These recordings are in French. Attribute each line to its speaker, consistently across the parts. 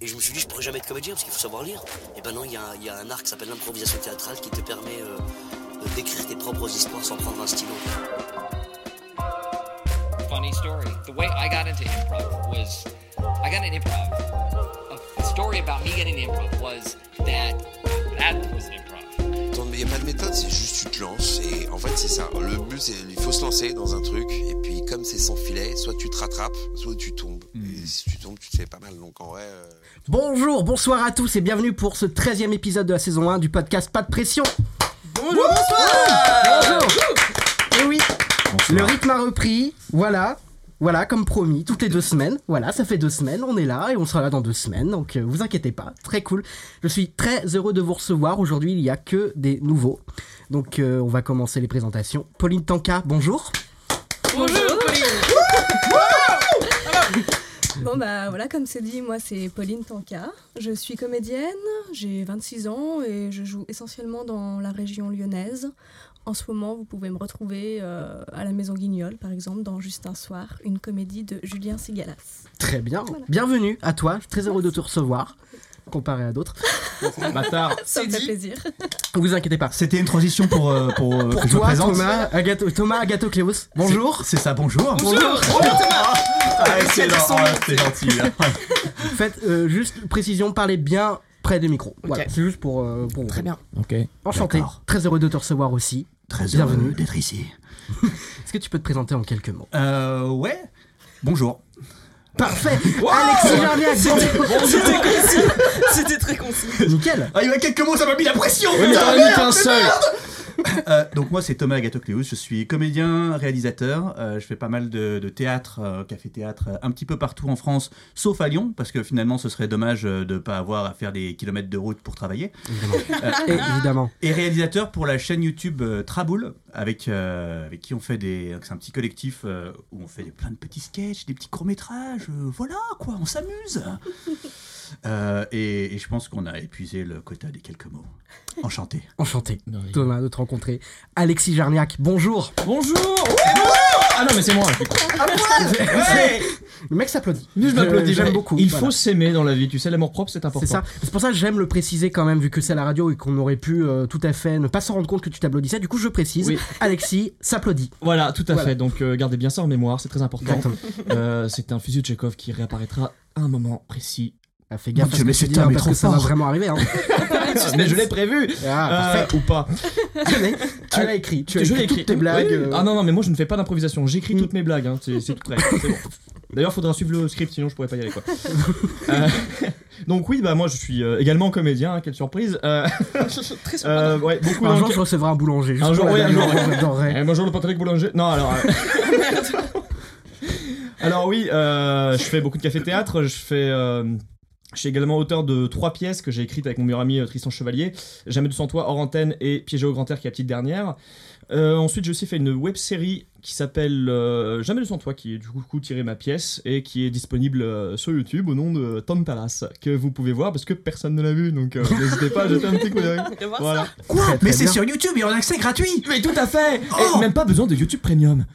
Speaker 1: Et je me suis dit, je pourrais jamais être comédien parce qu'il faut savoir lire. Et ben non, il y, a- il y a un art qui s'appelle l'improvisation théâtrale qui te permet euh, euh, d'écrire tes propres histoires sans prendre un stylo.
Speaker 2: Funny story. The way I got into improv was I got an improv. A story about me getting into improv was that that was an improv.
Speaker 3: Attends, mais il n'y a pas de méthode, c'est juste tu te lances et en fait c'est ça. Le but c'est il faut se lancer dans un truc et puis comme c'est sans filet, soit tu te rattrapes, soit tu tombes. Et si tu tombes, tu te fais pas mal. Donc en vrai, euh,
Speaker 4: Bonjour, bonsoir à tous et bienvenue pour ce 13 e épisode de la saison 1 du podcast Pas de pression. Bonjour, bonsoir Et Eh oui, le rythme a repris, voilà. Voilà, comme promis, toutes les deux semaines. Voilà, ça fait deux semaines, on est là et on sera là dans deux semaines, donc euh, vous inquiétez pas, très cool. Je suis très heureux de vous recevoir. Aujourd'hui, il n'y a que des nouveaux. Donc, euh, on va commencer les présentations. Pauline Tanka, bonjour.
Speaker 5: Bonjour
Speaker 6: Bon bah voilà, comme c'est dit, moi c'est Pauline Tanka. Je suis comédienne, j'ai 26 ans et je joue essentiellement dans la région lyonnaise. En ce moment, vous pouvez me retrouver euh, à la Maison Guignol, par exemple, dans Juste un soir, une comédie de Julien Sigalas.
Speaker 4: Très bien.
Speaker 6: Voilà.
Speaker 4: Bienvenue à toi. Je suis très heureux de te recevoir, comparé à d'autres.
Speaker 7: Bâtard.
Speaker 6: Ça me fait plaisir.
Speaker 4: Vous inquiétez pas.
Speaker 7: C'était une transition pour, euh, pour, euh,
Speaker 4: Pour
Speaker 7: que je vous
Speaker 4: toi,
Speaker 7: présente.
Speaker 4: Thomas, Agathe, Thomas Agatho Cléos. Bonjour.
Speaker 7: C'est ça, bonjour. Ah, excellent, ah, c'est gentil.
Speaker 4: Faites euh, juste précision, parlez bien près des micros. Voilà, c'est juste pour, euh, pour Très bien.
Speaker 7: ok.
Speaker 4: Enchanté.
Speaker 7: D'accord.
Speaker 4: Très heureux de te recevoir aussi.
Speaker 7: Très
Speaker 4: heureux
Speaker 7: heureux d'être ici.
Speaker 4: Est-ce que tu peux te présenter en quelques mots
Speaker 7: Euh, ouais. Bonjour.
Speaker 4: Parfait. Alexis Jardiac,
Speaker 5: C'était concis C'était très concis
Speaker 4: bon- nickel.
Speaker 7: Ah, il y a quelques mots, ça m'a mis la pression. Euh, donc moi c'est Thomas Agatocleus, je suis comédien, réalisateur, euh, je fais pas mal de, de théâtre, euh, café-théâtre, euh, un petit peu partout en France, sauf à Lyon, parce que finalement ce serait dommage euh, de ne pas avoir à faire des kilomètres de route pour travailler.
Speaker 4: Et évidemment.
Speaker 7: Et réalisateur pour la chaîne YouTube euh, Traboul, avec, euh, avec qui on fait des. C'est un petit collectif euh, où on fait des- plein de petits sketchs, des petits courts-métrages. euh, voilà, quoi, on s'amuse. Euh, et, et je pense qu'on a épuisé le quota des quelques mots. Enchanté.
Speaker 4: Enchanté, Thomas, de te rencontrer. Alexis Jarniac, bonjour.
Speaker 8: Bonjour Ah non mais c'est moi
Speaker 4: Le mec s'applaudit.
Speaker 8: Je m'applaudis
Speaker 4: J'aime
Speaker 8: mais
Speaker 4: beaucoup.
Speaker 8: Il
Speaker 4: Voilà.
Speaker 8: faut s'aimer dans la vie, tu sais, l'amour propre c'est important.
Speaker 4: C'est ça. C'est pour ça que j'aime le préciser quand même, vu que c'est à la radio et qu'on aurait pu euh, tout à fait ne pas se rendre compte que tu t'applaudissais. Du coup, je précise,
Speaker 8: Oui.
Speaker 4: Alexis s'applaudit.
Speaker 8: Voilà, tout à
Speaker 4: Voilà.
Speaker 8: fait, donc euh, gardez bien ça en mémoire, c'est très important.
Speaker 4: Exactement.
Speaker 8: Euh, c'est un fusil de Chekhov qui réapparaîtra à un moment précis.
Speaker 4: Ah, fais gaffe
Speaker 7: Mon
Speaker 4: à
Speaker 7: Dieu,
Speaker 4: ce que
Speaker 7: mais
Speaker 4: tu
Speaker 7: c'est
Speaker 4: dis,
Speaker 7: un
Speaker 4: hein,
Speaker 7: mais
Speaker 4: parce
Speaker 7: trop
Speaker 4: que ça va
Speaker 7: fort.
Speaker 4: vraiment arriver. Hein.
Speaker 8: mais je l'ai prévu
Speaker 4: Ah,
Speaker 8: Euh, Ou pas.
Speaker 4: parfait. tu l'as écrit. Tu as
Speaker 8: je
Speaker 4: écrit
Speaker 8: l'ai écrit.
Speaker 4: toutes tes blagues.
Speaker 8: Oui.
Speaker 4: euh,
Speaker 8: Ah non, non, mais moi je ne fais pas d'improvisation, j'écris
Speaker 4: Mm.
Speaker 8: toutes mes blagues, hein. c'est c'est tout prêt, c'est bon. D'ailleurs, faudra suivre le script, sinon je pourrais pas y aller quoi. Euh, donc oui, bah moi je suis euh, également comédien, hein, quelle surprise. Euh,
Speaker 5: Très surprenant.
Speaker 8: euh, ouais, beaucoup
Speaker 4: Un
Speaker 8: dans-
Speaker 4: jour, je recevrai un boulanger. juste
Speaker 8: Un jour,
Speaker 4: pour la
Speaker 8: oui, un
Speaker 4: blague,
Speaker 8: jour, ouais.
Speaker 4: j'adorerais.
Speaker 8: Eh, bonjour le Patrick Boulanger. Non, alors. euh, alors oui, euh, je fais beaucoup de café-théâtre. Je fais. euh, Je suis également auteur de trois pièces que j'ai écrites avec mon meilleur ami euh, Tristan Chevalier, Jamais de sans toi, Hors antenne et Piégé au grand air qui est la petite dernière. Euh, ensuite, j'ai aussi fait une web série qui s'appelle euh, Jamais de sans toi, qui est du coup tiré ma pièce et qui est disponible euh, sur YouTube au nom de Tom Palace, que vous pouvez voir parce que personne ne l'a vu, donc euh, n'hésitez pas à jeter un petit coup d'œil.
Speaker 5: De voir
Speaker 8: Voilà.
Speaker 7: Quoi
Speaker 4: Très, très
Speaker 7: Mais c'est
Speaker 4: bien.
Speaker 7: sur YouTube et en accès gratuit
Speaker 8: Mais tout à fait
Speaker 7: Oh
Speaker 8: Et même pas besoin de YouTube Premium.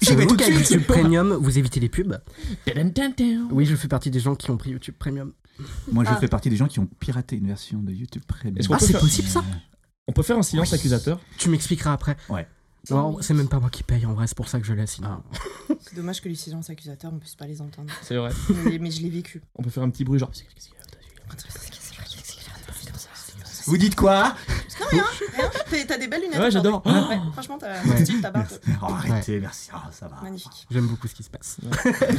Speaker 7: J'y vais
Speaker 4: Savez-vous
Speaker 7: tout de
Speaker 4: qu'avec
Speaker 7: suite
Speaker 4: YouTube Premium, vous évitez les pubs. Oui, je fais partie des gens qui ont pris YouTube Premium.
Speaker 7: Moi je fais partie des gens qui ont piraté une version de YouTube Premium.
Speaker 8: Est-ce qu'on
Speaker 4: Ah,
Speaker 8: peut
Speaker 4: c'est
Speaker 8: faire-
Speaker 4: possible ça
Speaker 8: On peut faire un silence
Speaker 7: Oui.
Speaker 8: accusateur
Speaker 4: Tu m'expliqueras après.
Speaker 7: Ouais.
Speaker 4: Non, c'est même pas moi qui paye en vrai, c'est pour ça que je l'ai signé.
Speaker 5: ça. C'est dommage que les silences accusateurs, on puisse pas les entendre.
Speaker 8: C'est vrai.
Speaker 5: Mais, mais je l'ai vécu.
Speaker 8: On peut faire un petit bruit genre.
Speaker 7: Vous dites quoi
Speaker 5: Non, rien, rien. T'es- T'as des belles lunettes.
Speaker 8: Ouais, j'adore.
Speaker 5: aujourd'hui. Ouais, franchement, t'as
Speaker 4: Ouais.
Speaker 5: ton style, ta barbe.
Speaker 7: Merci. Oh, arrêtez, merci. Ah, ça va.
Speaker 5: Magnifique.
Speaker 4: J'aime beaucoup ce qui se passe.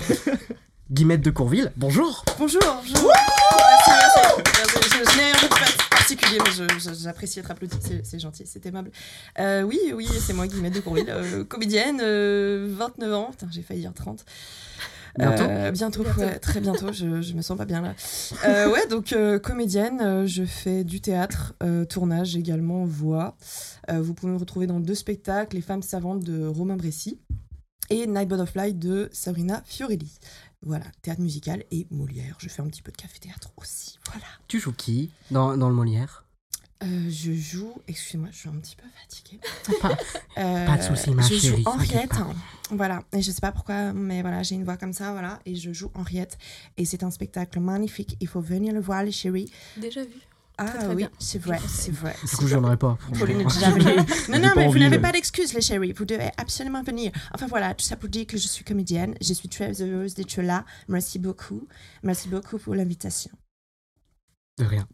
Speaker 4: Guillemette de Courville, bonjour.
Speaker 5: Bonjour. Je... Merci, merci. Merci. Je, je n'ai rien de par- particulier, mais je- je- j'apprécie être applaudie. C'est- C'est gentil, c'est aimable. Euh, oui, oui, c'est moi, Guillemette de Courville, euh, comédienne, euh, 29 ans. Putain, j'ai failli dire 30. Euh, bientôt, ouais, très bientôt, je, je me sens pas bien là. Euh, ouais, donc euh, comédienne, euh, je fais du théâtre, euh, tournage également, voix. Euh, vous pouvez me retrouver dans deux spectacles, Les Femmes Savantes de Romain Brécy et Night Butterfly de Sabrina Fiorelli. Voilà, théâtre musical et Molière. Je fais un petit peu de café-théâtre aussi, voilà.
Speaker 4: Tu joues qui dans, dans le Molière
Speaker 5: Euh, je joue. Excusez-moi, je suis un petit peu fatiguée.
Speaker 4: Pas-
Speaker 5: Euh,
Speaker 4: pas de soucis, ma
Speaker 5: Je joue
Speaker 4: chérie, t'inquiète
Speaker 5: Henriette.
Speaker 4: pas.
Speaker 5: hein. Voilà. Et je sais pas pourquoi, mais voilà, j'ai une voix comme ça, voilà. Et je joue Henriette. Et c'est un spectacle magnifique. Il faut venir le voir, les chéris.
Speaker 6: Déjà vu.
Speaker 5: Ah
Speaker 6: Très, très
Speaker 5: oui,
Speaker 6: bien.
Speaker 5: c'est vrai,
Speaker 6: Je
Speaker 5: c'est vrai.
Speaker 4: Du coup, j'en aurais pas.
Speaker 5: Pauline ne dit jamais non. Non, non,
Speaker 8: pas
Speaker 5: mais vous
Speaker 8: envie,
Speaker 5: n'avez
Speaker 8: là.
Speaker 5: pas d'excuses, les chéris. Vous devez absolument venir. Enfin voilà, tout ça pour dire que je suis comédienne. Je suis très heureuse d'être là. Merci beaucoup. Merci beaucoup pour l'invitation.
Speaker 4: De rien.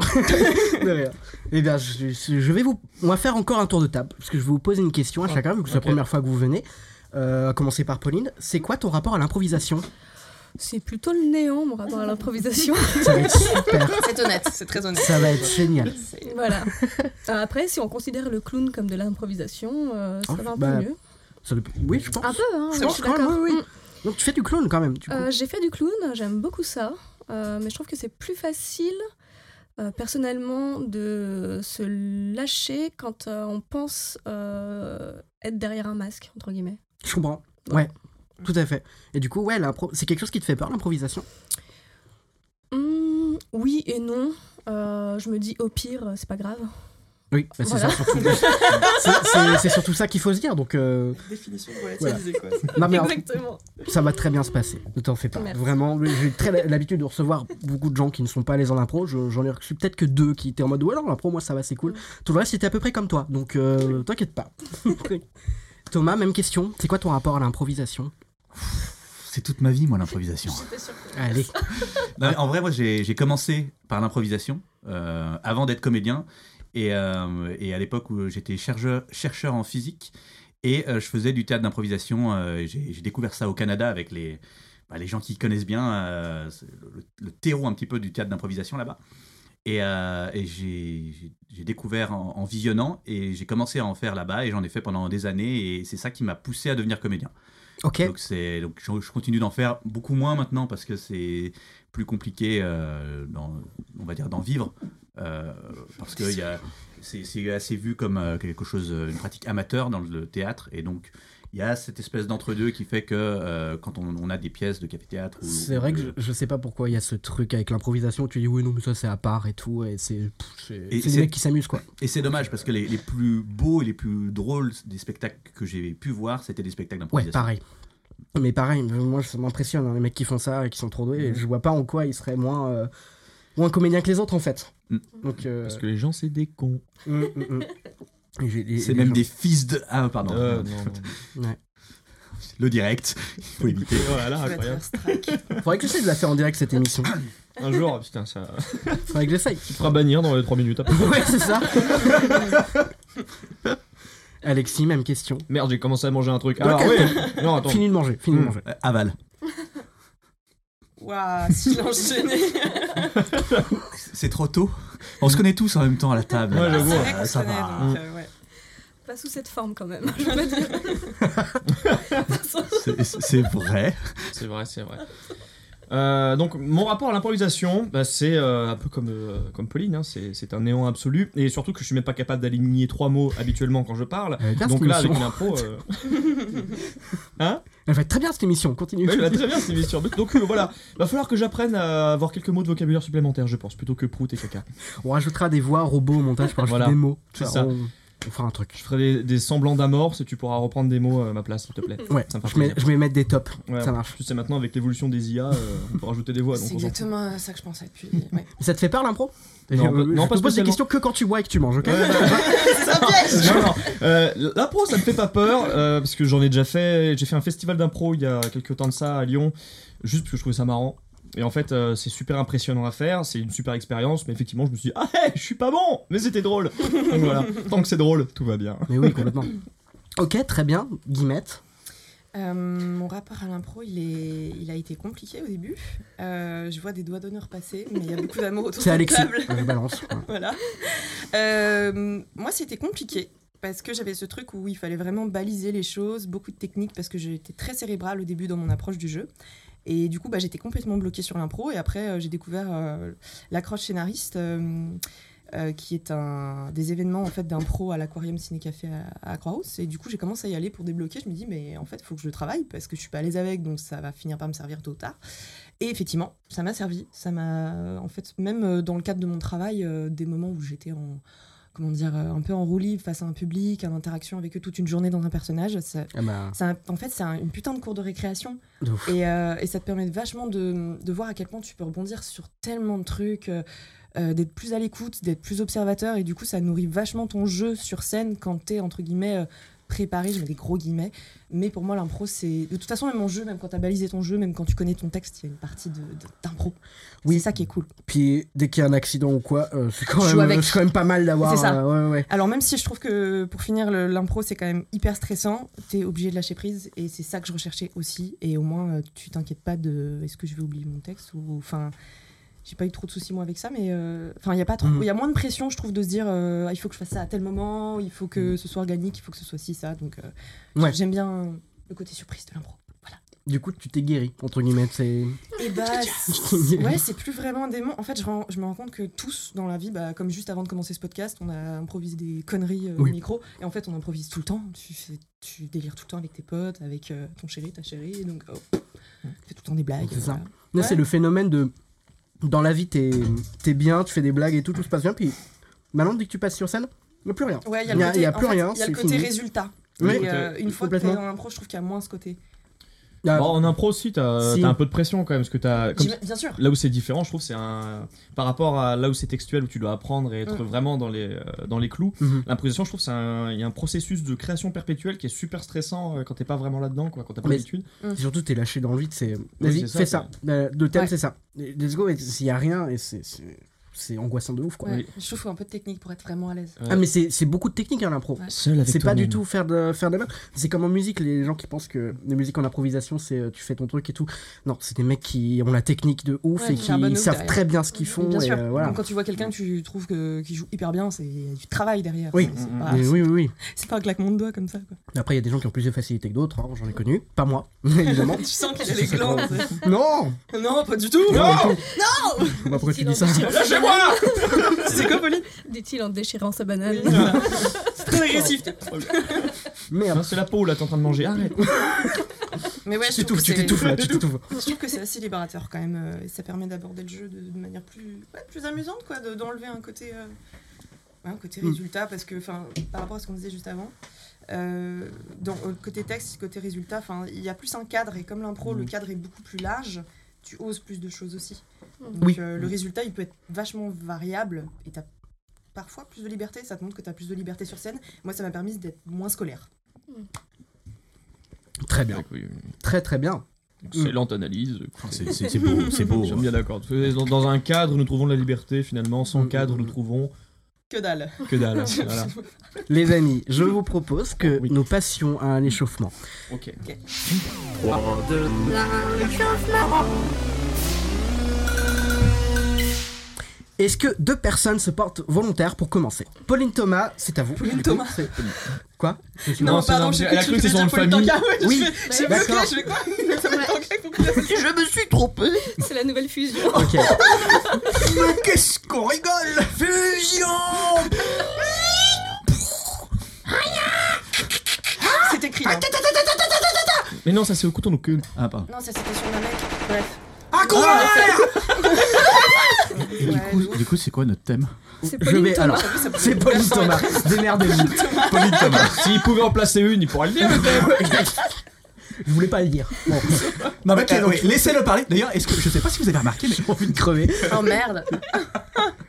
Speaker 4: de rien. Eh bien, je, je- je vais vous. On va faire encore un tour de table, parce que je vais vous poser une question à chacun, vu que c'est la première fois que vous venez. Euh, à commencer par Pauline. C'est quoi ton rapport à l'improvisation
Speaker 6: C'est plutôt le néant, mon rapport à l'improvisation.
Speaker 4: Ça va être super.
Speaker 5: C'est honnête, c'est très honnête.
Speaker 4: Ça va être génial.
Speaker 5: C'est-
Speaker 6: voilà. Après, si on considère le clown comme de l'improvisation, euh, ça
Speaker 4: Oh,
Speaker 6: va un
Speaker 4: bah,
Speaker 6: peu mieux.
Speaker 4: Ça dépend- Oui, je pense.
Speaker 6: Un peu, hein,
Speaker 4: Je
Speaker 6: je
Speaker 4: pense
Speaker 6: suis
Speaker 4: quand même,
Speaker 6: d'accord.
Speaker 4: oui, oui.
Speaker 6: Mm.
Speaker 4: Donc tu fais du clown quand même, du coup.
Speaker 6: Euh, J'ai fait du clown, j'aime beaucoup ça, euh, mais je trouve que c'est plus facile euh, personnellement de se lâcher quand euh, on pense euh, être derrière un masque, entre guillemets.
Speaker 4: Je comprends. Ouais. Tout à fait. Et du coup, ouais, l'impro- c'est quelque chose qui te fait peur, l'improvisation
Speaker 6: Hmm, oui et non. Euh, je me dis au pire, c'est pas grave.
Speaker 4: Oui, bah, c'est
Speaker 6: Voilà.
Speaker 4: ça surtout. C'est- c'est- c'est surtout ça qu'il faut se dire. Donc, euh,
Speaker 8: Définition
Speaker 4: relativisée,
Speaker 8: quoi.
Speaker 4: non, mais en-
Speaker 6: Exactement.
Speaker 4: ça va très bien se passer. Ne t'en fais pas.
Speaker 6: Merci.
Speaker 4: Vraiment, j'ai très la- l'habitude de recevoir beaucoup de gens qui ne sont pas allés en impro. Je- J'en ai reçu peut-être que deux qui étaient en mode, ouais, alors l'impro, moi ça va, c'est cool.
Speaker 6: Mm.
Speaker 4: Tout le reste, c'était à peu près comme toi. Donc, euh, t'inquiète pas. Thomas, même question. C'est quoi ton rapport à l'improvisation
Speaker 7: C'est toute ma vie, moi, l'improvisation.
Speaker 4: Allez.
Speaker 7: Non, mais en vrai, moi, j'ai j'ai commencé par l'improvisation euh, avant d'être comédien. Et, euh, et à l'époque où j'étais chercheur, chercheur en physique et euh, je faisais du théâtre d'improvisation, euh, j'ai j'ai découvert ça au Canada avec les, bah, les gens qui connaissent bien euh, c'est le, le terreau un petit peu du théâtre d'improvisation là-bas. Et, euh, et j'ai j'ai- j'ai découvert en, en visionnant et j'ai commencé à en faire là-bas et j'en ai fait pendant des années et c'est ça qui m'a poussé à devenir comédien.
Speaker 4: Ok.
Speaker 7: Donc, c'est, donc je, je continue d'en faire beaucoup moins maintenant parce que c'est plus compliqué, euh, d'en- on va dire, d'en vivre. euh, parce que il y a- c'est, c'est assez vu comme euh, quelque chose, euh, une pratique amateur dans le théâtre. Et donc, il y a cette espèce d'entre-deux qui fait que euh, quand on, on a des pièces de café-théâtre. ou-
Speaker 4: C'est vrai que je, je sais pas pourquoi il y a ce truc avec l'improvisation où tu dis oui non mais ça c'est à part et tout et c'est pff, c'est
Speaker 7: Et
Speaker 4: c'est des
Speaker 7: c'est-
Speaker 4: mecs qui s'amusent quoi.
Speaker 7: Et c'est dommage parce que les, les plus beaux et les plus drôles des spectacles que j'ai pu voir, c'était des spectacles
Speaker 4: Ouais
Speaker 7: d'improvisation.
Speaker 4: pareil. Mais pareil, moi ça m'impressionne hein, les mecs qui font ça et qui sont trop doués. et
Speaker 8: Mm.
Speaker 4: Je vois pas en quoi ils seraient moins euh, moins comédiens que les autres en fait.
Speaker 7: Mm.
Speaker 4: Donc euh,
Speaker 8: Parce que les gens, c'est des cons.
Speaker 4: mm, mm, mm. Et j'ai- les-
Speaker 7: c'est
Speaker 4: les
Speaker 7: même
Speaker 4: gens-
Speaker 7: des fils de. Ah, pardon.
Speaker 8: Euh, non, non.
Speaker 7: Le direct. Il faut éviter.
Speaker 8: Voilà, Oh
Speaker 5: Je vais
Speaker 8: Ah, incroyable.
Speaker 5: être strike.
Speaker 4: Faudrait que j'essaye de la faire en direct cette émission.
Speaker 8: Un jour, putain, ça.
Speaker 4: Faudrait que j'essaye.
Speaker 8: Tu te feras bannir dans les 3 minutes après.
Speaker 4: ouais c'est ça. Alexis même question.
Speaker 8: Merde, j'ai commencé à manger un truc.
Speaker 4: Donc,
Speaker 8: Alors, oui Non, attends.
Speaker 4: Fini de manger, fini de
Speaker 8: Mm.
Speaker 4: manger.
Speaker 7: Euh, Aval.
Speaker 5: Waouh, silence gêné.
Speaker 7: C'est trop tôt. On se connaît tous en même temps à la table.
Speaker 8: Ouais, j'avoue.
Speaker 5: C'est vrai qu'on
Speaker 7: Ah,
Speaker 5: se
Speaker 7: ça
Speaker 5: connaît,
Speaker 7: va.
Speaker 5: donc, euh, ouais.
Speaker 6: Pas sous cette forme quand même, je veux dire.
Speaker 7: C'est- C'est vrai.
Speaker 8: C'est vrai, c'est vrai. Euh, donc mon rapport à l'improvisation, bah, c'est euh, un peu comme, euh, comme Pauline, hein, c'est c'est un néant absolu, et surtout que je suis même pas capable d'aligner trois mots habituellement quand je parle.
Speaker 4: Elle va bien,
Speaker 8: Euh, Donc
Speaker 4: cette
Speaker 8: là avec
Speaker 4: émission.
Speaker 8: une impro, euh,
Speaker 4: Elle va être très bien cette émission, continue.
Speaker 8: ouais, bah, très bien, c'est bien sûr. Donc euh, voilà, va falloir que j'apprenne à avoir quelques mots de vocabulaire supplémentaire, je pense, plutôt que prout et caca.
Speaker 4: On rajoutera des voix robots au montage pour rajouter
Speaker 8: Voilà.
Speaker 4: des mots.
Speaker 8: C'est
Speaker 4: Enfin,
Speaker 8: ça.
Speaker 4: On, on fera un truc.
Speaker 8: Je ferai des, des semblants d'amorce et tu pourras reprendre des mots euh, à ma place, s'il te plaît.
Speaker 4: Ouais,
Speaker 8: Ça me fera
Speaker 4: je, mets-
Speaker 8: plaisir.
Speaker 4: je vais mettre des tops.
Speaker 8: Ouais,
Speaker 4: Ça marche.
Speaker 8: Tu sais maintenant avec l'évolution des IA, euh, on peut rajouter des voix. Donc
Speaker 5: C'est
Speaker 8: on s'en
Speaker 5: exactement à ça que je pensais depuis. ouais.
Speaker 4: Ça te fait peur l'impro
Speaker 8: Non,
Speaker 4: Je-
Speaker 8: pas-
Speaker 4: je
Speaker 8: non, pas
Speaker 4: te pose des
Speaker 8: spécialement.
Speaker 4: questions que quand tu bois et que tu manges, ok
Speaker 8: Ouais, non, non. Euh, l'impro, ça me fait pas peur, euh, parce que j'en ai déjà fait. J'ai fait un festival d'impro il y a quelques temps de ça à Lyon, juste parce que je trouvais ça marrant. Et en fait, euh, c'est super impressionnant à faire, c'est une super expérience, mais effectivement, je me suis dit, ah, hey, je suis pas bon, mais c'était drôle. Donc voilà, tant que c'est drôle, tout va bien.
Speaker 4: Mais oui, complètement. ok, très bien. Guillemette.
Speaker 5: Euh, mon rapport à l'impro, il, est... il a été compliqué au début. Euh, je vois des doigts d'honneur passer, mais il y a beaucoup d'amour autour de
Speaker 4: C'est
Speaker 5: la
Speaker 4: Alexis.
Speaker 5: table.
Speaker 4: Je balance. ouais.
Speaker 5: voilà. Euh, moi, c'était compliqué parce que j'avais ce truc où il fallait vraiment baliser les choses, beaucoup de techniques parce que j'étais très cérébrale au début dans mon approche du jeu. Et du coup, bah, j'étais complètement bloquée sur l'impro. Et après, euh, j'ai découvert euh, l'accroche scénariste. euh, euh, qui est un des événements en fait d'un pro à l'aquarium ciné café à, à Croix-Rousse et du coup j'ai commencé à y aller pour débloquer je me dis mais en fait faut que je le travaille parce que je suis pas à l'aise avec donc ça va finir par me servir tôt ou tard et effectivement ça m'a servi ça m'a euh, en fait même euh, dans le cadre de mon travail euh, des moments où j'étais en comment dire euh, un peu en roue libre face à un public à l'interaction avec eux toute une journée dans un personnage ça,
Speaker 4: Ah bah,
Speaker 5: ça- en fait c'est un- une putain de cours de récréation
Speaker 4: de ouf.
Speaker 5: et, euh, et ça te permet vachement de, de voir à quel point tu peux rebondir sur tellement de trucs, euh, euh, d'être plus à l'écoute, d'être plus observateur. Et du coup, ça nourrit vachement ton jeu sur scène quand t'es, entre guillemets, euh, préparé. Je mets des gros guillemets. Mais pour moi, l'impro, c'est. De toute façon, même en jeu, même quand t'as balisé ton jeu, même quand tu connais ton texte, il y a une partie de- de- d'impro.
Speaker 4: Oui.
Speaker 5: C'est ça qui est cool.
Speaker 4: Puis dès qu'il y a un accident ou quoi, euh, c'est quand,
Speaker 5: Joue
Speaker 4: même-
Speaker 5: avec.
Speaker 4: c'est quand même pas mal d'avoir.
Speaker 5: C'est ça.
Speaker 4: euh, ouais, ouais.
Speaker 5: Alors, même si je trouve que pour finir, le- l'impro, c'est quand même hyper stressant, t'es obligé de lâcher prise. Et c'est ça que je recherchais aussi. Et au moins, euh, tu t'inquiètes pas de est-ce que je vais oublier mon texte ou. Enfin. J'ai pas eu trop de soucis moi avec ça, mais euh, enfin il y a pas trop, il
Speaker 4: Mhm.
Speaker 5: y a moins de pression, je trouve, de se dire euh, Ah, il faut que je fasse ça à tel moment, il faut que ce soit organique, il faut que ce soit ci ça, donc euh,
Speaker 4: Mm. Ouais.
Speaker 5: j'aime bien le côté surprise de l'impro.
Speaker 4: Du coup, tu t'es guéri, entre guillemets. C'est.
Speaker 5: Et bah, c'est- ouais, c'est plus vraiment un démon. En fait, je, rends- je me rends compte que tous dans la vie, bah, comme juste avant de commencer ce podcast, on a improvisé des conneries euh,
Speaker 4: Oui.
Speaker 5: au micro. Et en fait, on improvise tout le temps. Tu, fais- tu délires tout le temps avec tes potes, avec euh, ton chéri, ta chérie. Donc, oh, tu fais tout le temps des blagues.
Speaker 4: C'est ça.
Speaker 5: voilà.
Speaker 4: Là,
Speaker 5: Ouais.
Speaker 4: c'est le phénomène de. Dans la vie, t'es es bien, tu fais des blagues et tout, tout se passe bien. Puis maintenant, dès que tu passes sur scène, il n'y a plus rien.
Speaker 5: Ouais, il y a,
Speaker 4: Il y
Speaker 5: le
Speaker 4: a-
Speaker 5: côté,
Speaker 4: il y a
Speaker 5: en
Speaker 4: plus
Speaker 5: fait,
Speaker 4: rien,
Speaker 5: Il y a le
Speaker 4: c'est
Speaker 5: côté
Speaker 4: fini.
Speaker 5: résultat.
Speaker 4: Oui,
Speaker 5: Et, euh, une fois que t'es
Speaker 4: complètement.
Speaker 5: dans l'impro, je trouve qu'il y a moins ce côté.
Speaker 4: Ah,
Speaker 8: Bon, Bah, en impro aussi, t'as
Speaker 4: Si.
Speaker 8: t'as un peu de pression quand même, parce que t'as. comme-
Speaker 5: J'im- Bien sûr.
Speaker 8: Là où c'est différent, je trouve, c'est un par rapport à là où c'est textuel, où tu dois apprendre et être
Speaker 5: Mm.
Speaker 8: vraiment dans les euh, dans les clous.
Speaker 4: Mhm.
Speaker 8: L'improvisation, je trouve, c'est un il y a un processus de création perpétuelle qui est super stressant euh, quand t'es pas vraiment là-dedans, quoi, quand t'as pas
Speaker 4: Mais-
Speaker 8: l'habitude.
Speaker 4: Et Surtout, t'es lâché dans le vide, c'est. Vas-y,
Speaker 8: c'est ça,
Speaker 4: fais ça. Euh, De thème,
Speaker 5: Ouais.
Speaker 4: c'est ça. Let's go, et s'il n'y a rien, et c'est- c'est c'est angoissant de ouf, quoi.
Speaker 5: Ouais,
Speaker 8: Oui.
Speaker 5: Je trouve qu'il faut un peu de technique pour être vraiment à l'aise.
Speaker 8: Ouais.
Speaker 4: Ah, mais c'est c'est beaucoup de technique, hein, l'impro.
Speaker 5: Ouais.
Speaker 8: Seul
Speaker 4: C'est pas du tout faire de, faire de la merde. C'est comme en musique, les gens qui pensent que la musique en improvisation, c'est euh, tu fais ton truc et tout. Non, c'est des mecs qui ont la technique de ouf et
Speaker 5: Ouais, qui
Speaker 4: qui
Speaker 5: fait un bon ouf
Speaker 4: savent
Speaker 5: derrière.
Speaker 4: très bien ce qu'ils font.
Speaker 5: Bien
Speaker 4: et,
Speaker 5: sûr.
Speaker 4: euh, voilà.
Speaker 5: Donc, quand tu vois quelqu'un que tu trouves que- qui joue hyper bien, c'est il y a du travail derrière.
Speaker 4: Oui.
Speaker 5: C'est
Speaker 8: Mm,
Speaker 5: pas,
Speaker 4: Mais oui, oui, oui.
Speaker 5: c'est pas un claquement de doigts comme ça. Quoi.
Speaker 4: Après, il y a des gens qui ont plus de facilité que d'autres, hein, j'en ai connu. Pas moi, évidemment.
Speaker 5: tu sens qu'il a les glands. c'est-
Speaker 4: non
Speaker 5: non, pas du tout.
Speaker 4: Non Bah, Pourquoi tu dis ça
Speaker 6: Lâchez-moi
Speaker 5: C'est quoi, Pauline
Speaker 6: Dit-il en déchirant sa banane.
Speaker 5: C'est très agressif.
Speaker 4: Merde.
Speaker 8: c'est la peau là, t'es en train de manger. Arrête.
Speaker 4: Mm.
Speaker 5: Mais ouais,
Speaker 4: Tu
Speaker 5: je
Speaker 4: t'étouffes,
Speaker 5: trouve, que
Speaker 4: tu
Speaker 5: c'est-
Speaker 4: t'étouffes là, tu t'étouffes.
Speaker 5: je trouve que c'est assez libérateur quand même. euh, et ça permet d'aborder le jeu de, de manière plus, ouais, plus amusante, quoi, de- d'enlever un côté, euh, ouais, un côté
Speaker 4: Mm.
Speaker 5: résultat, parce que, enfin, par rapport à ce qu'on disait juste avant. euh, dans euh, côté texte, côté résultat, enfin, il y a plus un cadre et comme l'impro,
Speaker 4: Mm.
Speaker 5: le cadre est beaucoup plus large. Tu oses plus de choses aussi. Donc,
Speaker 4: Oui. Mm.
Speaker 5: euh, le résultat, il peut être vachement variable et t'as parfois plus de liberté. Ça te montre que t'as plus de liberté sur scène. Moi, ça m'a permis d'être moins scolaire.
Speaker 4: Très bien, très très bien.
Speaker 8: Excellente analyse.
Speaker 7: Oh, C'est c'est beau, Ah, c'est beau. hein.
Speaker 8: Je suis bien d'accord. Dans- Dans un cadre, nous trouvons de la liberté finalement. Sans
Speaker 4: Mm,
Speaker 8: cadre,
Speaker 4: mm,
Speaker 8: nous
Speaker 4: mm.
Speaker 8: trouvons
Speaker 5: Que dalle.
Speaker 8: que dalle. voilà.
Speaker 4: Les amis, je vous propose que
Speaker 8: Oui.
Speaker 4: nous passions à un échauffement.
Speaker 8: Ok.
Speaker 4: Est-ce que deux personnes se portent volontaires pour commencer Pauline Thomas, c'est à vous.
Speaker 5: Pauline
Speaker 4: Du coup,
Speaker 5: Thomas.
Speaker 4: c'est- Quoi Je suis
Speaker 8: Non,
Speaker 4: mort.
Speaker 8: c'est un-
Speaker 5: j'ai
Speaker 8: elle a
Speaker 5: tu
Speaker 8: cru que c'était
Speaker 5: voulais
Speaker 8: son
Speaker 5: dire
Speaker 8: nom de
Speaker 5: Pauline Tanka. Ouais,
Speaker 4: Oui,
Speaker 5: je fais- j'ai
Speaker 4: d'accord.
Speaker 5: bloqué, je fais quoi Ça me tanka, faut que-
Speaker 4: Je me suis trompé.
Speaker 6: C'est la nouvelle fusion.
Speaker 4: Ok.
Speaker 7: Mais qu'est-ce qu'on rigole Fusion
Speaker 5: C'est écrit. hein. là.
Speaker 8: Mais non, ça c'est au couteau donc. que- Ah pardon.
Speaker 5: Non, ça c'était sur la mec. Bref.
Speaker 4: Ah, quoi
Speaker 7: Et du
Speaker 5: Ouais,
Speaker 7: coup,
Speaker 5: lourd.
Speaker 7: du coup, c'est quoi notre thème
Speaker 6: C'est
Speaker 4: Je
Speaker 6: Pauline
Speaker 4: vais
Speaker 6: Thomas.
Speaker 4: alors. C'est Pauline Thomas. Démerdez-vous. Pauline Thomas.
Speaker 8: S'il pouvait en placer une, il pourrait le dire.
Speaker 4: Je voulais pas le dire. Bon,
Speaker 7: Non, mais euh, oui, laissez-le parler. D'ailleurs, est-ce que je sais pas si vous avez remarqué, mais
Speaker 4: j'ai envie de crever.
Speaker 5: Oh merde.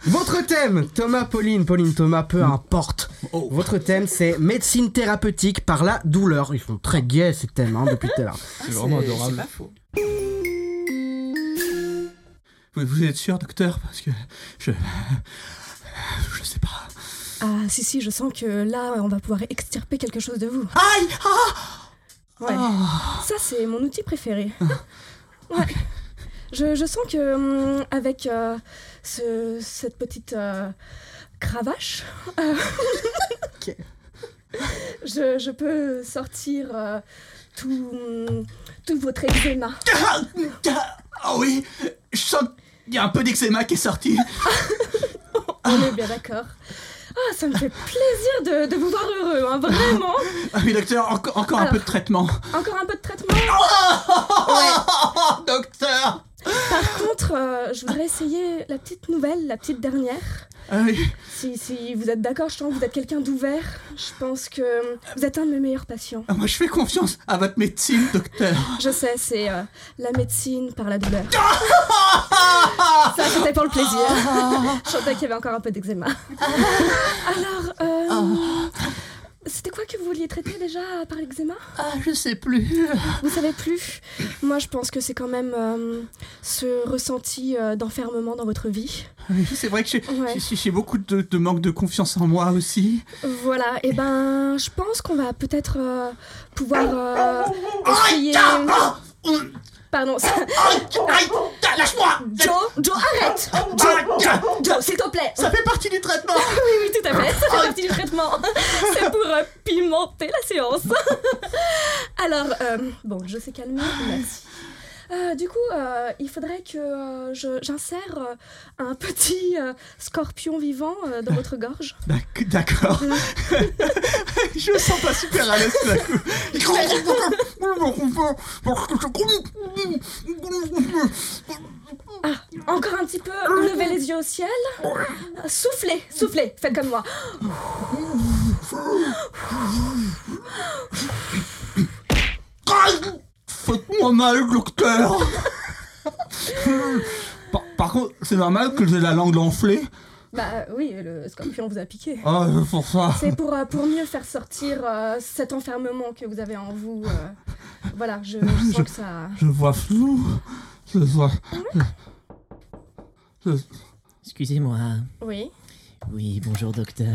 Speaker 4: Votre thème, Thomas, Pauline, Pauline, Thomas, peu
Speaker 9: Mm.
Speaker 4: importe.
Speaker 7: Oh.
Speaker 4: Votre thème, c'est médecine thérapeutique par la douleur. Ils sont très gays ces thèmes hein, depuis tout à l'heure.
Speaker 8: C'est vraiment adorable.
Speaker 5: C'est pas faux.
Speaker 7: vous, vous êtes sûr, docteur Parce que je je sais pas.
Speaker 6: Ah si si, je sens que là, on va pouvoir extirper quelque chose de vous.
Speaker 7: Aïe Ah Oh.
Speaker 6: Ouais. Ça, c'est mon outil préféré.
Speaker 7: Ah.
Speaker 6: Ouais. Je, je sens que hum, avec euh, ce- cette petite euh, cravache, euh,
Speaker 4: Ok.
Speaker 6: je, je peux sortir euh, tout, hum, tout votre eczéma.
Speaker 7: Ah, ah, ah oui, je sens qu'il y a un peu d'eczéma qui est sorti.
Speaker 6: On est bien d'accord. Ah, ça me fait plaisir de, de vous voir heureux, hein, vraiment.
Speaker 7: Ah oui, docteur, enco- encore un
Speaker 6: Alors.
Speaker 7: peu de traitement.
Speaker 6: Encore un peu de traitement.
Speaker 7: Oh, docteur
Speaker 6: Par contre, euh, je voudrais essayer la petite nouvelle, la petite dernière.
Speaker 7: Ah oui.
Speaker 6: Si, si vous êtes d'accord, je sens que vous êtes quelqu'un d'ouvert. Je pense que vous êtes un de mes meilleurs patients.
Speaker 7: Ah, Moi, je fais confiance à votre médecine, docteur.
Speaker 6: Je sais, c'est euh, la médecine par la douleur. Ça, c'était pour le plaisir. je sentais qu'il y avait encore un peu d'eczéma. Alors, euh, c'était quoi que vous vouliez traiter déjà par l'eczéma
Speaker 7: Ah, je sais plus.
Speaker 6: Vous savez plus Moi, je pense que c'est quand même euh, ce ressenti euh, d'enfermement dans votre vie.
Speaker 7: Oui, c'est vrai que j'ai
Speaker 6: Ouais.
Speaker 7: j'ai- j'ai beaucoup de, de manque de confiance en moi aussi.
Speaker 6: Voilà, et ben, je pense qu'on va peut-être euh, pouvoir euh, essayer.
Speaker 7: oh
Speaker 6: Pardon, ça-
Speaker 7: Lâche-moi
Speaker 6: Joe, Joe, arrête Joe, s'il te plaît
Speaker 7: Ça fait partie du traitement
Speaker 6: Oui, oui, tout à fait, ça fait partie du traitement. C'est pour euh, pimenter la séance. Alors, euh, bon, je sais calmer, merci. Euh, du coup, euh, il faudrait que euh, je- j'insère euh, un petit euh, scorpion vivant euh, dans votre gorge.
Speaker 7: D'ac- D'accord. je me sens pas super à l'aise tout d'un coup.
Speaker 6: Encore un petit peu, levez les yeux au ciel. Soufflez, soufflez, faites comme moi.
Speaker 7: Faites-moi mal, docteur par, par contre, c'est normal que j'ai la langue enflée.
Speaker 6: Bah oui, le scorpion vous a piqué.
Speaker 7: Ah, c'est pour ça.
Speaker 6: C'est pour, euh, pour mieux faire sortir euh, cet enfermement que vous avez en vous. euh. voilà, je, je sens que ça...
Speaker 7: Je vois flou. Je vois. je-
Speaker 9: Excusez-moi.
Speaker 6: Oui.
Speaker 9: Oui, bonjour docteur.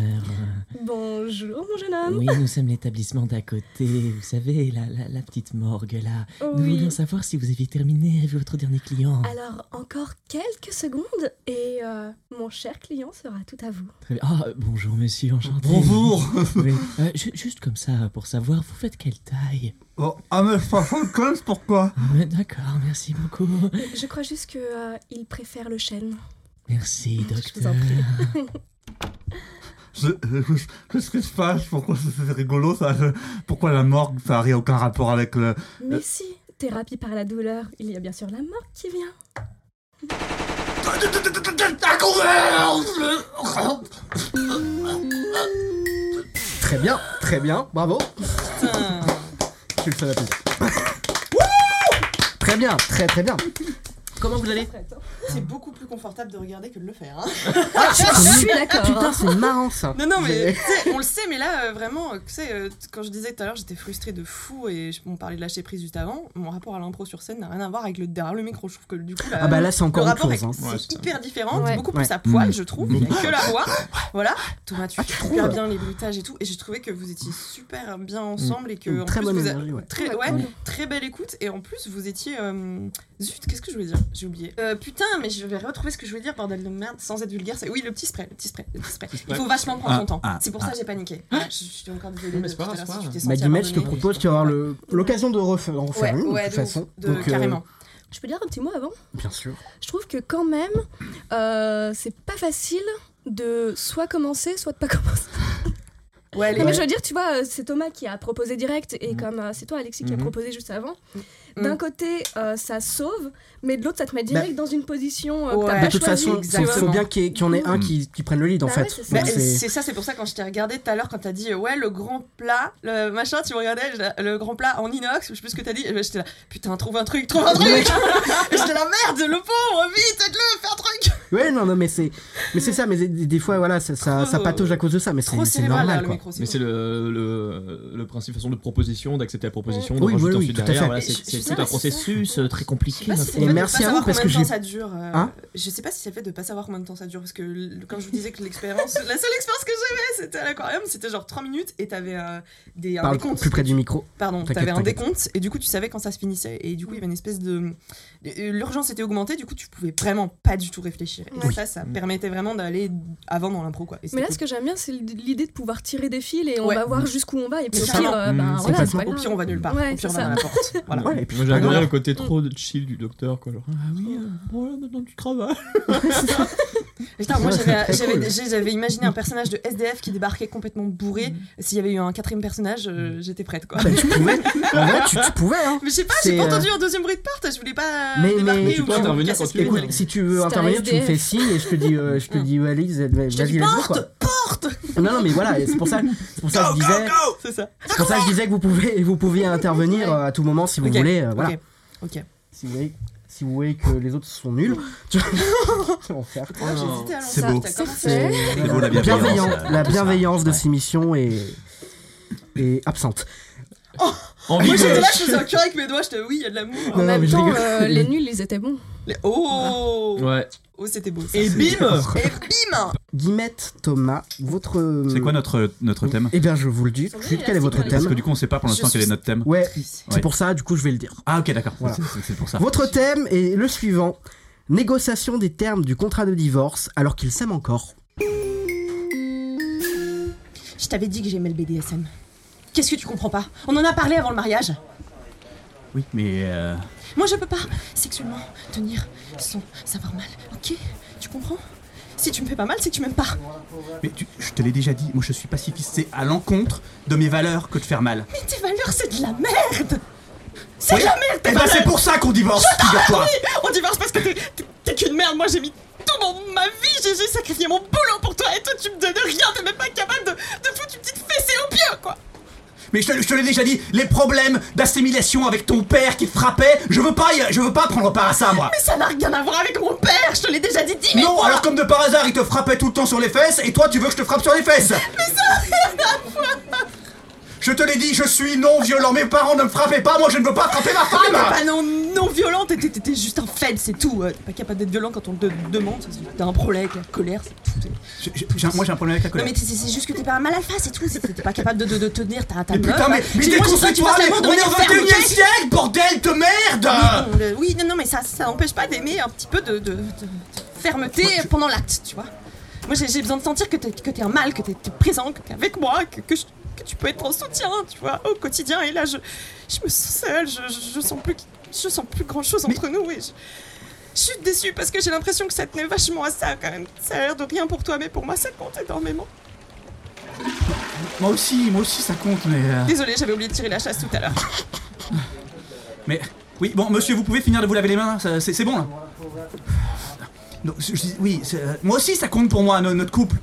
Speaker 6: Bonjour, mon jeune homme.
Speaker 9: Oui, nous sommes l'établissement d'à côté, vous savez, la, la, la petite morgue là. Nous
Speaker 6: Oui.
Speaker 9: voulions savoir si vous aviez terminé avec votre dernier client.
Speaker 6: Alors, encore quelques secondes et euh, mon cher client sera tout à vous.
Speaker 9: Très bien. Ah, bonjour monsieur, enchanté.
Speaker 7: Bonjour
Speaker 9: Oui, euh, ju- juste comme ça, pour savoir, vous faites quelle taille
Speaker 7: Bon, Ah, mais 75, pourquoi
Speaker 9: Ah, D'accord, merci beaucoup.
Speaker 6: Je crois juste qu'il préfère le chêne.
Speaker 9: Merci
Speaker 6: Je vous en
Speaker 9: docteur.
Speaker 6: prie.
Speaker 7: Je- euh, Qu'est-ce qui se passe Pourquoi c'est c'est rigolo ça Je- Pourquoi la morgue Ça n'a aucun rapport avec le.
Speaker 6: Mais
Speaker 9: Euh.
Speaker 6: si, thérapie par la douleur, il y a bien sûr la mort qui vient.
Speaker 4: Très bien, très bien, bravo.
Speaker 5: Putain.
Speaker 4: Je suis le seul à applaudir. Très bien, très très bien. Comment vous allez
Speaker 5: C'est beaucoup plus confortable de regarder que de le faire. hein.
Speaker 4: Ah,
Speaker 6: Je suis d'accord.
Speaker 4: Putain, c'est marrant ça.
Speaker 5: Non, non, mais
Speaker 4: J'ai-
Speaker 5: tu sais, on le sait, mais là, euh, vraiment, euh, tu sais, euh, t- quand je disais tout à l'heure, j'étais frustrée de fou et je- on parlait de lâcher prise juste avant. Mon rapport à l'impro sur scène n'a rien à voir avec le derrière le micro. Je trouve que du coup, la-
Speaker 4: Ah bah là, c'est encore
Speaker 5: le
Speaker 4: autre
Speaker 5: rapport
Speaker 4: chose. hein.
Speaker 5: est
Speaker 8: Ouais,
Speaker 5: c'est
Speaker 8: c'est-
Speaker 5: hyper différent,
Speaker 6: Ouais.
Speaker 5: c'est beaucoup plus
Speaker 4: Ouais. Mm.
Speaker 5: à poil, je trouve,
Speaker 7: Mmh.
Speaker 5: que la voix. Voilà.
Speaker 4: Ah,
Speaker 5: Thomas, tu fais super bien les bruitages et tout, et j'ai trouvé que vous étiez super bien ensemble et que en
Speaker 4: Mm. Très
Speaker 5: plus,
Speaker 4: bonne
Speaker 5: vous a-
Speaker 4: énergie, ouais.
Speaker 5: Très, ouais, très belle écoute et en plus vous étiez euh, zut qu'est-ce que je voulais dire j'ai oublié Euh, putain mais je vais retrouver ce que je voulais dire bordel de merde sans être vulgaire c'est oui le petit spray le petit spray le petit spray il faut vachement prendre
Speaker 7: Ah,
Speaker 5: son temps
Speaker 7: ah,
Speaker 5: c'est pour ça que j'ai paniqué Ouais, je, je suis encore désolée
Speaker 9: Mais
Speaker 5: de
Speaker 9: c'est
Speaker 5: tout
Speaker 9: pas
Speaker 5: à
Speaker 9: grave,
Speaker 5: l'heure
Speaker 9: c'est pas
Speaker 5: si je
Speaker 9: grave.
Speaker 5: t'ai
Speaker 4: Bah,
Speaker 5: senti
Speaker 4: Dimash, je te
Speaker 5: abandonnée.
Speaker 4: propose, tu vas avoir le- l'occasion de refaire, d'en refaire
Speaker 5: ouais
Speaker 4: une,
Speaker 5: ouais
Speaker 4: de toute façon.
Speaker 5: de,
Speaker 4: Donc, euh,
Speaker 5: carrément
Speaker 6: Je peux dire un petit mot avant
Speaker 4: Bien sûr.
Speaker 6: Je trouve que quand même, euh, c'est pas facile de soit commencer, soit de pas commencer.
Speaker 5: ouais les-
Speaker 6: Non, mais je veux dire, tu vois, euh, c'est Thomas qui a proposé direct, et comme euh, c'est toi, Alexis, qui a
Speaker 8: Mhm.
Speaker 6: proposé juste avant,
Speaker 5: Mhm.
Speaker 6: d'un côté, euh, ça sauve, mais de l'autre, ça te met direct dans une position euh, que
Speaker 5: Ouais.
Speaker 6: t'as
Speaker 4: De
Speaker 6: pas
Speaker 4: toute
Speaker 6: choisie.
Speaker 4: façon,
Speaker 6: tu
Speaker 4: il
Speaker 6: vois.
Speaker 4: faut bien qu'il y, ait- qu'il y en ait un
Speaker 7: Mm.
Speaker 4: qui, qui prenne le lead en
Speaker 6: Bah
Speaker 4: fait.
Speaker 6: ouais, c'est ça.
Speaker 5: Bah, Bah,
Speaker 4: Donc, c'est-
Speaker 5: c'est ça, c'est pour ça quand je t'ai regardé tout à l'heure quand t'as dit euh, ouais le grand plat, le machin, tu me regardais je- le grand plat en inox, je sais plus ce que t'as dit, et ben, j'étais là putain trouve un truc, trouve un truc, Et j'étais là merde le pauvre, vite aide-le, fais un truc.
Speaker 4: Ouais, non, non, mais c'est, mais c'est ça. Mais des, des fois, voilà, ça, ça,
Speaker 5: Trop-
Speaker 4: ça patauge à cause de ça, mais
Speaker 5: Trop
Speaker 4: c'est c'est
Speaker 5: cérébral là,
Speaker 4: normal
Speaker 5: le
Speaker 4: quoi.
Speaker 5: micro.
Speaker 8: Mais c'est le, le, le principe façon de proposition, d'accepter la proposition, de
Speaker 4: Oui, oui,
Speaker 8: rajouter
Speaker 4: oui,
Speaker 8: ensuite
Speaker 4: tout à
Speaker 8: derrière.
Speaker 4: fait.
Speaker 8: Voilà,
Speaker 5: Je-
Speaker 8: c'est
Speaker 5: je
Speaker 8: c'est
Speaker 5: sais
Speaker 8: tout
Speaker 5: pas
Speaker 8: un
Speaker 5: si
Speaker 9: Processus euh, très
Speaker 5: Je
Speaker 9: compliqué.
Speaker 5: sais pas
Speaker 9: ma
Speaker 5: si c'est
Speaker 9: foi.
Speaker 4: Et
Speaker 5: le fait de
Speaker 4: Bah, merci
Speaker 5: pas
Speaker 4: à vous,
Speaker 5: savoir
Speaker 4: parce
Speaker 5: combien
Speaker 4: que
Speaker 5: de temps
Speaker 4: j'ai-
Speaker 5: ça dure. euh,
Speaker 4: Hein
Speaker 5: je sais pas si c'est le fait de pas savoir combien de temps ça dure parce que l- quand je vous disais que l'expérience, la seule expérience que j'avais c'était à l'aquarium, c'était genre 3 minutes et t'avais euh, des un
Speaker 4: Parle
Speaker 5: décompte.
Speaker 4: plus près du micro.
Speaker 5: Pardon,
Speaker 4: T'inquiète,
Speaker 5: t'avais un
Speaker 4: t'inquiète.
Speaker 5: décompte et du coup tu savais quand ça se finissait et du coup il y avait une espèce de de- l'urgence était augmentée, du coup tu pouvais vraiment pas du tout réfléchir. Et
Speaker 6: Oui.
Speaker 5: ça ça permettait vraiment d'aller avant dans l'impro quoi. Et
Speaker 6: Mais là,
Speaker 5: c'était
Speaker 6: ce que j'aime bien, c'est l'idée de pouvoir tirer des fils et on
Speaker 5: Ouais.
Speaker 6: va voir jusqu'où on va. Et puis au
Speaker 5: C'est ça.
Speaker 6: pire, euh,
Speaker 8: Mm.
Speaker 6: ben,
Speaker 4: C'est
Speaker 6: voilà,
Speaker 4: pas
Speaker 6: c'est pas
Speaker 5: cool. au pire on
Speaker 6: grave.
Speaker 5: va nulle part,
Speaker 6: Ouais,
Speaker 5: au pire on
Speaker 6: c'est
Speaker 5: va dans la porte. Voilà.
Speaker 4: Ouais, et puis c'est
Speaker 8: Moi j'ai
Speaker 4: pas
Speaker 8: adoré
Speaker 4: grave.
Speaker 8: le
Speaker 5: Mm. hein.
Speaker 8: côté trop chill du docteur quoi. Genre, ah oui, euh, bon là maintenant tu travailles.
Speaker 5: Et Putain, moi j'avais- j'avais j'avais imaginé un personnage de SDF qui débarquait complètement bourré. S'il y avait eu un quatrième personnage, euh, j'étais prête quoi.
Speaker 4: Mm. Bah, tu pouvais. En vrai, tu, tu pouvais, hein.
Speaker 5: Mais je sais pas,
Speaker 4: C'est,
Speaker 5: j'ai pas
Speaker 4: euh,
Speaker 5: entendu un deuxième bruit de porte, je voulais pas
Speaker 4: Mais-
Speaker 5: débarquer
Speaker 4: mais-
Speaker 5: ou
Speaker 4: Tu peux
Speaker 5: me
Speaker 8: intervenir
Speaker 5: casser
Speaker 8: quand
Speaker 5: ce
Speaker 8: tu veux,
Speaker 5: gueule.
Speaker 4: Écoute, si tu veux
Speaker 6: C'est un
Speaker 4: intervenir, tu me
Speaker 6: SDF.
Speaker 4: fais signe et je te dis, euh, je te dis, ouais, Lise, elle-
Speaker 5: Je te
Speaker 4: vas-y,
Speaker 5: dis
Speaker 4: let's go,
Speaker 5: porte,
Speaker 4: quoi.
Speaker 5: porte
Speaker 4: Non, non, mais voilà, et c'est pour ça, c'est pour ça que je disais,
Speaker 5: C'est ça.
Speaker 4: c'est pour ça que je disais que vous pouvez, vous pouviez intervenir euh, à tout moment si vous
Speaker 5: Ok,
Speaker 4: voulez, euh, voilà.
Speaker 5: Ok, ok.
Speaker 4: Si vous voyez, si vous voyez que les autres sont nuls, tu vas en faire.
Speaker 5: Ouais, j'ai hésité à lancer
Speaker 7: C'est
Speaker 5: ça,
Speaker 7: beau.
Speaker 5: t'as commencé.
Speaker 4: C'est
Speaker 7: beau, la bienveillance, euh,
Speaker 4: la
Speaker 7: tout ça.
Speaker 4: bienveillance de
Speaker 7: Ouais.
Speaker 4: ces missions est est absente.
Speaker 8: Envie
Speaker 5: Moi
Speaker 8: de-
Speaker 5: j'étais là, je faisais un cœur avec mes doigts, j'étais oui, il y a de
Speaker 4: Non,
Speaker 5: l'amour.
Speaker 4: non,
Speaker 6: En
Speaker 4: mais
Speaker 6: même
Speaker 4: je
Speaker 6: temps,
Speaker 4: rigole.
Speaker 6: euh, les nuls, ils étaient bons.
Speaker 5: Les- Oh
Speaker 8: Ouais.
Speaker 5: Oh, c'était beau. ça.
Speaker 8: Et bim
Speaker 5: Et bim
Speaker 4: Guillemette, Thomas, votre
Speaker 7: C'est quoi notre, notre thème
Speaker 4: Eh bien, je vous le dis.
Speaker 6: Ça
Speaker 4: tout
Speaker 6: va,
Speaker 4: de suite,
Speaker 6: il a
Speaker 4: quel est votre
Speaker 6: signé.
Speaker 7: Parce que
Speaker 4: thème
Speaker 7: du coup, on sait pas pour l'instant
Speaker 5: Je
Speaker 7: quel est
Speaker 5: suis-
Speaker 7: notre thème.
Speaker 4: Ouais,
Speaker 7: Ouais.
Speaker 4: c'est pour ça. Du coup, je vais le dire.
Speaker 7: Ah, ok, d'accord.
Speaker 4: Voilà.
Speaker 7: C'est c'est pour ça.
Speaker 4: Votre thème est le suivant négociation des termes du contrat de divorce alors qu'ils s'aiment encore.
Speaker 5: Je t'avais dit que j'aimais le BDSM. Qu'est-ce que tu comprends pas On en a parlé avant le mariage.
Speaker 7: Oui, mais. euh,
Speaker 5: Moi, je peux pas sexuellement tenir sans savoir mal. Ok Tu comprends Si tu me fais pas mal, c'est que tu m'aimes pas.
Speaker 7: Mais tu- je te l'ai déjà dit, moi je suis pacifiste, c'est à l'encontre de mes valeurs que de faire mal.
Speaker 5: Mais tes valeurs, c'est de la merde C'est de la merde
Speaker 7: Eh
Speaker 5: tes
Speaker 7: ben
Speaker 5: valeurs
Speaker 7: c'est pour ça qu'on divorce, figure-toi
Speaker 5: On divorce parce que t'es- t'es- t'es qu'une merde. Moi, j'ai mis tout mon, ma vie, j'ai j'ai sacrifié mon boulot pour toi et toi, tu me donnes rien. T'es même pas capable de, de foutre une petite fessée au pieu, quoi.
Speaker 7: Mais je te, je te l'ai déjà dit, les problèmes d'assimilation avec ton père qui te frappait, je veux pas, y- je veux pas prendre part à ça moi
Speaker 5: Mais ça n'a rien à voir avec mon père. Je te l'ai déjà dit dix mille
Speaker 7: Non,
Speaker 5: fois.
Speaker 7: alors comme de par hasard il te frappait tout le temps sur les fesses, et toi tu veux que je te frappe sur les fesses Mais ça Je te l'ai dit, je suis non violent, mes parents ne me frappaient pas, moi je ne veux pas frapper ma femme
Speaker 5: Ah non, non violente, t'es- t'es t'es juste un fed, c'est tout. Euh, T'es pas capable d'être violent quand on te demande. c'est- T'as un problème avec la colère, c'est tout.
Speaker 7: J'ai- j'ai- Moi j'ai un problème avec la
Speaker 5: Non
Speaker 7: colère.
Speaker 5: mais t'es- c'est c'est juste que t'es pas un mal alpha, c'est tout. c'est- T'es pas capable de, de, de tenir ta, ta
Speaker 7: Mais
Speaker 5: meuf.
Speaker 7: putain, mais, mais
Speaker 5: Dis-moi, j'ai pas que tu
Speaker 7: déconstruis-toi,
Speaker 5: fasses
Speaker 7: mais
Speaker 5: l'amour de
Speaker 7: on est
Speaker 5: manière
Speaker 7: au
Speaker 5: ferme,
Speaker 7: 21 e
Speaker 5: ok
Speaker 7: siècle, bordel de merde
Speaker 5: Bon, le- Oui, non, non, mais ça, ça n'empêche pas d'aimer un petit peu de, de- de- de fermeté pendant l'acte, tu vois. Moi, j'ai j'ai besoin de sentir que t'es que t'es un mal, que t'es t'es présent, que t'es avec moi, que, que, je- que tu peux être en soutien, tu vois, au quotidien. Et là, je, je me sens seule, je, je, je sens plus, je sens plus grand chose entre nous. Et je, je suis déçue parce que j'ai l'impression que ça tenait vachement à ça quand même. Ça a l'air de rien pour toi, mais pour moi, ça compte énormément.
Speaker 7: Moi aussi, moi aussi ça compte, mais... euh,
Speaker 5: Désolée, j'avais oublié de tirer la chasse tout à l'heure.
Speaker 7: Mais oui, bon, monsieur, vous pouvez finir de vous laver les mains, ça- c'est c'est bon là. Non, je- je- oui, c'est- euh, moi aussi ça compte pour moi no- notre couple.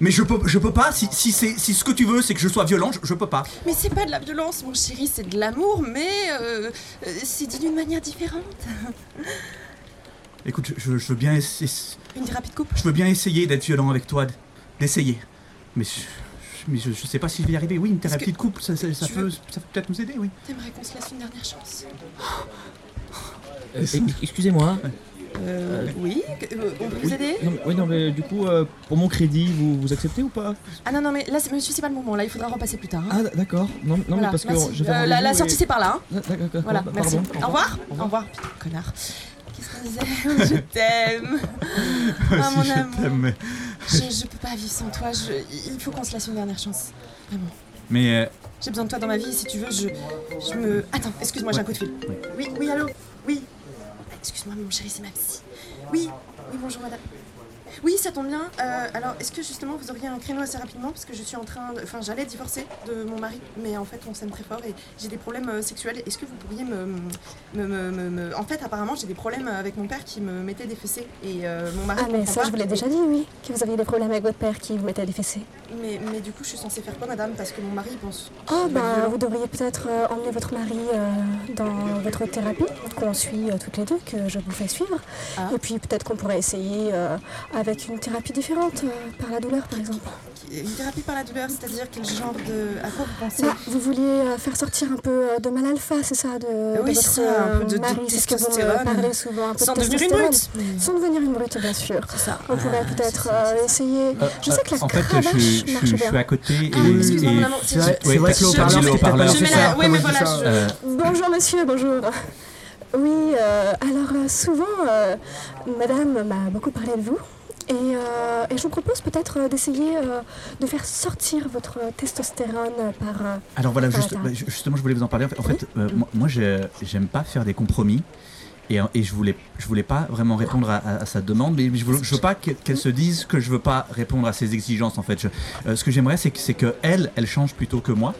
Speaker 7: Mais je peux, je peux pas. Si, si c'est, si ce que tu veux, c'est que je sois violent, je, je peux pas.
Speaker 5: Mais c'est pas de la violence, mon chéri, c'est de l'amour, mais euh, euh, c'est dit d'une manière différente.
Speaker 7: Écoute, je, je veux bien, essa-
Speaker 5: Une thérapie de couple
Speaker 7: je veux bien essayer d'être violent avec toi, d'essayer. Mais, je, je- mais je, je sais pas si je vais y arriver. Oui, une
Speaker 5: Est-ce
Speaker 7: thérapie
Speaker 5: que
Speaker 7: de couple, ça, ça- ça
Speaker 5: tu
Speaker 7: peut,
Speaker 5: veux-
Speaker 7: ça peut peut-être nous aider, oui.
Speaker 5: T'aimerais qu'on se laisse une dernière chance
Speaker 9: Euh, e- Excusez-moi.
Speaker 5: Euh, oui que- euh, On peut vous aider
Speaker 8: Non, mais- oui, non, mais du coup, euh, pour mon crédit, vous, vous acceptez ou pas
Speaker 5: Ah non, non, mais là, c'est- monsieur, c'est pas le moment, là, il faudra repasser plus tard. hein.
Speaker 8: Ah, d- d'accord. Non, non
Speaker 5: Voilà,
Speaker 8: mais parce que
Speaker 5: merci.
Speaker 8: je vais.
Speaker 5: Euh,
Speaker 8: avoir
Speaker 5: la, la
Speaker 8: rendez-vous
Speaker 5: sortie,
Speaker 8: et- Ah,
Speaker 5: c'est par là, hein.
Speaker 8: D'accord, d'accord,
Speaker 5: Voilà,
Speaker 8: pardon,
Speaker 5: merci.
Speaker 8: pardon.
Speaker 5: Au revoir Au revoir, putain, connard. Qu'est-ce qu'on disait Je t'aime Ah, mon amour
Speaker 7: mais,
Speaker 5: je, je peux pas vivre sans toi, je- il faut qu'on se laisse une dernière chance. Vraiment.
Speaker 7: euh,
Speaker 5: J'ai besoin de toi dans ma vie, si tu veux, je, je me... Attends, excuse-moi, j'ai un coup de fil.
Speaker 7: Oui.
Speaker 5: Oui, oui, allô Oui. Excuse-moi, mon chéri, c'est ma psy. Oui, oui, bonjour, madame. Oui, ça tombe bien. Euh, alors, est-ce que justement, vous auriez un créneau assez rapidement Parce que je suis en train... de- Enfin, j'allais divorcer de mon mari, mais en fait, on s'aime très fort et j'ai des problèmes euh, sexuels. Est-ce que vous pourriez me... me, me- me- me- En fait, apparemment, j'ai des problèmes avec mon père qui me mettait des fessées et euh, mon mari...
Speaker 10: Ah mais
Speaker 5: comprend
Speaker 10: ça
Speaker 5: pas.
Speaker 10: je vous l'ai déjà dit oui, que vous aviez des problèmes avec votre père qui vous mettait des fessées.
Speaker 5: Mais, mais du coup, je suis censée faire quoi, madame Parce que mon mari pense...
Speaker 10: Oh
Speaker 5: qu'il est
Speaker 10: bah
Speaker 5: violent.
Speaker 10: vous devriez peut-être euh, emmener votre mari euh, dans votre thérapie qu'on suit euh, toutes les deux, que je vous fais suivre.
Speaker 5: Ah.
Speaker 10: Et puis peut-être qu'on pourrait essayer euh, avec une thérapie différente, euh, par la douleur par exemple.
Speaker 5: Une thérapie par la douleur, c'est-à-dire quel genre de... À quoi vous pensez
Speaker 10: Bah, vous vouliez euh, faire sortir un peu euh, de mal alpha, c'est ça de, de
Speaker 5: Ah Oui,
Speaker 10: votre,
Speaker 5: ça, un
Speaker 10: euh,
Speaker 5: peu de- de
Speaker 10: mari, c'est ce que vous me
Speaker 5: testostérone.
Speaker 10: parlez souvent, un peu
Speaker 5: Sans
Speaker 10: de
Speaker 5: devenir une
Speaker 10: testostérone.
Speaker 5: brute.
Speaker 10: Sans devenir une brute, bien sûr.
Speaker 5: C'est ça. Ah,
Speaker 10: On pourrait peut-être euh, essayer. je sais que la
Speaker 7: euh, en fait,
Speaker 10: cravache
Speaker 7: je, je-
Speaker 10: marche
Speaker 7: je
Speaker 10: bien.
Speaker 7: suis à côté et,
Speaker 5: Ah, excuse-moi,
Speaker 7: et-
Speaker 5: mon amour.
Speaker 4: C'est vrai,
Speaker 7: Ouais,
Speaker 4: c'est vrai
Speaker 7: t'as-
Speaker 4: que le haut-parleur, c'est
Speaker 7: t'as dit le
Speaker 4: peut-être
Speaker 7: haut-parleur,
Speaker 4: pas
Speaker 5: Je mets la-
Speaker 4: nécessaire.
Speaker 5: ouais, mais
Speaker 4: Comment je dis
Speaker 5: voilà,
Speaker 4: ça
Speaker 5: je-
Speaker 7: euh,
Speaker 10: Bonjour monsieur, bonjour. Oui, euh, alors euh, souvent, euh, madame m'a beaucoup parlé de vous. Et, euh, et je vous propose peut-être euh, d'essayer euh, de faire sortir votre testostérone par... euh,
Speaker 7: Alors voilà,
Speaker 10: Par
Speaker 7: juste-
Speaker 10: hasard.
Speaker 7: bah, ju- justement, je voulais vous en parler. En fait, en fait, euh, moi, moi, j'ai- j'aime pas faire des compromis. Et, et je voulais, je voulais pas vraiment répondre à, à- à sa demande, mais je, voulais- je veux pas que- qu'elle se dise que je veux pas répondre à ses exigences en fait. Je- euh, ce que j'aimerais, c'est que, c'est que elle, elle change plutôt que moi,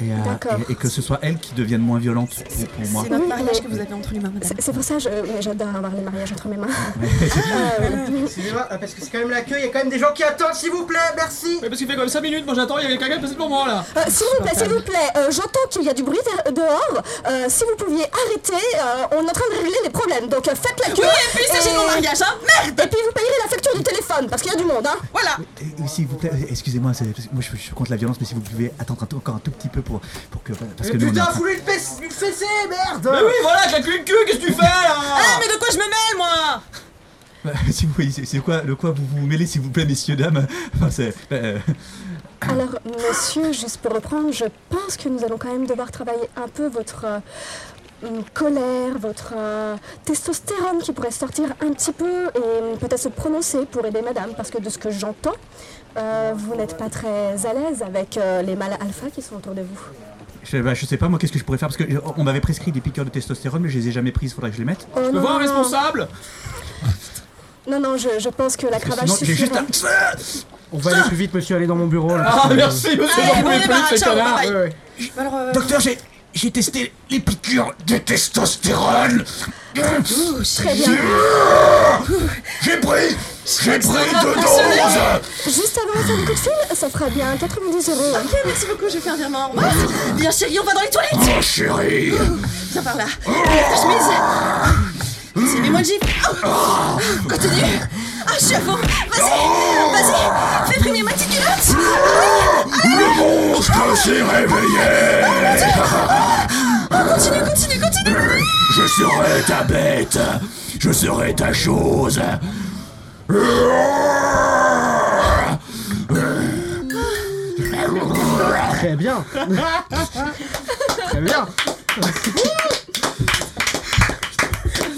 Speaker 7: et, euh,
Speaker 10: D'accord.
Speaker 7: et, et que ce soit elle qui devienne moins violente pour, pour moi.
Speaker 5: C'est notre
Speaker 10: Oui,
Speaker 5: mariage
Speaker 10: mais-
Speaker 5: que vous avez entre les mains, madame.
Speaker 10: C'est c'est pour ça, je- mais j'adore avoir les mariages entre mes mains. Euh,
Speaker 4: Excusez-moi, ah, parce que c'est quand même la queue, il y a quand même des gens qui attendent, s'il vous plaît, merci
Speaker 8: Mais parce qu'il fait quand même 5 minutes, moi j'attends, il y avait quelqu'un qui passait pour moi là
Speaker 10: euh, s'il vous plaît, s'il vous plaît, euh, j'entends qu'il y a du bruit der- dehors. Euh, si vous pouviez arrêter, euh, on est en train de régler les problèmes. Donc euh, faites la queue.
Speaker 5: Et puis c'est mon mariage, hein Merde
Speaker 10: Et puis vous payerez la facture du téléphone parce qu'il y a du monde, hein.
Speaker 5: Voilà
Speaker 7: Euh, S'il vous plaît, euh, excusez-moi, c'est- parce que moi je, je suis contre la violence, mais si vous pouvez attendre un tout- encore un tout petit peu pour, pour que. bah, Parce que
Speaker 4: Mais
Speaker 7: nous, on est en
Speaker 4: putain,
Speaker 7: train-
Speaker 4: foulez le fess- le fessé, eh, merde
Speaker 8: Mais oui, voilà, claque le cul, qu'est-ce que tu fais
Speaker 5: Ah,
Speaker 8: là
Speaker 5: mais de quoi je me mêle, moi
Speaker 7: Euh, si vous- c'est c'est quoi, le quoi vous vous mêlez, s'il vous plaît, messieurs, dames Enfin, c'est. euh,
Speaker 10: Alors, monsieur, juste pour reprendre, je pense que nous allons quand même devoir travailler un peu votre euh, hum, colère, votre euh, testostérone qui pourrait sortir un petit peu et hum, peut-être se prononcer pour aider madame, parce que de ce que j'entends, euh, vous n'êtes pas très à l'aise avec euh, les mâles alpha qui sont autour de vous.
Speaker 7: Je, bah, je sais pas moi qu'est-ce que je pourrais faire parce que euh, on m'avait prescrit des piqûres de testostérone mais je les ai jamais prises, faudrait que je les mette.
Speaker 10: Oh,
Speaker 8: Je peux
Speaker 10: non,
Speaker 8: voir un
Speaker 10: non, non.
Speaker 8: responsable
Speaker 10: Non, non, je, je pense que la
Speaker 8: Ah bah,
Speaker 7: Parce
Speaker 10: cravache
Speaker 7: que sinon j'ai juste
Speaker 10: suffirait.
Speaker 7: un... euh,
Speaker 4: On va aller plus vite, monsieur, allez dans mon bureau, là.
Speaker 8: Ah, merci monsieur,
Speaker 5: Allez,
Speaker 8: j'en
Speaker 5: bon
Speaker 8: pouvais plus
Speaker 5: débarras,
Speaker 8: de ces
Speaker 5: ciao,
Speaker 8: connards
Speaker 5: bye
Speaker 4: Ouais, ouais.
Speaker 5: Alors, euh,
Speaker 9: Docteur, j'ai j'ai testé les piqûres de testostérone.
Speaker 10: Très bien.
Speaker 9: J'ai pris, j'ai pris deux doses.
Speaker 10: Juste avant de faire le coup de fil, ça fera bien 90 euros. hein.
Speaker 5: Ok, merci beaucoup, je vais faire un virement. Au revoir. Viens, chérie, on va dans les toilettes
Speaker 9: Oh chérie,
Speaker 5: Viens par là. Enlève ta chemise. Vas-y, mets-moi le jeep. Oh. Continue. Ah, je suis à fond. Vas-y, vas-y. Fais frimer ma petite culotte.
Speaker 9: le monstre s'est réveillé.
Speaker 5: Continue, continue, continue.
Speaker 9: Je serai ta bête. Je serai ta chose.
Speaker 4: Très bien Très bien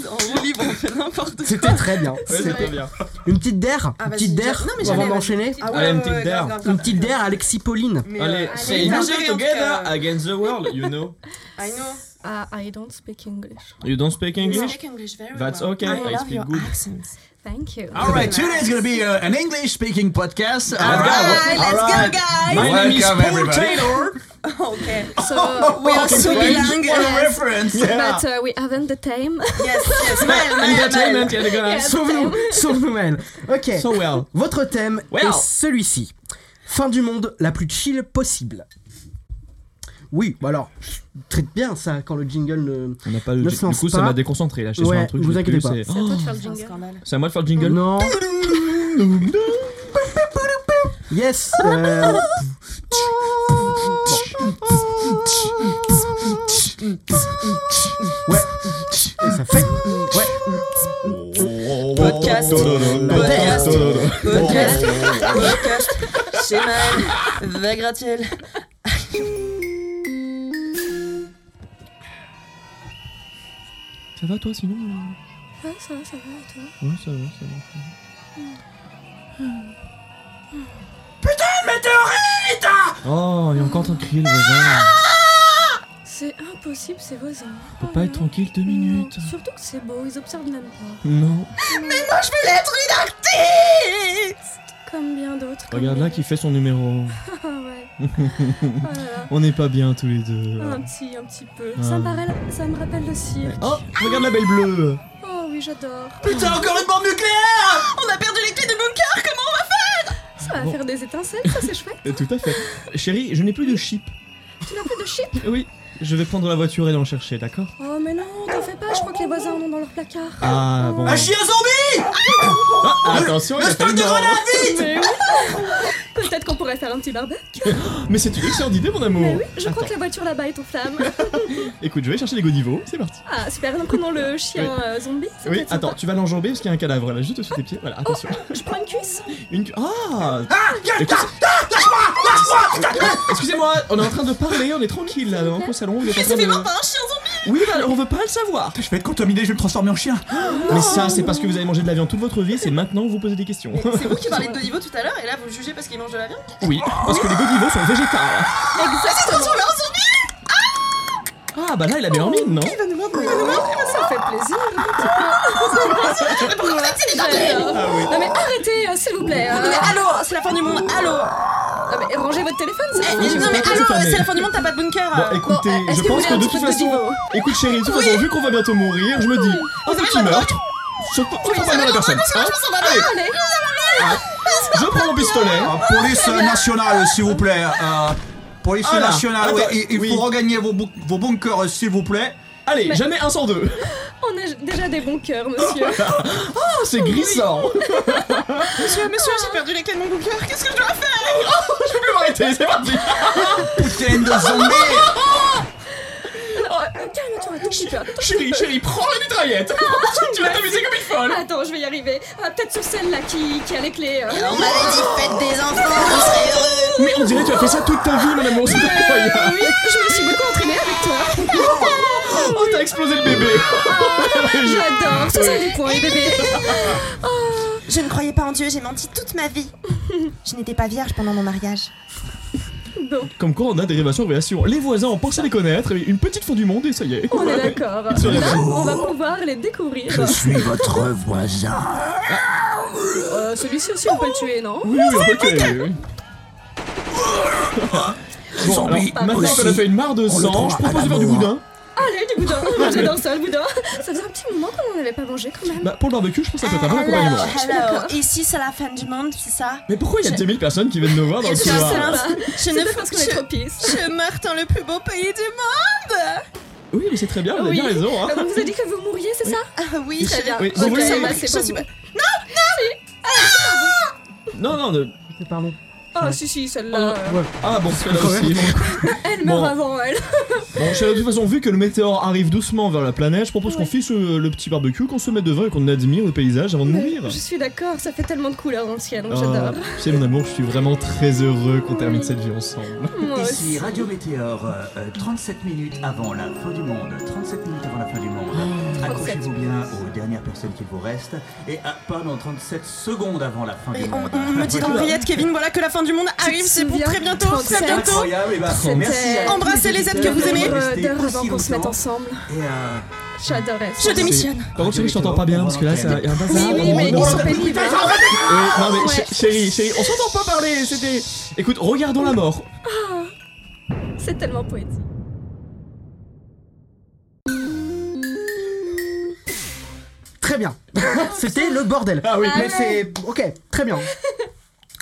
Speaker 5: On livre, on fait n'importe quoi.
Speaker 4: C'était très bien.
Speaker 8: Ouais, c'était bien.
Speaker 4: Une petite d'air
Speaker 5: Ah,
Speaker 4: Une
Speaker 5: vas-y,
Speaker 4: petite d'air
Speaker 5: tiens. Non, mais
Speaker 4: avant
Speaker 5: j'allais,
Speaker 4: d'enchaîner.
Speaker 5: vas-y. Ah ouais,
Speaker 8: Allez, une
Speaker 5: ouais,
Speaker 8: petite
Speaker 5: ouais,
Speaker 8: d'air.
Speaker 5: grave, grave,
Speaker 4: Une
Speaker 5: grave.
Speaker 4: pet't d'air, Alexis Pauline.
Speaker 5: Mais,
Speaker 8: Allez, euh,
Speaker 5: euh,
Speaker 8: c'est
Speaker 5: allez,
Speaker 8: une
Speaker 5: ingérer, en tout
Speaker 8: together
Speaker 5: cas.
Speaker 8: against the world, you know.
Speaker 5: I know.
Speaker 6: Ah, I don't speak English.
Speaker 8: You don't speak
Speaker 5: You
Speaker 8: English?
Speaker 5: speak English very
Speaker 8: That's
Speaker 5: well.
Speaker 8: okay, I
Speaker 5: love
Speaker 8: speak
Speaker 5: your
Speaker 8: good.
Speaker 5: accents.
Speaker 6: Thank you.
Speaker 7: Ah.
Speaker 9: All right, today's gonna be uh, an English-speaking podcast.
Speaker 8: Ah,
Speaker 9: All
Speaker 5: Alright, let's
Speaker 9: right.
Speaker 5: go,
Speaker 7: Uh,
Speaker 5: guys.
Speaker 8: My name is
Speaker 9: Welcome,
Speaker 8: Paul
Speaker 9: everybody.
Speaker 8: Taylor.
Speaker 5: Okay.
Speaker 6: So,
Speaker 5: We are so bilingue.
Speaker 9: What a
Speaker 6: Yes.
Speaker 9: reference!
Speaker 6: but uh, we haven't the time.
Speaker 5: Yes, yes, Maëlle, Maëlle, Maëlle.
Speaker 8: Entertainment, yeah, the guys.
Speaker 4: Sauve-nous Sauve-nous, Maëlle Ok.
Speaker 8: So well.
Speaker 4: Votre thème
Speaker 8: Well.
Speaker 4: est celui-ci. Fin du monde la plus chill possible. Oui, bah alors, traite bien ça quand le jingle ne...
Speaker 8: On n'a pas le
Speaker 4: Ne
Speaker 8: jing-
Speaker 4: se lance
Speaker 8: Du coup, ça
Speaker 4: pas.
Speaker 8: m'a déconcentré. Là, je suis sur
Speaker 4: Ouais,
Speaker 8: un truc.
Speaker 4: vous
Speaker 8: j'ai
Speaker 4: inquiétez
Speaker 8: plus,
Speaker 4: pas.
Speaker 8: c'est-
Speaker 6: C'est à toi de faire le
Speaker 5: C'est un
Speaker 6: jingle.
Speaker 5: scandale.
Speaker 8: C'est à moi de faire le jingle.
Speaker 4: Non. Yes. euh, Ouais. Et ça fait. Ouais.
Speaker 8: Oh.
Speaker 5: Podcast. Podcast. Podcast.
Speaker 8: Oh.
Speaker 5: Podcast. Chez Maëlle. Vagratiel.
Speaker 8: Ça va toi sinon
Speaker 6: Ah, ça va, ça va, et toi
Speaker 8: Ouais, ça va, ça va. Mm. Putain, météorite Ah! Oh, il est encore en train de crier le voisin.
Speaker 6: C'est impossible, ces voisins.
Speaker 8: On peut pas être tranquille deux minutes.
Speaker 6: Surtout que c'est beau, ils observent même pas.
Speaker 8: Non.
Speaker 6: Comme bien d'autres. comme
Speaker 8: Regarde là
Speaker 6: bien
Speaker 8: qui fait son numéro.
Speaker 6: d'autres. Ah ouais. Voilà.
Speaker 8: On n'est pas bien tous les deux.
Speaker 6: Un petit, un petit peu.
Speaker 8: Ah.
Speaker 6: Ça, me rappelle, ça me rappelle le cirque.
Speaker 8: Oh, regarde la belle bleue.
Speaker 6: Oh oui, j'adore.
Speaker 9: Putain, encore une bombe nucléaire!
Speaker 5: On a perdu les clés de bunker.
Speaker 6: Ça va
Speaker 8: Bon.
Speaker 6: faire des étincelles, ça c'est chouette.
Speaker 8: Euh, Tout à fait. Chérie, je n'ai plus de chip.
Speaker 6: Tu n'as plus de chip
Speaker 8: Oui. Je vais prendre la voiture et aller en chercher, d'accord
Speaker 6: Oh mais non, t'en fais pas, je crois que les voisins en ont dans leur placard.
Speaker 8: Ah bon.
Speaker 9: Un chien zombie!
Speaker 8: Ah, attention, il a fallu me-
Speaker 6: Mais oui. Peut-être qu'on pourrait faire un petit barbecue.
Speaker 8: Mais c'est une excellente idée, mon amour.
Speaker 6: Mais oui, je crois que la voiture là-bas est en flamme.
Speaker 8: Écoute, je vais chercher les Godivo, c'est parti.
Speaker 6: Ah super, nous prenons le chien euh, zombie. ça peut
Speaker 8: Oui,
Speaker 6: être
Speaker 8: attends,
Speaker 6: sympa.
Speaker 8: tu vas l'enjamber parce qu'il y a un cadavre là, juste au-dessus de tes pieds. Voilà, attention.
Speaker 6: Je prends une cuisse.
Speaker 8: Une cu- Ah Écoute, Excusez-moi, on est en train de parler, on est tranquille là, dans le salon, on est en train
Speaker 5: Fais-moi
Speaker 8: de...
Speaker 5: pas un chien zombie.
Speaker 8: Oui, bah, on veut pas le savoir
Speaker 7: Je vais être contaminé, je vais me transformer en chien.
Speaker 8: Mais ça, c'est parce que vous avez mangé de la viande toute votre vie, c'est maintenant que vous posez des questions.
Speaker 5: C'est vous qui parlez de Dodivo tout à l'heure et là vous le jugez parce qu'il mange de la viande.
Speaker 8: Oui, parce que les Godivo sont végétariens.
Speaker 5: Exactement. Attention, là, on s'en
Speaker 8: Ah, bah là, il a bien en mine, non
Speaker 5: Il va nous mordre, il va nous mordre.
Speaker 6: Ça fait plaisir. un petit peu. J'adore. Non mais arrêtez, euh, s'il vous plaît. euh,
Speaker 5: Non, mais allô, hein, c'est la fin du monde, allô
Speaker 6: non, mais rangez votre téléphone, s'il vous plaît.
Speaker 5: Eh, Non mais allô,
Speaker 8: fermé.
Speaker 5: c'est la fin du monde, t'as pas de bunker
Speaker 8: Bon,
Speaker 5: euh.
Speaker 8: écoutez,
Speaker 6: Ah, bon, est-ce
Speaker 8: je
Speaker 6: que vous
Speaker 8: pense
Speaker 6: voulez
Speaker 8: que
Speaker 6: un
Speaker 8: de
Speaker 6: petit
Speaker 8: toute
Speaker 6: peu de
Speaker 8: façon.
Speaker 6: niveau
Speaker 8: Écoute, chérie, de toute façon, vu qu'on va bientôt mourir, je me dis, un
Speaker 5: Vous
Speaker 8: petit
Speaker 5: avez
Speaker 8: meurtre, je pense pas mal à la personne. hein. Allez,
Speaker 6: Allez.
Speaker 8: je prends mon pistolet.
Speaker 7: Ah, police euh, nationale, s'il vous plaît. euh, police
Speaker 8: Ah là,
Speaker 7: nationale,
Speaker 8: attends,
Speaker 7: ouais, il, il
Speaker 8: oui.
Speaker 7: faut regagner vos, bou- vos bunkers, euh, s'il vous plaît.
Speaker 8: Allez, jamais un sans deux.
Speaker 6: On a déjà des bons cœurs, monsieur. Oh,
Speaker 8: Ah, c'est glissant.
Speaker 5: Monsieur, monsieur, j'ai perdu les clés de mon bunker, qu'est-ce que je dois faire
Speaker 8: Je peux plus m'arrêter, c'est parti.
Speaker 7: Putain de zombie
Speaker 6: Alors, euh, Calme-toi, attends, j'ai peur.
Speaker 8: Chérie, chérie, prends la mitraillette.
Speaker 6: Ah,
Speaker 8: Tu vas t'amuser comme une folle.
Speaker 6: Attends, je vais y arriver. Ah, Peut-être sur celle-là qui, qui a les clés. euh.
Speaker 5: On m'avait dit faites des enfants, vous serez heureux
Speaker 8: Mais on dirait que tu as fait ça toute ta vie, mon amour, c'est
Speaker 5: Ah
Speaker 8: incroyable.
Speaker 6: Oui, je me suis beaucoup entraînée avec toi.
Speaker 8: Oh, t'as explosé le bébé.
Speaker 6: J'adore. Ça, c'est des points, bébé.
Speaker 5: Je ne croyais pas en Dieu, j'ai menti toute ma vie Je n'étais pas vierge pendant mon mariage.
Speaker 8: Comme quoi, on a des révélations, révélations. Les voisins ont pensé les connaître, et une petite fin du monde, et ça y est.
Speaker 6: On est d'accord.
Speaker 8: se réveille.
Speaker 6: On va pouvoir les découvrir.
Speaker 7: Je suis votre voisin.
Speaker 6: Euh, Celui-ci aussi, on peut le tuer, non
Speaker 8: Oui, oui, ok. oui. Bon, alors,
Speaker 7: Zombie
Speaker 8: maintenant
Speaker 7: aussi.
Speaker 8: qu'on a fait une mare de
Speaker 7: On le
Speaker 8: sang,
Speaker 7: droit
Speaker 8: je
Speaker 7: à
Speaker 8: propose de faire du
Speaker 7: l'amour.
Speaker 8: boudin.
Speaker 6: Allez, du boudin. J'adore ça, le boudin. Ça faisait un petit moment qu'on n'en avait pas mangé, quand même.
Speaker 8: Bah, pour le barbecue, je pense
Speaker 6: Ah,
Speaker 8: que ça peut être un bon accompagnement.
Speaker 5: hello, ici c'est la fin du monde, c'est ça
Speaker 8: Mais pourquoi il y a 2000 personnes qui viennent nous voir dans le
Speaker 5: Je
Speaker 6: Je sais
Speaker 5: vois.
Speaker 8: couloir
Speaker 6: pas.
Speaker 5: Je
Speaker 6: C'est
Speaker 5: ne
Speaker 6: peut-être parce qu'on est trop pisse.
Speaker 5: Je meurs dans le plus beau pays du monde
Speaker 8: Oui, mais c'est très bien, vous avez
Speaker 6: Ah Oui.
Speaker 8: bien raison. hein.
Speaker 6: On vous a dit que vous mourriez, c'est ça
Speaker 5: Ah oui,
Speaker 8: Ici-
Speaker 5: très bien.
Speaker 8: oui,
Speaker 5: Ok,
Speaker 8: vous voulez-
Speaker 5: ça
Speaker 8: oui,
Speaker 5: marche,
Speaker 6: c'est
Speaker 5: je
Speaker 6: pas
Speaker 5: suis
Speaker 6: vous.
Speaker 5: pas-
Speaker 8: Non, non, ne-
Speaker 4: Pardon.
Speaker 6: Ah, si, si, celle-là. euh,
Speaker 8: Ah bon, c'est là aussi.
Speaker 6: Elle meurt
Speaker 8: Bon.
Speaker 6: avant elle.
Speaker 8: Bon, chérie, de toute façon, vu que le météore arrive doucement vers la planète, je propose qu'on fiche euh, le petit barbecue, qu'on se mette devant et qu'on admire le paysage avant de mourir.
Speaker 6: Je suis d'accord, ça fait tellement de couleurs dans le ciel, donc
Speaker 8: Ah,
Speaker 6: j'adore.
Speaker 8: tu sais, mon amour, je suis vraiment très heureux qu'on termine cette vie ensemble.
Speaker 6: Moi aussi.
Speaker 7: Ici Radio Météor, euh, euh, 37 minutes avant la fin du monde. 37 minutes avant la fin du monde. Accrochez-vous bien aux dernières personnes qu'il vous reste. Et à pas dans 37 secondes avant la fin du
Speaker 5: Mais on,
Speaker 7: monde.
Speaker 5: on me dit d'Henriette, Kevin, Ah voilà que la fin du monde arrive, c'est pour très bientôt, très
Speaker 6: C'est
Speaker 5: bientôt
Speaker 7: Incroyable, et bah,
Speaker 6: C'était-
Speaker 7: merci. à tous
Speaker 5: Embrassez les êtres que
Speaker 7: auditeurs
Speaker 5: vous aimez.
Speaker 7: de rester
Speaker 6: D'heures avant
Speaker 7: aussi
Speaker 6: qu'on se mette
Speaker 7: longtemps.
Speaker 6: ensemble.
Speaker 7: Et, euh,
Speaker 6: J'adorais ça.
Speaker 5: Je démissionne
Speaker 8: Par contre, chérie, je t'entends pas bien parce que là, ça- il y a un bazar.
Speaker 6: Oui, oui,
Speaker 8: On-
Speaker 6: mais
Speaker 8: on-
Speaker 6: ils sont pénibles. hein.
Speaker 8: Euh, non, mais ch- chérie, chérie, on s'entend pas parler, c'était. Écoute, regardons la mort.
Speaker 6: C'est tellement poétique.
Speaker 4: Très bien. C'était le bordel.
Speaker 8: Ah oui.
Speaker 4: Mais c'est. Ok, très bien.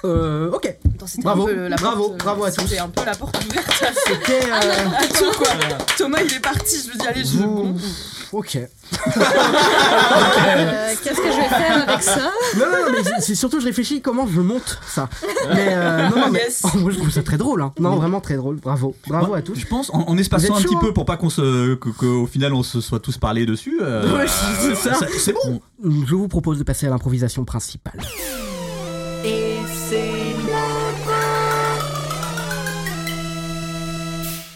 Speaker 4: Euh, ok. Bravo, bravo, bravo à tous.
Speaker 5: C'était un peu la porte ouverte.
Speaker 4: C'était. euh,
Speaker 5: Attends, quoi Thomas, il est parti, je lui dis, allez, je
Speaker 4: vous- Ok.
Speaker 6: Euh, Qu'est-ce que je vais faire avec ça
Speaker 4: Non, non, non, mais c'est- c'est surtout je réfléchis comment je monte ça. Mais euh, non, non, mais
Speaker 5: Yes.
Speaker 4: Oh, moi je trouve ça très drôle. Hein. Non, vraiment très drôle. Bravo, bravo
Speaker 7: Ouais,
Speaker 4: à tous.
Speaker 7: Je pense, en, en
Speaker 4: Vous
Speaker 7: espaçant
Speaker 4: êtes
Speaker 7: un
Speaker 4: chaud,
Speaker 7: petit
Speaker 4: hein
Speaker 7: peu pour pas qu'on se. que- qu'au final on se soit tous parlé dessus. euh, euh, ça- C'est bon.
Speaker 4: Je vous propose de passer à l'improvisation principale.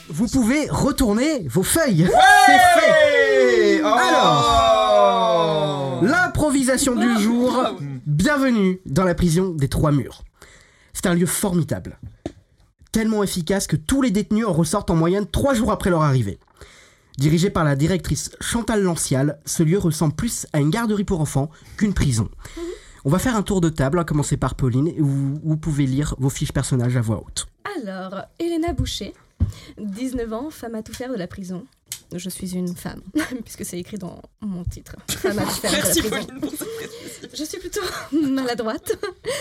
Speaker 4: Vous pouvez retourner vos feuilles. C'est fait.
Speaker 7: Hey
Speaker 4: Alors, l'improvisation du jour. Bienvenue dans la prison des Trois Murs. C'est un lieu formidable. Tellement efficace que tous les détenus en ressortent en moyenne trois jours après leur arrivée. Dirigé par la directrice Chantal Lancial, ce lieu ressemble plus à une garderie pour enfants qu'une prison. On va faire un tour de table, à commencer par Pauline, et vous, vous pouvez lire vos fiches personnages à voix haute.
Speaker 6: Alors, Elena Boucher, 19 ans, femme à tout faire de la prison. Je suis une femme, puisque c'est écrit dans mon titre. Femme à tout faire de la
Speaker 5: Merci,
Speaker 6: prison.
Speaker 5: Pauline, pour cette précision.
Speaker 6: Je suis plutôt maladroite,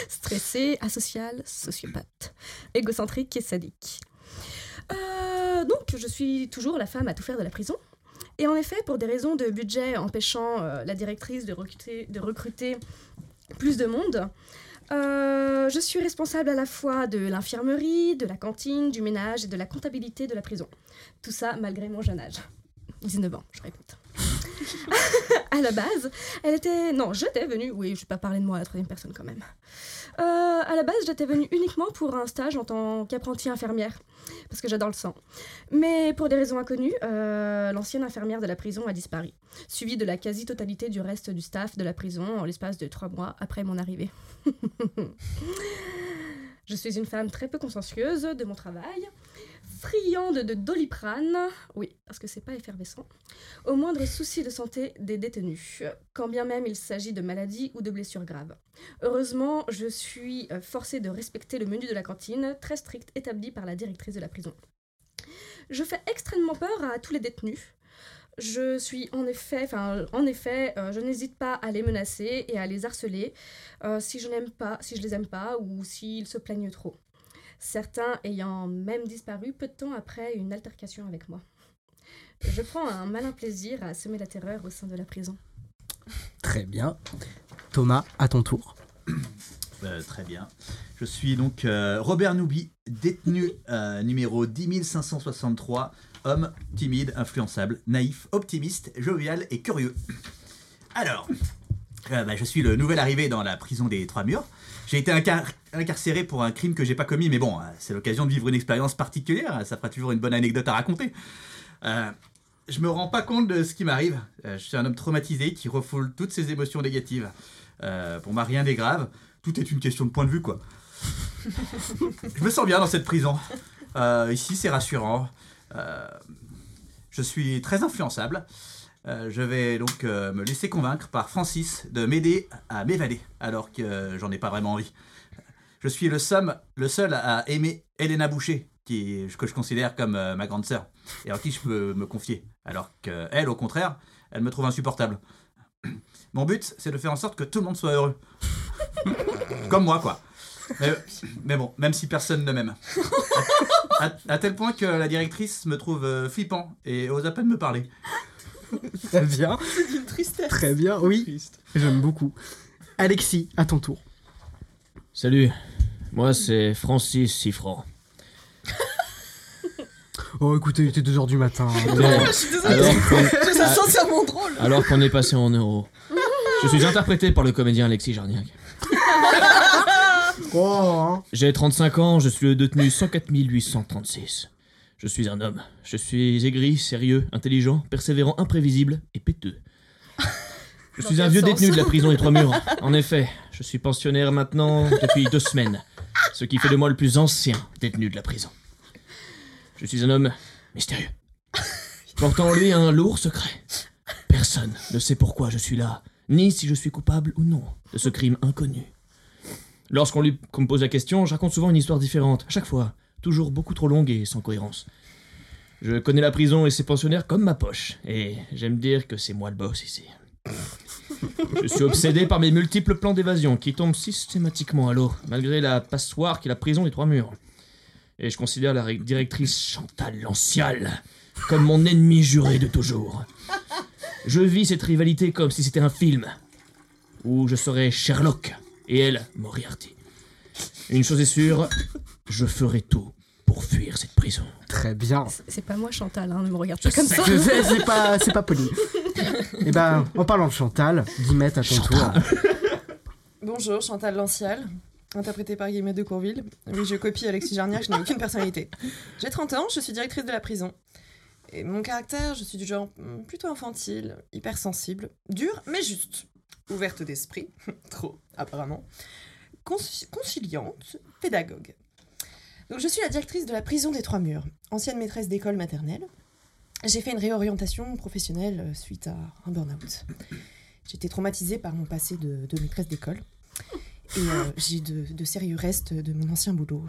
Speaker 6: stressée, asociale, sociopathe, égocentrique et sadique. Euh, donc, je suis toujours la femme à tout faire de la prison. Et en effet, pour des raisons de budget empêchant euh, la directrice de recruter, de recruter plus de monde, euh, je suis responsable à la fois de l'infirmerie, de la cantine, du ménage et de la comptabilité de la prison. Tout ça malgré mon jeune âge. 19 ans, je répète. à la base, elle était. Non, j'étais venue. Oui, je vais pas parler de moi à la troisième personne quand même. Euh, à la base, j'étais venue uniquement pour un stage en tant qu'apprentie infirmière, parce que j'adore le sang. Mais pour des raisons inconnues, euh, l'ancienne infirmière de la prison a disparu, suivie de la quasi-totalité du reste du staff de la prison en l'espace de trois mois après mon arrivée. je suis une femme très peu consciencieuse de mon travail, friande de doliprane, oui, parce que c'est pas effervescent, au moindre souci de santé des détenus, quand bien même il s'agit de maladies ou de blessures graves. Heureusement, je suis euh, forcée de respecter le menu de la cantine, très strict établi par la directrice de la prison. Je fais extrêmement peur à tous les détenus. Je suis en effet, enfin, en effet, euh, je n'hésite pas à les menacer et à les harceler euh, si je n'aime pas, si je les aime pas ou s'ils se plaignent trop. Certains ayant même disparu peu de temps après une altercation avec moi. Je prends un malin plaisir à semer la terreur au sein de la prison.
Speaker 4: Très bien. Thomas, à ton tour.
Speaker 7: Euh, très bien. Je suis donc euh, Robert Noubi, détenu euh, numéro 10563, homme timide, influençable, naïf, optimiste, jovial et curieux. Alors, euh, bah, je suis le nouvel arrivé dans la prison des Trois Murs. J'ai été incar- incarcéré pour un crime que j'ai pas commis, mais bon, euh, c'est l'occasion de vivre une expérience particulière, ça fera toujours une bonne anecdote à raconter. Euh, je me rends pas compte de ce qui m'arrive. Euh, je suis un homme traumatisé qui refoule toutes ses émotions négatives. Euh, pour moi, rien n'est grave. Tout est une question de point de vue, quoi. je me sens bien dans cette prison. Euh, ici, c'est rassurant. Euh, je suis très influençable. Euh, je vais donc euh, me laisser convaincre par Francis de m'aider à m'évader, alors que euh, j'en ai pas vraiment envie. Je suis le, somme, le seul à aimer Elena Boucher, qui, que je considère comme euh, ma grande sœur, et en qui je peux me confier, alors qu'elle, au contraire, elle me trouve insupportable. Mon but, c'est de faire en sorte que tout le monde soit heureux. comme moi, quoi. Mais, mais bon, même si personne ne m'aime. À, à tel point que la directrice me trouve euh, flippant et ose à peine me parler.
Speaker 4: Très bien.
Speaker 5: Une tristesse.
Speaker 4: Très bien. Oui, j'aime beaucoup. Alexis, à ton tour.
Speaker 8: Salut, moi c'est Francis Siffran.
Speaker 4: Oh, écoutez, il était 2h du matin.
Speaker 5: Je suis désolée. Je suis sincèrement drôle.
Speaker 8: Alors qu'on est passé en euros. Je suis interprété par le comédien Alexis Jarniac.
Speaker 4: Oh, hein.
Speaker 8: J'ai 35 ans, je suis le détenu 104 836. Je suis un homme. Je suis aigri, sérieux, intelligent, persévérant, imprévisible et péteux. Je suis
Speaker 6: Dans
Speaker 8: un
Speaker 6: quel
Speaker 8: vieux
Speaker 6: sens
Speaker 8: détenu de la prison des Trois Murs. En effet, je suis pensionnaire maintenant depuis deux semaines, ce qui fait de moi le plus ancien détenu de la prison. Je suis un homme mystérieux, portant en lui un lourd secret. Personne ne sait pourquoi je suis là, ni si je suis coupable ou non de ce crime inconnu. Lorsqu'on lui qu'on me pose la question, je raconte souvent une histoire différente, à chaque fois, toujours beaucoup trop longue et sans cohérence. Je connais la prison et ses pensionnaires comme ma poche, et j'aime dire que c'est moi le boss ici. Je suis obsédé par mes multiples plans d'évasion qui tombent systématiquement à l'eau, malgré la passoire qui est la prison des trois murs. Et je considère la ré- directrice Chantal Lancial comme mon ennemi juré de toujours. Je vis cette rivalité comme si c'était un film, où je serais Sherlock et elle Moriarty. Une chose est sûre, je ferai tout pour fuir cette prison.
Speaker 4: Très bien.
Speaker 6: C'est- C'est pas moi Chantal, hein, ne me regarde pas comme ça.
Speaker 4: Je sais, c'est pas, c'est pas poli. Et ben, en parlant de Chantal, Guillemette, à ton
Speaker 8: Chantal.
Speaker 4: tour.
Speaker 5: Bonjour, Chantal Lancial, interprétée par Guillemette de Courville. Oui, je copie Alexis Jarniac, je n'ai aucune personnalité. J'ai 30 ans, je suis directrice de la prison. Et mon caractère, je suis du genre hmm, plutôt infantile, hypersensible, dure mais juste, ouverte d'esprit, trop apparemment, conci- conciliante, pédagogue. Donc je suis la directrice de la prison des Trois Murs, ancienne maîtresse d'école maternelle. J'ai fait une réorientation professionnelle euh, suite à un burn-out. J'étais traumatisée par mon passé de, de maîtresse d'école. Et euh, j'ai de, de sérieux restes de mon ancien boulot.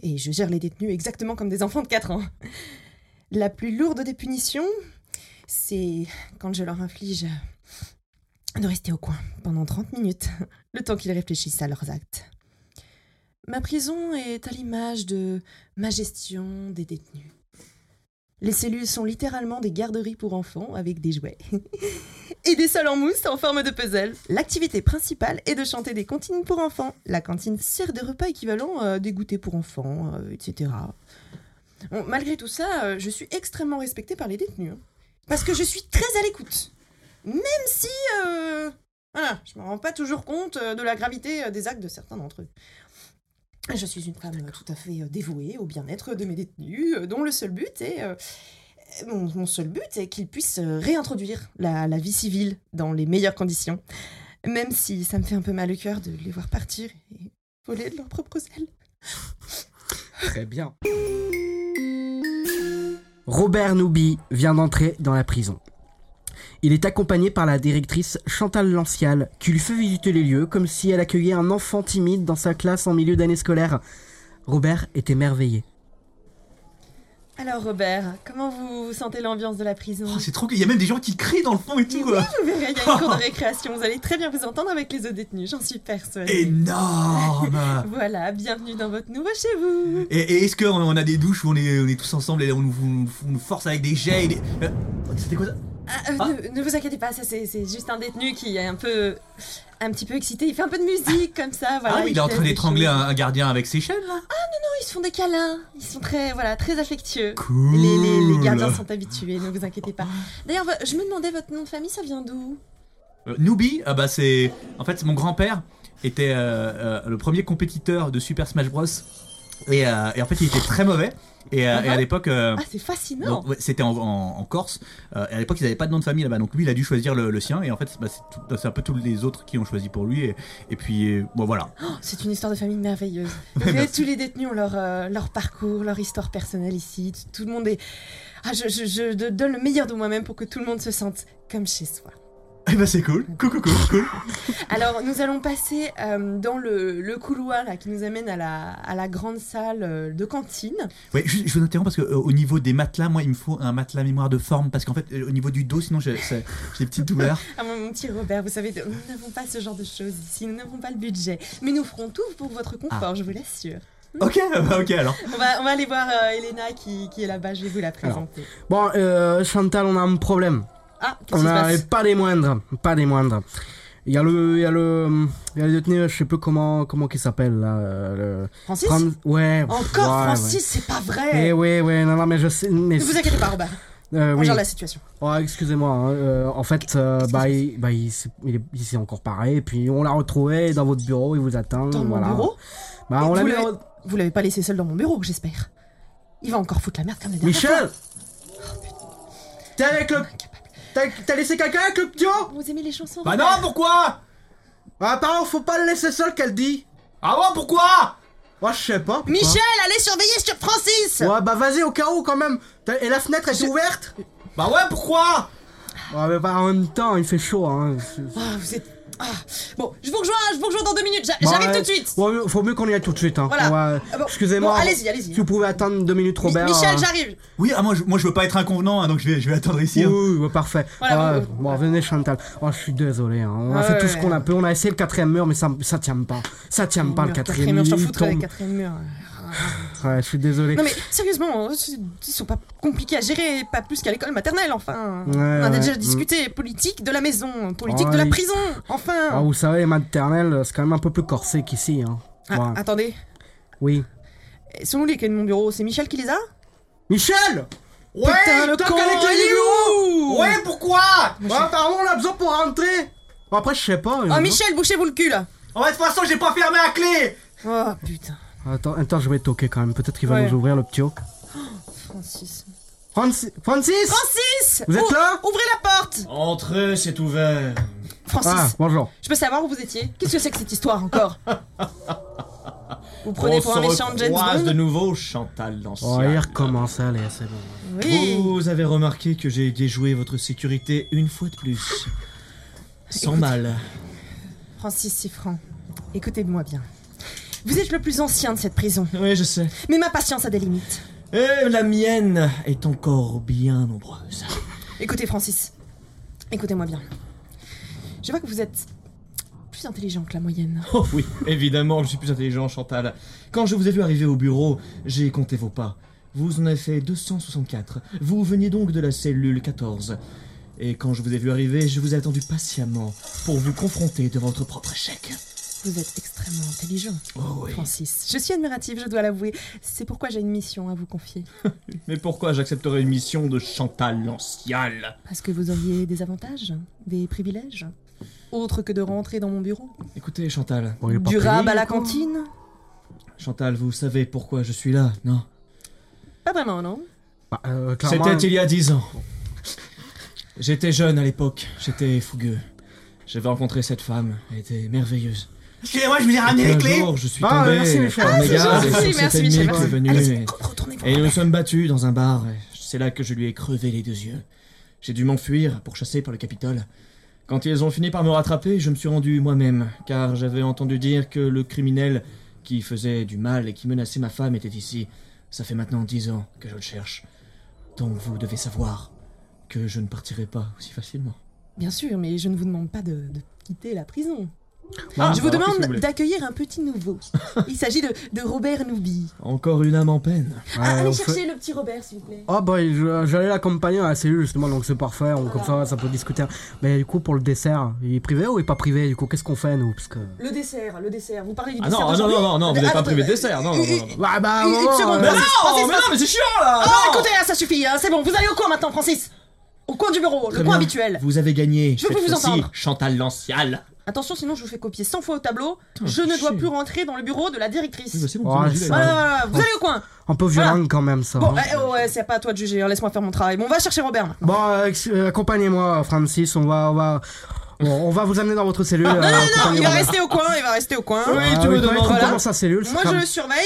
Speaker 5: Et je gère les détenus exactement comme des enfants de 4 ans. La plus lourde des punitions, c'est quand je leur inflige de rester au coin pendant 30 minutes, le temps qu'ils réfléchissent à leurs actes. Ma prison est à l'image de ma gestion des détenus. Les cellules sont littéralement des garderies pour enfants avec des jouets et des sols en mousse en forme de puzzle. L'activité principale est de chanter des comptines pour enfants. La cantine sert des repas équivalents à des goûters pour enfants, euh, etc. Bon, malgré tout ça, euh, je suis extrêmement respectée par les détenus. hein. parce que je suis très à l'écoute. Même si... euh, voilà, je ne me rends pas toujours compte euh, de la gravité euh, des actes de certains d'entre eux. Je suis une femme euh, tout à fait euh, dévouée au bien-être de mes détenus, euh, dont le seul but est... euh, mon, mon seul but est qu'ils puissent euh, réintroduire la, la vie civile dans les meilleures conditions. Même si ça me fait un peu mal au cœur de les voir partir et voler de leurs propres ailes.
Speaker 4: Très bien. Robert Noubi vient d'entrer dans la prison. Il est accompagné par la directrice Chantal Lancial, qui lui fait visiter les lieux comme si elle accueillait un enfant timide dans sa classe en milieu d'année scolaire. Robert est émerveillé.
Speaker 5: Alors Robert, comment vous sentez l'ambiance de la prison
Speaker 7: Oh, c'est trop qu'il y a même des gens qui crient dans le fond et tout. euh.
Speaker 5: Vous verrez, il y a une cour de récréation, vous allez très bien vous entendre avec les autres détenus, j'en suis persuadée.
Speaker 7: Énorme.
Speaker 5: Voilà, bienvenue dans votre nouveau chez vous.
Speaker 7: Et, et est-ce qu'on on a des douches où on est, on est tous ensemble et on nous, on nous- on nous force avec des jets et des... Euh, C'était quoi ça
Speaker 5: Ah, euh, Ne, ne vous inquiétez pas, ça c'est c'est juste un détenu qui est un peu, un petit peu excité. Il fait un peu de musique comme ça, voilà.
Speaker 7: Ah oui, il est en
Speaker 5: fait
Speaker 7: train
Speaker 5: des
Speaker 7: d'étrangler
Speaker 5: choses.
Speaker 7: un, un gardien avec ses chaînes là
Speaker 5: Ah, Non, ils se font des câlins. Ils sont très, voilà, très affectueux.
Speaker 7: Cool
Speaker 5: Les, les- les gardiens sont habitués, ne vous inquiétez pas. D'ailleurs, vo- je me demandais votre nom de famille, ça vient d'où
Speaker 7: Euh, Noobi, ah bah c'est. En fait, mon grand-père était euh, euh, le premier compétiteur de Super Smash Bros. Et, euh, et en fait, il était très mauvais. Et, euh, et à l'époque. euh,
Speaker 5: Ah, c'est fascinant.
Speaker 7: donc, ouais, c'était en, en- en Corse. Euh, et à l'époque, ils n'avaient pas de nom de famille là-bas. Donc lui, il a dû choisir le, le sien. Et en fait, bah, c'est tout- c'est un peu tous les autres qui ont choisi pour lui. Et, et puis, euh, bon voilà.
Speaker 5: Oh, c'est une histoire de famille merveilleuse. Vous voyez, tous les détenus ont leur, euh, leur parcours, leur histoire personnelle ici. T- Tout le monde est. Ah, je, je- je de- donne le meilleur de moi-même pour que tout le monde se sente comme chez soi.
Speaker 7: Et bah c'est cool. Cool, cool, cool, cool.
Speaker 5: Alors, nous allons passer euh, dans le, le couloir là, qui nous amène à la, à la grande salle euh, de cantine.
Speaker 7: Ouais, juste, je vous interromps parce que euh, au niveau des matelas, moi, il me faut un matelas mémoire de forme. Parce qu'en fait, euh, au niveau du dos, sinon, j'ai ça- j'ai des petites douleurs.
Speaker 5: Ah, mon, mon petit Robert, vous savez, nous n'avons pas ce genre de choses ici, nous n'avons pas le budget. Mais nous ferons tout pour votre
Speaker 4: Ah.
Speaker 5: confort, je vous l'assure.
Speaker 7: Ok, bah, ok alors.
Speaker 5: On va, on va aller voir euh, Elena qui, qui est là-bas, je vais vous la présenter.
Speaker 4: Bon, euh, Chantal, on a un problème.
Speaker 5: Ah, qu'est-ce
Speaker 4: On
Speaker 5: qui se
Speaker 4: a
Speaker 5: passe
Speaker 4: et pas des moindres, pas des moindres. Il y a le, il y a le, il y a le détenu, je sais plus comment, comment qu'il s'appelle là. euh, le-
Speaker 5: Francis
Speaker 4: Fran- ouais.
Speaker 5: Encore
Speaker 4: ouais,
Speaker 5: Francis,
Speaker 4: ouais.
Speaker 5: c'est pas
Speaker 4: Eh
Speaker 5: vrai
Speaker 4: ouais, ouais, non, non, mais je sais, mais
Speaker 5: Ne vous inquiétez pas, Robert,
Speaker 4: euh,
Speaker 5: on
Speaker 4: oui.
Speaker 5: gère la situation.
Speaker 4: Oh, excusez-moi. hein, euh, en fait, euh, bah, il, bah, il s'est il est- il s'est encore paré, et puis on l'a retrouvé dans votre bureau, il vous attend.
Speaker 5: Dans
Speaker 4: voilà.
Speaker 5: mon bureau
Speaker 4: Bah, on
Speaker 5: Vous
Speaker 4: l'a mis.
Speaker 5: l'avez-
Speaker 4: dans-
Speaker 5: Vous l'avez pas laissé seul dans mon bureau, j'espère. Il va encore foutre la merde comme la dernière
Speaker 4: Michel. T'es avec le,
Speaker 5: fois. Incapable.
Speaker 4: t'as t'as laissé quelqu'un avec le ptio
Speaker 5: Oh, Vous aimez les chansons
Speaker 7: Bah
Speaker 5: Robert
Speaker 7: non, pourquoi
Speaker 4: Bah, pardon, faut pas le laisser seul qu'elle dit.
Speaker 7: Ah bon, pourquoi
Speaker 4: Moi, je sais pas. pourquoi.
Speaker 5: Michel, allez surveiller sur Francis
Speaker 4: Ouais, bah vas-y au cas où quand même. T'as- Et la fenêtre est ouverte
Speaker 7: Bah ouais, pourquoi
Speaker 4: Ouais, mais bah, en même temps, il fait chaud. Hein. C'est- c'est-
Speaker 5: Ah, vous êtes. Ah. Bon, je vous rejoins, je vous rejoins dans deux minutes, j'a- j'arrive
Speaker 4: Ouais,
Speaker 5: tout de suite
Speaker 4: Bah, ouais, mieux- faut mieux qu'on y aille tout de suite. Hein.
Speaker 5: Voilà.
Speaker 4: On va-
Speaker 5: Ah bon,
Speaker 4: Excusez-moi.
Speaker 5: bon, allez-y,
Speaker 4: Si
Speaker 5: allez-y.
Speaker 4: vous pouvez attendre deux minutes,
Speaker 5: Mi-
Speaker 4: Robert.
Speaker 5: Michel,
Speaker 4: euh,
Speaker 5: j'arrive
Speaker 7: Oui, ah, moi, je, moi je veux pas être inconvenant, hein, donc je vais, je vais attendre ici. hein.
Speaker 4: Oui, oui, oui, parfait.
Speaker 5: Voilà,
Speaker 4: Ouais,
Speaker 5: vous-
Speaker 4: bon, venez Chantal. Oh, je suis désolé. hein. On a
Speaker 5: Ouais,
Speaker 4: fait tout
Speaker 5: ouais,
Speaker 4: ce qu'on a pu. On a essayé le quatrième mur, mais ça, ça tient pas. Ça tient pas le quatrième mur.
Speaker 5: mur, je t'en
Speaker 4: il
Speaker 5: fous de
Speaker 4: tombe.
Speaker 5: le quatrième mur.
Speaker 4: Ouais, je suis désolé.
Speaker 5: Non mais sérieusement, euh, c'est- ils sont pas compliqués à gérer, pas plus qu'à l'école maternelle, enfin.
Speaker 4: Ouais,
Speaker 5: On a
Speaker 4: ouais.
Speaker 5: déjà discuté politique de la maison, politique
Speaker 4: Ouais,
Speaker 5: de la
Speaker 4: il-
Speaker 5: prison,
Speaker 4: Ah,
Speaker 5: enfin.
Speaker 4: vous savez, les maternelles, c'est quand même un peu plus corsé qu'ici. Hein.
Speaker 5: Ah,
Speaker 4: Ouais.
Speaker 5: Attendez,
Speaker 4: Oui.
Speaker 5: Et sont où les clés de mon bureau C'est Michel qui les a
Speaker 4: Michel Ouais,
Speaker 5: Putain, le
Speaker 4: t'as
Speaker 5: con,
Speaker 4: qu'à les clés
Speaker 5: il
Speaker 4: du
Speaker 5: est où
Speaker 4: Ouais, pourquoi Bah, pardon, on a besoin pour rentrer Bon, Après, je sais pas.
Speaker 5: Oh
Speaker 4: je-
Speaker 5: Michel, bouchez-vous le cul là
Speaker 7: Oh, de toute façon, j'ai pas fermé la clé
Speaker 5: Oh putain,
Speaker 4: Attends, attends, je vais toquer quand même. Peut-être qu'il va
Speaker 5: Ouais.
Speaker 4: nous ouvrir le ptio.
Speaker 5: Francis.
Speaker 4: Franci- Francis
Speaker 5: Francis
Speaker 4: Vous êtes
Speaker 5: Ou-
Speaker 4: là
Speaker 5: Ouvrez la porte
Speaker 9: Entrez, c'est ouvert.
Speaker 5: Francis,
Speaker 4: Ah, bonjour.
Speaker 5: je peux savoir où vous étiez Qu'est-ce que c'est que cette histoire encore Vous prenez
Speaker 9: On
Speaker 5: pour
Speaker 9: se
Speaker 5: un méchant de James
Speaker 9: recroise
Speaker 5: Bond
Speaker 9: de nouveau, Chantal Lancial.
Speaker 4: Oh, il recommence, allez, c'est bon.
Speaker 5: Oui
Speaker 9: Vous avez remarqué que j'ai déjoué votre sécurité une fois de plus. Sans mal.
Speaker 5: Francis Siffran, écoutez-moi bien. Vous êtes le plus ancien de cette prison,
Speaker 9: Oui, je sais.
Speaker 5: mais ma patience a des limites.
Speaker 9: Et la mienne est encore bien nombreuse.
Speaker 5: Écoutez, Francis, écoutez-moi bien. Je vois que vous êtes plus intelligent que la moyenne.
Speaker 9: Oh oui, évidemment, je suis plus intelligent, Chantal. Quand je vous ai vu arriver au bureau, j'ai compté vos pas. Vous en avez fait 264. Vous veniez donc de la cellule 14. Et quand je vous ai vu arriver, je vous ai attendu patiemment pour vous confronter de votre propre échec.
Speaker 5: Vous êtes extrêmement intelligent,
Speaker 9: Oh oui.
Speaker 5: Francis. Je suis admirative, je dois l'avouer. C'est pourquoi j'ai une mission à vous confier.
Speaker 9: Mais pourquoi j'accepterais une mission de Chantal Lancial
Speaker 5: Parce que vous auriez des avantages, des privilèges, autres que de rentrer dans mon bureau.
Speaker 9: Écoutez, Chantal,
Speaker 4: Bon, il est pas
Speaker 5: Du
Speaker 4: payé.
Speaker 5: rab à la cantine
Speaker 9: Chantal, vous savez pourquoi je suis là, non
Speaker 5: Pas vraiment, non
Speaker 4: Bah, euh, clairement,
Speaker 9: C'était il y a dix ans. J'étais jeune à l'époque, j'étais fougueux. J'avais rencontré cette femme, elle était merveilleuse.
Speaker 7: Excusez-moi, je vous ai ramené
Speaker 9: Et
Speaker 7: les
Speaker 9: un
Speaker 7: clés
Speaker 9: jour, je suis
Speaker 4: Ah,
Speaker 9: tombé
Speaker 4: merci, Michel.
Speaker 9: par mes
Speaker 5: c'est
Speaker 9: gars,
Speaker 5: gentil,
Speaker 9: et Ah, sur
Speaker 5: merci,
Speaker 9: cet ennemi
Speaker 5: Michel,
Speaker 9: qui est
Speaker 5: merci.
Speaker 9: venu,
Speaker 5: Allez-y,
Speaker 9: et-
Speaker 5: retournez-vous.
Speaker 9: Et nous nous sommes battus dans un bar. et
Speaker 8: C'est là que je lui ai crevé les deux yeux. J'ai dû m'enfuir, pourchassé par le Capitole. Quand ils ont fini par me rattraper, je me suis rendu moi-même, car j'avais entendu dire que le criminel qui faisait du mal et qui menaçait ma femme était ici. Ça fait maintenant dix ans que je le cherche. Donc vous devez savoir que je ne partirai pas aussi facilement.
Speaker 5: Bien sûr, mais je ne vous demande pas de, de quitter la prison.
Speaker 8: Ah,
Speaker 5: je
Speaker 8: bah, qu'est-ce que
Speaker 5: vous demande
Speaker 8: vous voulez
Speaker 5: d'accueillir un petit nouveau. Il s'agit de, de Robert Noubi.
Speaker 8: Encore une âme en peine.
Speaker 5: Ah,
Speaker 4: Ouais,
Speaker 5: allez
Speaker 4: on
Speaker 5: chercher
Speaker 4: fait-
Speaker 5: le petit Robert, s'il vous plaît.
Speaker 4: Oh bah je- j'allais l'accompagner à la cellule justement donc c'est parfait on- comme ça ça peut discuter mais du coup pour le dessert il est privé ou il est pas privé du coup qu'est-ce qu'on fait nous parce que
Speaker 5: Le dessert, le dessert. Vous parlez du
Speaker 8: Ah
Speaker 5: dessert
Speaker 8: non, ah non,
Speaker 5: d'aujourd'hui
Speaker 8: non, non, non, vous n'avez pas
Speaker 5: Attends,
Speaker 8: privé de dessert, non, non, non, Ah, non.
Speaker 4: bah bah
Speaker 5: Une, une
Speaker 4: bon,
Speaker 5: seconde,
Speaker 4: euh,
Speaker 5: Francis, Francis,
Speaker 8: non, mais c'est chiant là
Speaker 5: Oh, écoutez, là, ça suffit, hein, c'est bon, vous allez au coin maintenant, Francis Au coin du bureau, le
Speaker 8: Très bien.
Speaker 5: coin habituel.
Speaker 8: Vous avez gagné.
Speaker 5: Je veux
Speaker 8: cette
Speaker 5: plus vous
Speaker 8: fois-ci,
Speaker 5: entendre.
Speaker 8: Chantal Lancial.
Speaker 5: Attention, sinon je vous fais copier 100 fois au tableau.
Speaker 8: Putain,
Speaker 5: je ne
Speaker 8: chier.
Speaker 5: dois plus rentrer dans le bureau de la
Speaker 8: Oui, bah,
Speaker 5: directrice.
Speaker 8: c'est
Speaker 4: Oh,
Speaker 8: bon, c'est bon, j'y
Speaker 4: ça-
Speaker 8: vais.
Speaker 5: Voilà, voilà, voilà, vous
Speaker 4: Oh.
Speaker 5: allez au coin
Speaker 4: un peu violent quand même ça
Speaker 5: Bon,
Speaker 4: hein.
Speaker 5: eh, oh, ouais, c'est pas à toi de juger, hein, laisse-moi faire mon travail. Bon, on va chercher Robert. maintenant.
Speaker 4: Bon, euh, ex- euh, accompagnez-moi, Francis. On va, on va, on, on va vous amener dans votre cellule. euh, Ah
Speaker 5: Non, non, non, non, il va
Speaker 4: rester.
Speaker 5: rester au coin, il va rester au coin.
Speaker 11: Oui, tu me demandes.
Speaker 5: Voilà.
Speaker 4: dans sa cellule. c'est
Speaker 5: Moi
Speaker 4: quand
Speaker 5: je
Speaker 4: même-
Speaker 5: le surveille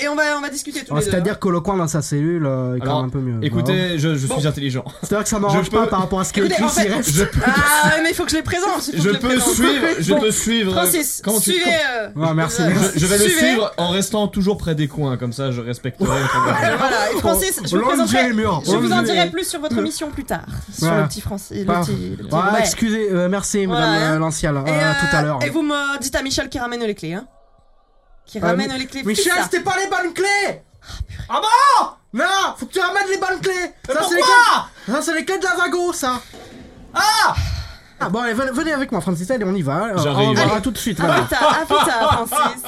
Speaker 5: et on va, on va discuter tous
Speaker 4: Alors,
Speaker 5: les deux.
Speaker 4: C'est-à-dire que le coin dans sa cellule euh, est quand
Speaker 11: Alors,
Speaker 4: même un peu mieux. Voilà.
Speaker 11: Écoutez, je, je suis
Speaker 5: Bon.
Speaker 11: intelligent.
Speaker 4: c'est vrai que ça m'arrange
Speaker 11: je
Speaker 4: pas
Speaker 11: peux-
Speaker 4: par rapport à ce que
Speaker 5: Écoutez,
Speaker 4: Chris
Speaker 5: en
Speaker 4: y
Speaker 5: fait,
Speaker 4: reste.
Speaker 5: Ah, ouais, mais il faut que je les présente. il faut
Speaker 11: Je
Speaker 5: que les
Speaker 11: peux
Speaker 5: présente.
Speaker 11: suivre, je
Speaker 5: Bon,
Speaker 11: peux
Speaker 8: euh,
Speaker 11: suivre. euh,
Speaker 5: Francis,
Speaker 11: Comment tu-
Speaker 5: suivez. euh,
Speaker 4: Ouais, merci.
Speaker 5: euh,
Speaker 11: Je, je vais le
Speaker 5: suivez.
Speaker 11: suivre en restant toujours près des coins, comme ça je respecterai.
Speaker 5: Euh, Voilà, et Francis, je vous
Speaker 4: Longue
Speaker 5: présenterai.
Speaker 4: vieille mur.
Speaker 5: Je vous en
Speaker 4: Longue
Speaker 5: dirai
Speaker 4: vieille-
Speaker 5: plus sur votre mission plus tard, sur
Speaker 4: Voilà.
Speaker 5: le petit Francis, le
Speaker 4: Pas-
Speaker 5: petit, le petit
Speaker 4: Ouais,
Speaker 5: Robert.
Speaker 4: excusez, euh, merci
Speaker 5: Voilà,
Speaker 4: Madame
Speaker 5: hein.
Speaker 4: euh, Lancial.
Speaker 5: Et,
Speaker 4: à
Speaker 5: euh,
Speaker 4: tout à l'heure.
Speaker 5: Et vous me dites à Michel qui ramène les clés, hein Qui
Speaker 4: Euh,
Speaker 5: ramène les clés.
Speaker 4: Michel,
Speaker 5: fils,
Speaker 4: c'était pas les bonnes clés Ah bon Non, faut que tu ramènes les bonnes clés Ça c'est les clés Ça c'est les clés de la Vago, ça Ah Ah bon, allez, venez, venez avec moi, Francis, allez, on y va. Euh,
Speaker 11: J'arrive.
Speaker 4: on va
Speaker 5: Allez.
Speaker 4: à tout de suite.
Speaker 5: Ah
Speaker 4: voilà.
Speaker 5: putain, ah putain, Francis.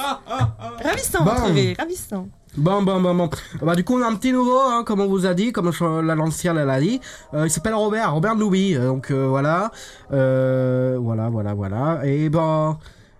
Speaker 5: Ravissant,
Speaker 4: Bon.
Speaker 5: votre rêve, ravissant.
Speaker 4: Bon, bon, bon, bon. Bah, du coup, on a un petit nouveau, hein, comme on vous a dit, comme je- la lancière elle a dit. Euh, il s'appelle Robert, Robert Loubi. Euh, Donc, euh, voilà. Euh, voilà, voilà, voilà. Et ben,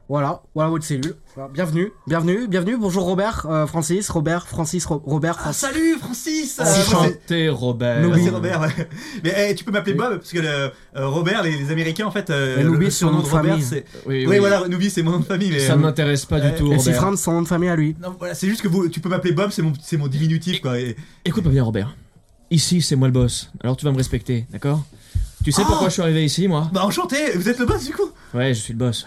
Speaker 4: voilà, voilà votre cellule. Voilà, Bienvenue, bienvenue, bienvenue. Bonjour Robert, euh, Francis, Robert, Francis, Ro- Robert, Francis.
Speaker 7: Ah, salut
Speaker 5: Ah,
Speaker 7: Francis
Speaker 4: Si
Speaker 7: moi, c'est-
Speaker 11: Chanté Robert.
Speaker 4: Nous,
Speaker 7: Bah,
Speaker 4: oui.
Speaker 7: c'est Robert, ouais. Mais eh, tu peux m'appeler
Speaker 4: Oui.
Speaker 7: Bob, parce que le, euh, Robert, les, les Américains, en fait, euh,
Speaker 4: Et
Speaker 7: le,
Speaker 4: Nubi,
Speaker 7: le
Speaker 4: c'est son nom
Speaker 7: surnom
Speaker 4: de
Speaker 7: de Robert,
Speaker 4: famille. Eh
Speaker 7: c'est.
Speaker 11: Oui,
Speaker 7: Oui,
Speaker 11: oui.
Speaker 7: voilà, Nubi, c'est mon nom de famille, mais.
Speaker 11: Ça
Speaker 7: euh,
Speaker 11: ne m'intéresse pas du
Speaker 7: euh,
Speaker 11: tout,
Speaker 4: Et si
Speaker 11: Robert.
Speaker 4: Franz, son nom de famille à lui.
Speaker 7: non, voilà, c'est juste que vous, tu peux m'appeler Bob, c'est mon, c'est mon diminutif, quoi. et-
Speaker 8: Écoute-moi bien, Robert. Ici, c'est moi le boss. Alors tu vas me respecter, d'accord Tu
Speaker 5: Ah.
Speaker 8: sais
Speaker 7: Oh
Speaker 8: pourquoi je suis arrivé ici, moi
Speaker 7: Bah, enchanté, vous êtes le boss, du coup
Speaker 8: Ouais, je suis le boss.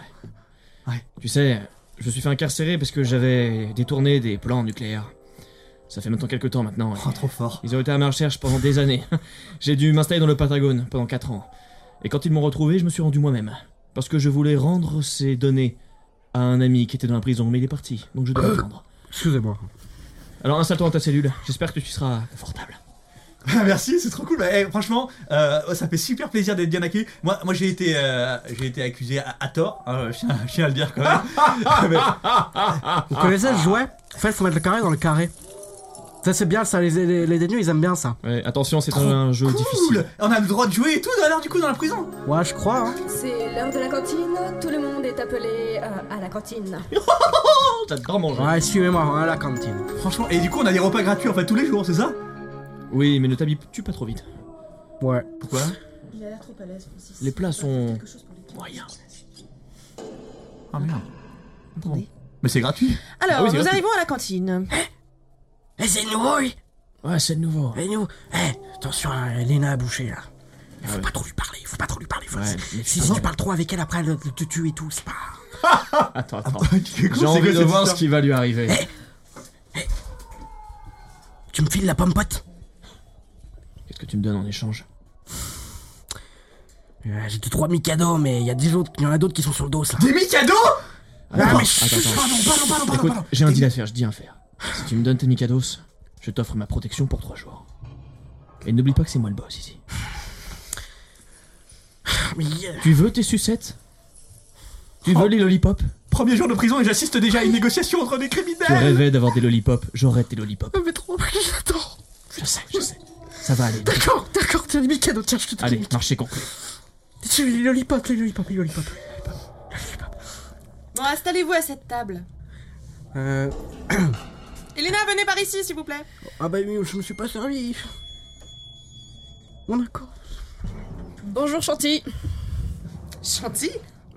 Speaker 8: Ouais.
Speaker 7: Ouais.
Speaker 8: Tu sais, je me suis fait incarcérer parce que j'avais détourné des plans nucléaires. Ça fait maintenant quelques temps maintenant.
Speaker 7: Oh, trop fort.
Speaker 8: Ils ont été à ma recherche pendant des années. J'ai dû m'installer dans le Patagone pendant 4 ans. Et quand ils m'ont retrouvé, je me suis rendu moi-même. Parce que je voulais rendre ces données à un ami qui était dans la prison, mais il est parti, donc je dois
Speaker 7: Euh.
Speaker 8: attendre.
Speaker 4: Excusez-moi.
Speaker 8: Alors installe-toi dans ta cellule, j'espère que tu seras confortable.
Speaker 7: Ah, Merci, c'est trop cool. Bah, eh, franchement, euh, ça fait super plaisir d'être bien accueilli. Moi, moi j'ai été, euh, j'ai été accusé à, à tort. hein, je, tiens, je tiens à le dire quand même. Ah, Mais-
Speaker 4: Vous connaissez ce jouet En fait, faut mettre le carré dans le carré. Ça, c'est bien, ça. Les, les, les détenus, ils aiment bien ça.
Speaker 8: Ouais, attention, c'est
Speaker 7: Trop
Speaker 8: un jeu difficile.
Speaker 7: cool. On a le droit de jouer et tout. Alors du coup, dans la prison.
Speaker 4: Ouais, je crois. Hein.
Speaker 6: C'est l'heure de la cantine, tout le monde est appelé euh, à la cantine.
Speaker 8: J'adore manger.
Speaker 4: Ouais, suivez-moi hein, à la cantine.
Speaker 7: Franchement, et du coup, on a des repas gratuits en fait tous les jours, c'est ça
Speaker 8: Oui, mais ne t'habitue pas trop vite.
Speaker 4: Ouais.
Speaker 7: Pourquoi
Speaker 5: Il a l'air trop à l'aise, Francis.
Speaker 8: Les plats sont moyens.
Speaker 7: Ah merde. Mais c'est gratuit.
Speaker 5: Alors,
Speaker 8: Ah oui, c'est
Speaker 5: nous
Speaker 8: gratuit.
Speaker 5: arrivons à la cantine.
Speaker 4: Eh, c'est nouveau, oui
Speaker 8: Ouais, c'est de nouveau.
Speaker 4: Eh nous, eh, attention, hein, Elena a bouché là. Il faut
Speaker 8: Ah ouais.
Speaker 4: pas trop lui parler, il faut pas trop lui parler. faut-
Speaker 8: Ouais,
Speaker 4: si- si
Speaker 8: mais putain,
Speaker 4: si
Speaker 8: ouais.
Speaker 4: tu parles trop avec elle, après elle te tue et tout, c'est pas.
Speaker 8: Attends, attends.
Speaker 7: J'ai
Speaker 8: J'ai envie de voir ce qui va lui arriver.
Speaker 4: Tu me files la pomme pote
Speaker 8: Qu'est-ce que tu me donnes en échange
Speaker 4: Euh, J'ai deux, trois Mikado, mais il y a dix autres, il y en a d'autres qui sont sur le dos là.
Speaker 7: Des Mikado
Speaker 4: Ah, mais
Speaker 8: attends,
Speaker 4: chut,
Speaker 8: attends.
Speaker 4: pardon, pardon, pardon, pardon,
Speaker 8: Écoute,
Speaker 4: pardon.
Speaker 8: j'ai un deal à faire, je dis un faire. Si tu me donnes tes Mikados, je t'offre ma protection pour trois jours. Et n'oublie pas que c'est moi le boss ici.
Speaker 4: Mais, euh,
Speaker 8: Tu veux tes sucettes Tu veux les lollipops
Speaker 7: Premier jour de prison et j'assiste déjà à une négociation entre des criminels.
Speaker 8: Tu rêvais d'avoir des lollipops, j'aurai tes lollipops.
Speaker 4: mais trop, j'attends.
Speaker 8: Je sais, je sais. Ça va aller.
Speaker 4: D'accord, d'accord, tiens, les Mikado, tiens, je te
Speaker 8: Allez, marché conclu.
Speaker 4: Tiens, les lollipops, les lollipops, les lollipops.
Speaker 5: Bon, installez-vous à cette table.
Speaker 4: Euh.
Speaker 5: Elena, venez par ici, s'il vous plaît.
Speaker 4: Ah bah oui, je me suis pas servi. Bon, d'accord.
Speaker 6: Bonjour Chanty
Speaker 5: Chanty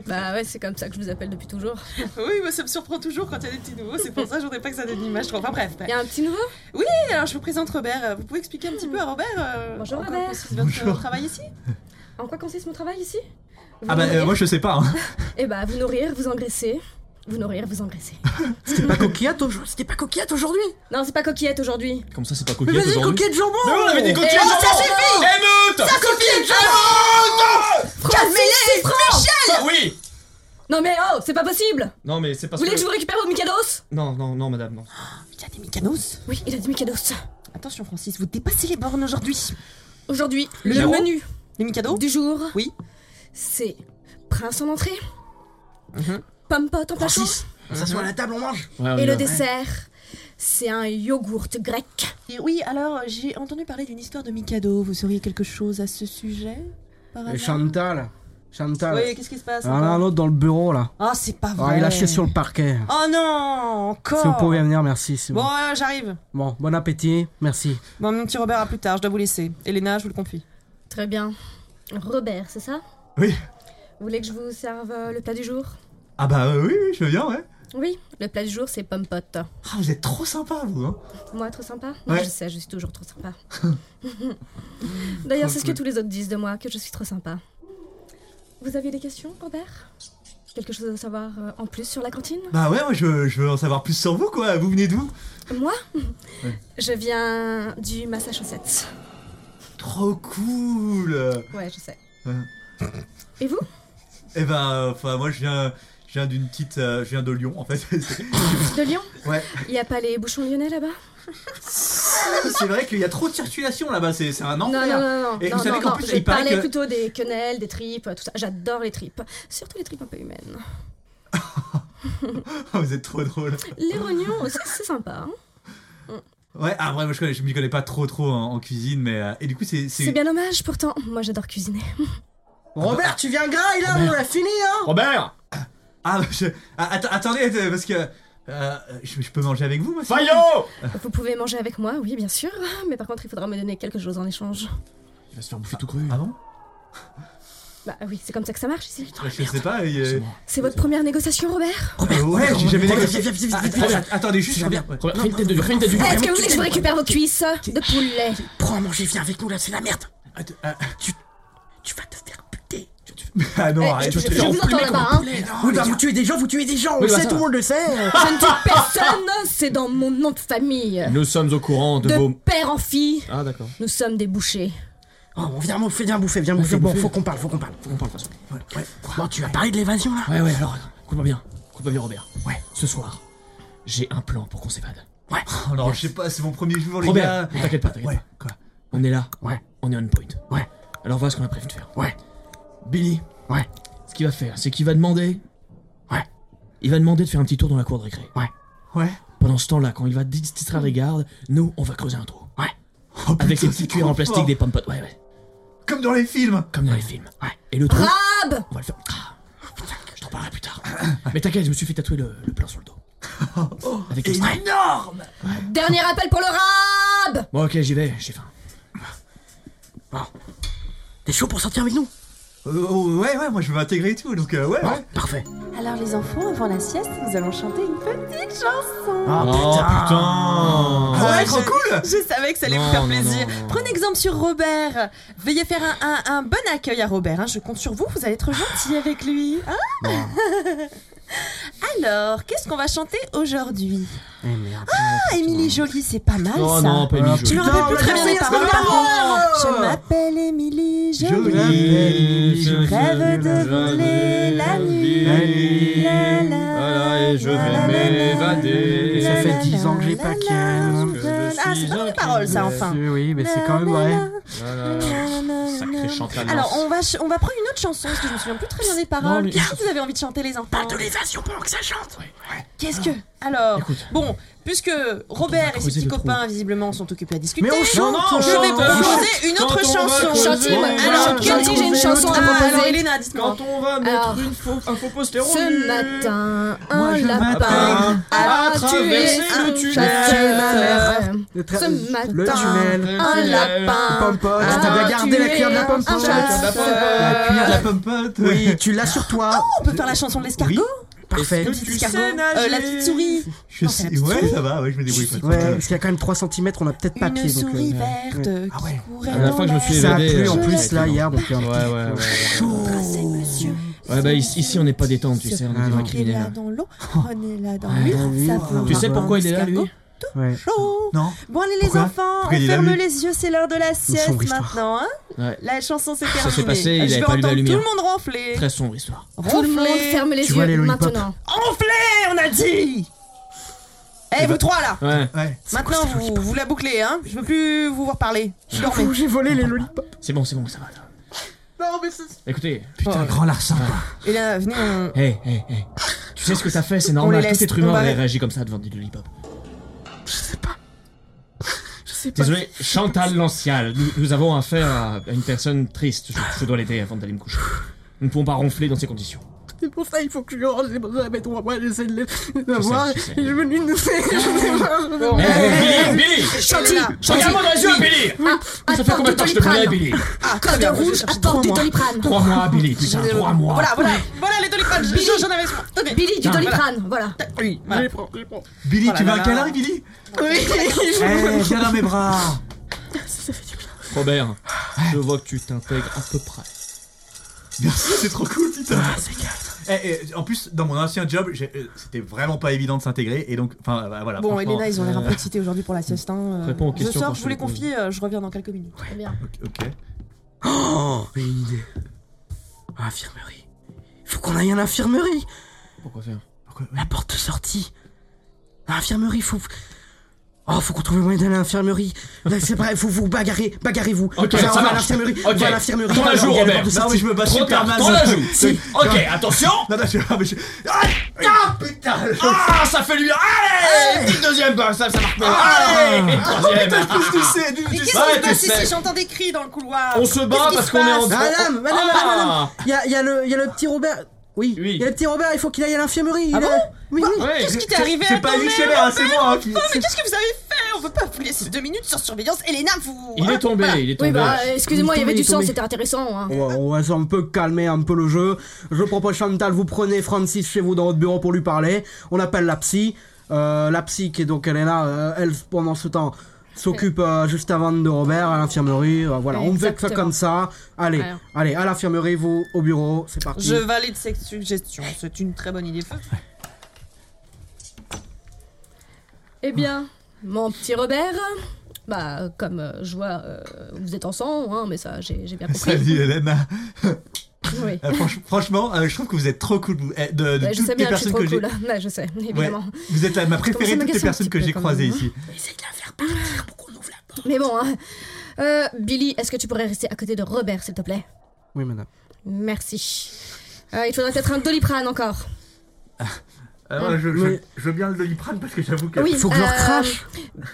Speaker 6: Bah ouais, c'est comme ça que je vous appelle depuis toujours.
Speaker 5: Oui, moi, ça me surprend toujours quand il y a des petits nouveaux. C'est pour ça que je voudrais pas que ça donne une image trop. Enfin bref.
Speaker 6: Il y a un petit nouveau
Speaker 5: Alors je vous présente Robert. Vous pouvez expliquer un petit peu à Robert euh,
Speaker 6: Bonjour,
Speaker 5: en quoi
Speaker 6: Robert.
Speaker 5: consiste votre
Speaker 7: Bonjour.
Speaker 5: travail ici
Speaker 6: En quoi consiste mon travail ici Vous
Speaker 7: Ah bah euh,
Speaker 6: nourrir-
Speaker 7: moi je sais pas, hein.
Speaker 6: Eh bah, vous nourrir, vous engraisser. Vous nourrir, vous engraisser.
Speaker 4: C'était pas coquillette aujourd'hui. C'était pas coquillette aujourd'hui.
Speaker 6: Non, c'est pas coquillette aujourd'hui.
Speaker 9: Comme ça, c'est pas
Speaker 4: Mais
Speaker 9: coquillette
Speaker 4: vas-y,
Speaker 9: aujourd'hui.
Speaker 4: coquillette jambon.
Speaker 8: Mais on avait des
Speaker 6: Eh,
Speaker 8: coquillettes
Speaker 6: ça
Speaker 8: jambon
Speaker 6: suffit
Speaker 8: Émeute
Speaker 4: coquillette jambon.
Speaker 6: Calmez-les, francs
Speaker 8: Ah, Oui
Speaker 6: Non mais oh, c'est pas possible
Speaker 8: Non, mais c'est
Speaker 6: Vous
Speaker 8: parce
Speaker 6: voulez
Speaker 8: que.
Speaker 6: que je vous récupère vos Mikados
Speaker 8: Non, non, non, madame, non.
Speaker 5: Il y a des Mykonos.
Speaker 6: Oui, il a dit Mikados.
Speaker 5: Attention Francis, vous dépassez les bornes aujourd'hui.
Speaker 6: Aujourd'hui, le,
Speaker 5: numéro
Speaker 6: menu
Speaker 5: Les Mykonos
Speaker 6: du jour,
Speaker 5: Oui.
Speaker 6: c'est prince en entrée, pomme pot en pachot,
Speaker 4: Francis, on s'assoit à la table, on mange.
Speaker 9: Ouais, on y
Speaker 6: et le
Speaker 9: va.
Speaker 6: dessert, c'est un yogourt grec.
Speaker 5: Et Oui, alors euh, j'ai entendu parler d'une histoire de Mikado. Vous auriez quelque chose à ce sujet par
Speaker 4: Et
Speaker 5: hasard
Speaker 4: Chantal. Chantal.
Speaker 5: Oui, qu'est-ce qui se passe
Speaker 4: Ah, là, un autre dans le bureau là.
Speaker 5: Ah, c'est pas
Speaker 4: Ah,
Speaker 5: vrai.
Speaker 4: il a chié sur le parquet.
Speaker 5: Oh non, encore.
Speaker 4: Si vous pouvez venir, merci. c'est
Speaker 5: Oh. Bon,
Speaker 4: Bon.
Speaker 5: euh, j'arrive.
Speaker 4: bon, bon appétit, merci.
Speaker 5: Bon, mon petit Robert, à plus tard. Je dois vous laisser. Elena, je vous le confie.
Speaker 6: Très bien. Robert, c'est ça
Speaker 7: Oui.
Speaker 6: Vous voulez que je vous serve euh, le plat du jour
Speaker 7: Ah bah euh, oui, oui, je veux bien, ouais.
Speaker 6: Oui, le plat du jour, c'est pomme pot.
Speaker 7: Ah, vous êtes trop sympa, vous, hein.
Speaker 6: Moi, trop sympa Non,
Speaker 7: Ouais.
Speaker 6: je sais, je suis toujours trop sympa. D'ailleurs, c'est ce que tous les autres disent de moi, que je suis trop sympa. Vous aviez des questions, Robert Quelque chose à savoir euh, en plus sur la cantine
Speaker 7: Bah ouais, moi je, je veux en savoir plus sur vous, quoi. Vous venez d'où
Speaker 6: Moi Je viens du Massachusetts.
Speaker 7: Trop cool
Speaker 6: Ouais, je sais.
Speaker 7: Ouais.
Speaker 6: Et vous
Speaker 7: Eh ben, euh, enfin, moi je viens, je viens d'une petite. euh, je viens de Lyon, en fait. C'est-
Speaker 6: De Lyon
Speaker 7: Ouais.
Speaker 6: Il y a pas les bouchons lyonnais là-bas
Speaker 7: C'est vrai qu'il y a trop de circulation là-bas, c'est c'est un
Speaker 6: Non,
Speaker 7: enfer.
Speaker 6: non, non, non.
Speaker 7: Et
Speaker 6: non,
Speaker 7: vous savez
Speaker 6: non,
Speaker 7: qu'en
Speaker 6: non,
Speaker 7: plus,
Speaker 6: je
Speaker 7: il paraît
Speaker 6: parlais
Speaker 7: que-
Speaker 6: plutôt des quenelles, des tripes, tout ça. J'adore les tripes. Surtout les tripes un peu humaines.
Speaker 7: Ah, vous êtes trop drôle.
Speaker 6: Les rognons aussi, c'est sympa. hein.
Speaker 7: Ouais, ah, ouais, moi je connais, je m'y connais pas trop trop en, en cuisine, mais. euh, et du coup, c'est.
Speaker 6: C'est bien dommage, pourtant. Moi, j'adore cuisiner.
Speaker 4: Robert, tu viens gras, il a, on l'a fini, hein
Speaker 8: Robert
Speaker 7: Ah, je... ah, att- attendez, attendez, parce que. euh, je, je peux manger avec vous, moi si-
Speaker 8: Fayot
Speaker 6: Vous pouvez manger avec moi, oui, bien sûr. Mais par contre, il faudra me donner quelque chose en échange.
Speaker 9: Il va se faire bouffer tout cru.
Speaker 7: Ah bon
Speaker 6: Bah oui, c'est comme ça que ça marche ici.
Speaker 7: Je sais pas. il y a-
Speaker 9: C'est bon.
Speaker 6: C'est votre première négociation, Robert
Speaker 7: Euh, ouais, j'ai jamais
Speaker 4: Robert,
Speaker 7: négocié.
Speaker 4: viens, viens, viens,
Speaker 7: Ah,
Speaker 4: viens, viens,
Speaker 7: att- att- Attendez, juste, je reviens.
Speaker 9: Robert, fais une tête de dur, fais une tête de dur.
Speaker 6: Est-ce que vous voulez que je vous récupère vos cuisses de poulet
Speaker 4: Prends à manger, viens avec nous, là, c'est la merde.
Speaker 7: Attends, ah,
Speaker 4: Tu vas te faire buter.
Speaker 7: Ah non,
Speaker 8: oh,
Speaker 6: Eh,
Speaker 7: arrête,
Speaker 6: je,
Speaker 7: tu vas
Speaker 6: je-
Speaker 7: te
Speaker 6: je
Speaker 7: faire
Speaker 6: vous entends
Speaker 7: enculer,
Speaker 6: là-bas, hein.
Speaker 4: Mais non, oui, bah, vous tuez des gens, vous tuez des gens, on
Speaker 9: Oui,
Speaker 4: le
Speaker 9: bah,
Speaker 4: sait,
Speaker 9: ça.
Speaker 4: tout le monde le sait.
Speaker 6: Je ne tue personne, c'est dans mon nom de famille.
Speaker 9: Nous sommes au courant de
Speaker 6: De
Speaker 9: vos.
Speaker 6: père en fille,
Speaker 9: Ah d'accord.
Speaker 6: nous sommes des bouchers.
Speaker 4: Oh, bon, viens, bouffer, viens bouffer, viens bouffer.
Speaker 9: viens
Speaker 4: Bon,
Speaker 9: bouffer.
Speaker 4: faut qu'on parle, faut qu'on parle.
Speaker 9: Faut qu'on parle de toute façon.
Speaker 4: Ouais. Bon, tu vas parler de l'évasion, là
Speaker 9: Ouais, ouais, alors, attends, écoute-moi bien. Écoute-moi bien, Robert. Ouais, ce soir, j'ai un plan pour qu'on s'évade.
Speaker 4: Ouais.
Speaker 7: Oh non, je sais pas, c'est mon premier jour, les
Speaker 9: Robert,
Speaker 7: gars.
Speaker 9: ne t'inquiète pas, t'inquiète
Speaker 7: Ouais,
Speaker 9: pas.
Speaker 7: quoi
Speaker 9: On est là.
Speaker 4: Ouais.
Speaker 9: On est on point.
Speaker 4: Ouais.
Speaker 9: Alors voilà ce qu'on a prévu de faire.
Speaker 4: Ouais.
Speaker 9: Billy.
Speaker 4: Ouais.
Speaker 9: Ce qu'il va faire, c'est qu'il va demander.
Speaker 4: Ouais.
Speaker 9: Il va demander de faire un petit tour dans la cour de récré.
Speaker 7: Ouais.
Speaker 9: Pendant ce temps-là, quand il va dis- distraire les gardes, nous, on va creuser un trou.
Speaker 7: Oh,
Speaker 9: Avec
Speaker 7: putain,
Speaker 9: les
Speaker 7: c'est
Speaker 9: petits cuillères
Speaker 7: trop
Speaker 9: en plastique
Speaker 7: fort.
Speaker 9: des pommes potes. Ouais, ouais.
Speaker 7: Comme dans les films.
Speaker 9: Comme dans les films.
Speaker 4: Ouais.
Speaker 9: Et le trou,
Speaker 6: Rab
Speaker 9: on va le faire. Ah, je t'en parlerai plus tard. Mais t'inquiète, je me suis fait tatouer le, le plan sur le dos. Avec les
Speaker 7: Énorme
Speaker 6: Dernier appel pour le rab
Speaker 9: Bon, ok, j'y vais, j'ai faim.
Speaker 4: T'es chaud pour sortir avec nous
Speaker 7: Euh, oh, Ouais, ouais, moi je veux m'intégrer et tout, donc euh, ouais, ouais.
Speaker 4: Parfait.
Speaker 5: Alors les enfants, avant la sieste, nous allons chanter une petite chanson.
Speaker 4: Ah,
Speaker 9: putain
Speaker 7: Ah ouais, trop cool
Speaker 5: Je savais que ça allait
Speaker 9: Non,
Speaker 5: vous faire
Speaker 9: non,
Speaker 5: plaisir.
Speaker 9: non, non.
Speaker 5: Prenez exemple sur Robert. Veuillez faire un, un- un bon accueil à Robert. hein. Je compte sur vous, vous allez être gentil avec lui. hein. Alors, qu'est-ce qu'on va chanter aujourd'hui
Speaker 4: Eh,
Speaker 5: Ah, Émilie Jolie, c'est pas mal
Speaker 9: Oh
Speaker 5: Ah, ça.
Speaker 9: non, pas une
Speaker 5: Je me
Speaker 4: Putain,
Speaker 5: rappelle
Speaker 4: on
Speaker 5: plus très
Speaker 4: l'a
Speaker 5: bien les
Speaker 4: dansé
Speaker 5: paroles.
Speaker 4: la semaine dernière.
Speaker 5: Je m'appelle Émilie Jolie.
Speaker 7: Jolie,
Speaker 5: Je rêve de voler la nuit.
Speaker 4: La nuit.
Speaker 5: La, la,
Speaker 8: Voilà, et je
Speaker 5: la,
Speaker 8: vais
Speaker 5: la, la,
Speaker 8: m'évader.
Speaker 5: la,
Speaker 4: Ça fait
Speaker 5: la,
Speaker 4: 10 ans que j'ai
Speaker 5: la,
Speaker 4: pas
Speaker 5: la,
Speaker 4: ken.
Speaker 5: la, la. Ah, c'est pas les paroles, ça, enfin.
Speaker 4: Oui, mais c'est quand même
Speaker 5: Na, na,
Speaker 4: vrai.
Speaker 5: na, na, na, na, na.
Speaker 9: Chantal.
Speaker 5: Alors, on va, ch- on va prendre une autre chanson, parce que je me souviens plus très bien des paroles.
Speaker 9: mais-
Speaker 5: Qu'est-ce que vous avez envie de chanter, les enfants
Speaker 4: Parle de l'évasion pendant que ça chante.
Speaker 5: Qu'est-ce que Alors,
Speaker 9: Écoute.
Speaker 5: bon, puisque Robert et ses
Speaker 9: creuser
Speaker 5: petits
Speaker 9: le trou.
Speaker 5: copains, visiblement, sont occupés à discuter.
Speaker 4: Mais on chante
Speaker 5: je vais proposer une autre chanson.
Speaker 6: creuser- Chantez-moi.
Speaker 5: Alors,
Speaker 6: Chantez-moi,
Speaker 5: quelle-
Speaker 6: j'ai une chanson à
Speaker 5: Ah,
Speaker 6: proposer.
Speaker 5: alors, Elena, dites-moi.
Speaker 8: Quand on va mettre
Speaker 6: Alors,
Speaker 8: une faux, un faux poster au
Speaker 6: Ce
Speaker 8: mur.
Speaker 6: matin,
Speaker 7: Moi,
Speaker 6: un
Speaker 7: je
Speaker 6: lapin
Speaker 7: m'appelle
Speaker 6: a
Speaker 8: à
Speaker 6: tué
Speaker 8: traverser
Speaker 6: un
Speaker 8: le tunnel.
Speaker 6: chasseur.
Speaker 4: Le tra-
Speaker 6: Ce matin,
Speaker 8: Mmh.
Speaker 4: Le tunnel.
Speaker 6: Un lapin
Speaker 4: pompote.
Speaker 5: Ah,
Speaker 4: T'as bien
Speaker 5: tu
Speaker 4: gardé la
Speaker 5: es
Speaker 4: cuillère de la
Speaker 5: un
Speaker 4: pompote.
Speaker 5: chat.
Speaker 7: La cuillère de la pompote.
Speaker 4: Oui, tu l'as sur toi.
Speaker 5: On peut faire la chanson de l'escargot
Speaker 7: Oui.
Speaker 4: Parfait.
Speaker 5: Petit escargot. Euh, la petite souris.
Speaker 7: Je
Speaker 5: Non, c'est
Speaker 7: sais.
Speaker 5: la petite
Speaker 7: Ouais,
Speaker 5: souris.
Speaker 7: ça va, ouais, je me débrouille pas.
Speaker 4: Ouais, parce qu'il y a quand même 3 cm, on a peut-être pas
Speaker 5: Une
Speaker 4: pied. donc,
Speaker 5: souris
Speaker 4: euh,
Speaker 5: verte
Speaker 4: Ah ouais.
Speaker 5: qui courait
Speaker 9: La dernière
Speaker 5: dans
Speaker 9: fois que je me
Speaker 5: la
Speaker 9: suis
Speaker 4: Ça a
Speaker 9: évadé,
Speaker 4: plu en
Speaker 9: euh,
Speaker 4: plus là hier, donc euh,
Speaker 9: Ouais, ouais, ouais. ouais.
Speaker 5: C'est monsieur.
Speaker 9: Ouais, bah ici, ici, on n'est pas détente, tu sais, on est des vrais
Speaker 5: est là
Speaker 9: criminels.
Speaker 5: dans l'eau,
Speaker 9: Oh.
Speaker 5: prenez-la dans
Speaker 4: Ah oui.
Speaker 5: l'huile, ça fera
Speaker 9: Tu sais pourquoi il est là, lui
Speaker 5: escargot
Speaker 4: ouais.
Speaker 5: chaud.
Speaker 7: Non
Speaker 5: Bon allez les
Speaker 7: Pourquoi
Speaker 5: enfants,
Speaker 7: Pourquoi il est
Speaker 5: on
Speaker 7: là,
Speaker 5: ferme
Speaker 7: lui
Speaker 5: les yeux, c'est l'heure de la
Speaker 4: sombre
Speaker 5: sieste
Speaker 4: histoire.
Speaker 5: maintenant. Hein
Speaker 9: Ouais.
Speaker 5: la chanson s'est
Speaker 9: Ça
Speaker 5: terminée.
Speaker 9: s'est passé, il
Speaker 5: Je
Speaker 9: avait
Speaker 5: vais
Speaker 9: pas allumer la
Speaker 5: entendre
Speaker 9: lumière.
Speaker 5: Tout le monde ronfler.
Speaker 9: Très sombre histoire.
Speaker 6: Tout le monde
Speaker 5: Ronfler.
Speaker 6: ferme les
Speaker 4: Tu vois les
Speaker 6: yeux
Speaker 4: lollipops
Speaker 6: maintenant.
Speaker 5: Ronfler, on a dit Eh
Speaker 9: ben,
Speaker 5: vous trois là
Speaker 9: Ouais,
Speaker 7: Ouais.
Speaker 5: Maintenant vous, vous la bouclez, hein Je veux plus vous voir parler. Je dormais.
Speaker 4: J'ai volé les lollipops.
Speaker 9: c'est bon, c'est bon, ça va. ça va.
Speaker 5: Non, mais c'est-
Speaker 9: Écoutez,
Speaker 7: Putain, grand larcin. quoi.
Speaker 5: Et là, Eh venez, on...
Speaker 9: hé, hé, hé. Tu sais ce que t'as fait, c'est
Speaker 5: On
Speaker 9: normal,
Speaker 5: les
Speaker 9: tout
Speaker 5: laisse
Speaker 9: être humain
Speaker 5: tomber.
Speaker 9: aurait réagi comme ça devant du lollipop.
Speaker 4: Je sais pas.
Speaker 9: Désolé, Chantal Lancial, nous, nous avons affaire à à une personne triste. Je, je dois l'aider avant d'aller me coucher. Nous ne pouvons pas ronfler dans ces conditions.
Speaker 4: C'est pour ça il faut que je range les bonhommes avec moi. Moi, j'essaie de les-
Speaker 5: Bah,
Speaker 4: de les
Speaker 9: sais,
Speaker 4: voir.
Speaker 9: je sais.
Speaker 4: Et je me dis, je sais, je sais pas, je sais pas.
Speaker 9: Hé, hé, Billy, Billy
Speaker 5: Chanty,
Speaker 9: Regarde-moi dans les yeux, Billy Ça fait combien de temps que je te connais, Billy
Speaker 5: Ah, très bien, je vais chercher trois mois.
Speaker 6: doliprane.
Speaker 9: Trois mois, Billy, putain, trois mois
Speaker 5: Voilà, voilà, voilà les doliprane, je- je- j'en avais soin. Tenez.
Speaker 6: Billy, du
Speaker 9: Tiens,
Speaker 6: doliprane, voilà.
Speaker 5: Oui,
Speaker 4: Je
Speaker 5: voilà.
Speaker 4: les prends, je les prends.
Speaker 7: Billy,
Speaker 5: Oh
Speaker 7: tu
Speaker 5: là
Speaker 7: vas à
Speaker 5: là.
Speaker 7: câlin, Billy
Speaker 5: Oui.
Speaker 7: Eh, viens dans mes bras.
Speaker 9: Robert, je vois que tu t'intègres à peu près.
Speaker 7: Merci, c'est trop cool, putain. Eh, eh, en plus, dans mon ancien job, j'ai- euh, c'était vraiment pas évident de s'intégrer, et donc, enfin, euh, voilà.
Speaker 5: Bon,
Speaker 7: franchement,
Speaker 5: Elena, ils ont l'air un peu excités aujourd'hui pour la sieste. Hein. euh.
Speaker 9: Ah, euh, Réponds aux
Speaker 5: je
Speaker 9: questions quand
Speaker 5: sors, je
Speaker 9: je
Speaker 5: vous
Speaker 9: te
Speaker 5: les
Speaker 9: les pose.
Speaker 5: confie, euh, je reviens dans quelques minutes.
Speaker 6: Très bien.
Speaker 7: Ok. ok.
Speaker 4: Oh, j'ai une idée. Ah, Infirmerie. Faut qu'on aille à l'infirmerie.
Speaker 9: Pourquoi faire
Speaker 7: Pourquoi-
Speaker 4: La porte de sortie. À L'infirmerie, faut. Oh, faut qu'on trouve le moyen d'aller à l'infirmerie. Là, c'est pareil, faut vous bagarrer, bagarrez-vous.
Speaker 9: Ok,
Speaker 4: Viens,
Speaker 9: ça
Speaker 4: on va à
Speaker 9: marche.
Speaker 4: l'infirmerie, on
Speaker 9: Ok.
Speaker 4: va à l'infirmerie.
Speaker 9: T'en la joues,
Speaker 4: Il y a la
Speaker 9: Robert.
Speaker 4: porte de
Speaker 7: Non, mais
Speaker 4: sortie.
Speaker 7: je me bats
Speaker 9: Trop
Speaker 7: super
Speaker 9: tard,
Speaker 7: mal.
Speaker 9: t'en la joues
Speaker 4: Si.
Speaker 9: Ok, attention
Speaker 7: Non, non, je. Ah, mais je- Ah, ah, putain le-
Speaker 9: Ah, ça fait lui... Allez Petite deuxième, bah, ça, ça marque même Allez Troisième
Speaker 7: Plus du C, du-
Speaker 5: Mais
Speaker 7: du-
Speaker 5: qu'est-ce qui
Speaker 9: Ouais,
Speaker 5: se
Speaker 9: tu
Speaker 5: passe
Speaker 9: sais.
Speaker 5: ici J'entends des cris dans le couloir.
Speaker 9: On se bat
Speaker 5: Qu'est-ce
Speaker 9: parce
Speaker 5: qui
Speaker 9: qu'on est en...
Speaker 5: se passe
Speaker 4: Madame, madame, madame, madame.
Speaker 9: Ah
Speaker 4: Il y a, il y a le, il y a le petit Robert. Oui, il
Speaker 9: Oui. Ah Bah,
Speaker 4: y a le petit Robert, il faut qu'il aille à l'infirmerie. il
Speaker 5: bon
Speaker 4: est- Oui, oui.
Speaker 9: Ouais,
Speaker 5: Qu'est-ce qui t'est arrivé
Speaker 7: C'est pas
Speaker 5: Attendez,
Speaker 7: lui, Scheller, hein, c'est moi hein, qui.
Speaker 5: Mais qu'est-ce que vous avez fait On peut pas vous laisser deux minutes sur surveillance. Elena, vous.
Speaker 9: Il est tombé, il est tombé.
Speaker 6: Oui, bah, euh, excusez-moi, il y avait
Speaker 4: Il est
Speaker 6: du sang,
Speaker 4: tombé. Oh.
Speaker 6: c'était intéressant. hein.
Speaker 4: On va, on va se un peu calmer un peu le jeu. Je propose Chantal, vous prenez Francis chez vous dans votre bureau pour lui parler. On appelle la psy. Euh, la psy qui est donc elle est là, euh, elle pendant ce temps s'occupe euh, juste avant de Robert à l'infirmerie. Euh, voilà, on fait ça
Speaker 6: Exactement.
Speaker 4: comme ça. Allez,
Speaker 6: Alors.
Speaker 4: allez à l'infirmerie, vous au bureau, c'est parti.
Speaker 5: Je valide cette suggestion. C'est une très bonne idée.
Speaker 6: Eh bien, mon petit Robert, bah, euh, comme euh, je vois, euh, vous êtes ensemble, hein, mais ça, j'ai j'ai bien compris.
Speaker 7: Salut Elena.
Speaker 6: Oui.
Speaker 7: Euh, franch- Franchement, euh, je trouve que vous êtes trop cool. vous. Eh, De, de
Speaker 6: Ouais, je
Speaker 7: toutes
Speaker 6: sais
Speaker 7: les
Speaker 6: bien que je suis
Speaker 7: personnes
Speaker 6: trop
Speaker 7: que j'ai.
Speaker 6: cool. Ouais, je sais, évidemment.
Speaker 7: Vous êtes la, ma
Speaker 6: commence à
Speaker 7: préférée de toutes les
Speaker 6: m'agacer un petit
Speaker 7: personnes que
Speaker 6: peu,
Speaker 7: j'ai
Speaker 6: quand
Speaker 7: croisées
Speaker 6: même, hein.
Speaker 7: ici.
Speaker 6: Mais bon, hein. Euh, Billy, est-ce que tu pourrais rester à côté de Robert, s'il te plaît
Speaker 4: Oui, madame.
Speaker 6: Merci. Euh, il faudrait peut-être un doliprane encore.
Speaker 7: Alors, je,
Speaker 4: Oui.
Speaker 7: je, je veux bien le doliprane parce que j'avoue que.
Speaker 6: Oui,
Speaker 4: Faut que je
Speaker 6: euh,
Speaker 4: leur crache.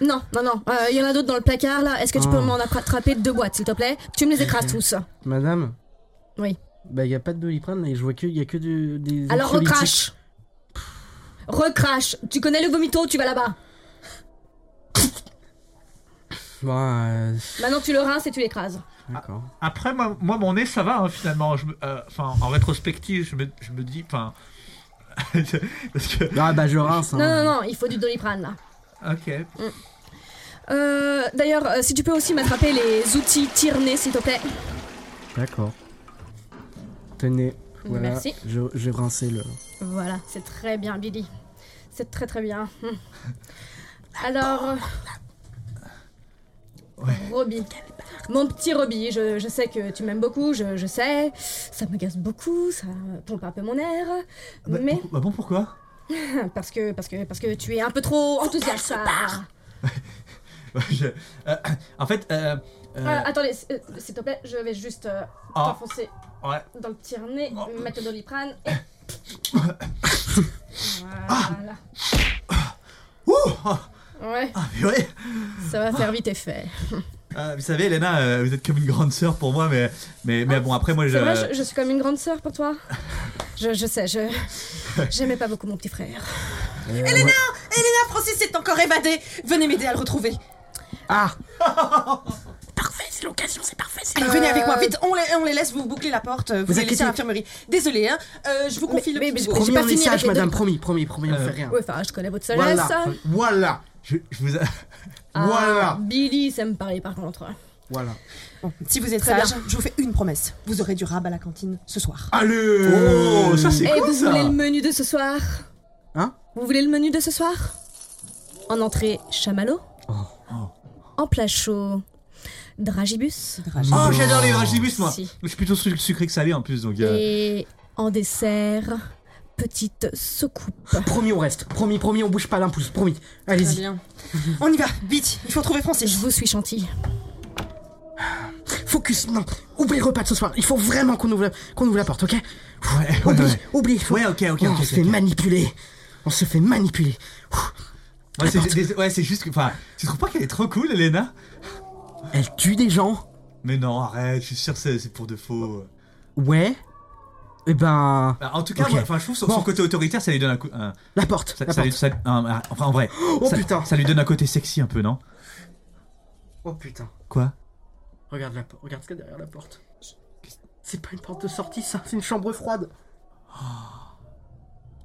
Speaker 6: Non, non, non. Euh, Il y en a d'autres dans le placard, là. Est-ce que tu peux
Speaker 4: Ah.
Speaker 6: m'en attraper deux boîtes, s'il te plaît Tu me les écrases tous.
Speaker 4: Madame.
Speaker 6: Oui.
Speaker 4: Bah y a pas de doliprane là, je vois que y a que du, des.
Speaker 6: Alors
Speaker 4: anxiolytiques.
Speaker 6: recrache Recrache Tu connais le vomito, tu vas là-bas.
Speaker 4: Bon, euh,
Speaker 6: Maintenant, tu le rinces et tu l'écrases.
Speaker 4: d'accord.
Speaker 12: Après, moi, moi, mon nez, ça va, hein, finalement. Je me- euh, enfin, en rétrospective, je me, je me dis... Enfin... Parce que...
Speaker 4: Ah bah je rince. hein.
Speaker 6: Non, non, non, il faut du doliprane, là.
Speaker 12: Ok.
Speaker 6: Euh, D'ailleurs, euh, si tu peux aussi m'attraper les outils tire-nez, s'il te plaît.
Speaker 4: D'accord. Tenez. Voilà.
Speaker 6: Merci.
Speaker 4: Je, je vais rincer le.
Speaker 6: Voilà, c'est très bien, Billy. C'est très très bien. Hmm. Alors. euh, Roby. Mon petit Roby, je, je sais que tu m'aimes beaucoup, je, je sais. Ça m'agace beaucoup, ça pompe un peu mon air.
Speaker 7: Bah,
Speaker 6: mais
Speaker 7: pour- bah bon, pourquoi
Speaker 6: parce que, parce, que, parce que tu es un peu trop enthousiaste. ça.
Speaker 7: Ouais, je- euh, En fait, euh, euh,
Speaker 6: Euh, attendez, s- euh, s'il te plaît, je vais juste euh,
Speaker 7: Ah.
Speaker 6: t'enfoncer
Speaker 7: Ouais.
Speaker 6: dans le petit nez,
Speaker 7: Oh.
Speaker 6: mettre le doliprane et. voilà.
Speaker 7: ouh, oh,
Speaker 6: Ouais,
Speaker 7: ah, purée.
Speaker 6: ça va faire vite effet.
Speaker 7: Ah, vous savez, Elena, euh, vous êtes comme une grande sœur pour moi, mais, mais, mais bon, après, moi, je.
Speaker 6: C'est vrai, je, je suis comme une grande sœur pour toi. Euh, Je, je sais, je j'aimais pas beaucoup mon petit frère.
Speaker 5: Elena, Francis s'est encore évadée. Venez m'aider à le retrouver.
Speaker 4: Ah Parfait,
Speaker 5: c'est l'occasion, c'est parfait. Venez avec moi, vite, on les, on les laisse vous boucler la porte, vous, les laissez
Speaker 4: inquiétez-
Speaker 5: à l'infirmerie. Désolé, hein, euh, je vous confie le petit bout.
Speaker 4: Promis,
Speaker 5: J'ai
Speaker 4: on est
Speaker 5: fini
Speaker 4: sage,
Speaker 5: avec les
Speaker 4: madame,
Speaker 5: deux.
Speaker 4: promis, promis, promis, on
Speaker 7: Euh,
Speaker 4: fait rien.
Speaker 6: Ouais, enfin, je connais votre sagesse.
Speaker 4: Voilà, voilà. Je, je vous. a-
Speaker 6: Ah,
Speaker 4: Voilà,
Speaker 6: Billy, ça me parlait par contre.
Speaker 4: voilà.
Speaker 5: Bon, si vous êtes
Speaker 6: Très
Speaker 5: sage, je vous fais une promesse. Vous aurez du rab à la cantine ce soir.
Speaker 13: Allez
Speaker 7: Oh, ça c'est
Speaker 6: Et
Speaker 7: cool
Speaker 6: Eh, vous
Speaker 7: ça
Speaker 6: voulez le menu de ce soir
Speaker 4: Hein
Speaker 6: Vous voulez le menu de ce soir En entrée, chamallow. En plat chaud, dragibus.
Speaker 5: Ah.
Speaker 7: Oh, j'adore les dragibus, moi.
Speaker 6: Si.
Speaker 7: Je suis plutôt su- sucré que salé en plus, donc. euh,
Speaker 6: Et en dessert, petite soucoupe.
Speaker 4: Promis, on reste. Promis, promis, on bouge pas d'un pouce. Promis.
Speaker 5: Très
Speaker 4: Allez-y.
Speaker 5: bien. On y va, vite, il faut trouver Francis.
Speaker 6: Je vous suis chantilly.
Speaker 4: Focus, non. Oubliez le repas de ce soir. Il faut vraiment qu'on ouvre, la- qu'on ouvre la porte, ok
Speaker 7: Ouais, ouais,
Speaker 4: Oublie,
Speaker 7: ouais.
Speaker 4: oublie.
Speaker 7: Ouais, ok, ok,
Speaker 4: Oh,
Speaker 7: ok,
Speaker 4: On
Speaker 7: ok,
Speaker 4: se fait
Speaker 7: ok.
Speaker 4: manipuler. On se fait manipuler.
Speaker 7: Ouais, c'est des- ouais, c'est juste que. Enfin, tu trouves pas qu'elle est trop cool, Elena
Speaker 4: Elle tue des gens.
Speaker 7: Mais non, arrête, je suis sûr que c'est c'est pour de faux.
Speaker 4: Ouais. Eh ben.
Speaker 7: Bah, En tout cas,
Speaker 4: Ok.
Speaker 7: moi, enfin, je trouve son,
Speaker 4: Bon.
Speaker 7: son côté autoritaire, ça lui donne un coup. un-
Speaker 4: La porte.
Speaker 7: ça,
Speaker 4: la
Speaker 7: ça lui-
Speaker 4: porte.
Speaker 7: ça- un- un- enfin, en vrai.
Speaker 4: Oh
Speaker 7: ça,
Speaker 4: putain.
Speaker 7: Ça lui donne un côté sexy un peu, non
Speaker 4: Oh putain.
Speaker 7: Quoi
Speaker 4: Regarde, la, po- regarde ce qu'il y a derrière la porte. C'est pas une porte de sortie, ça. C'est une chambre froide.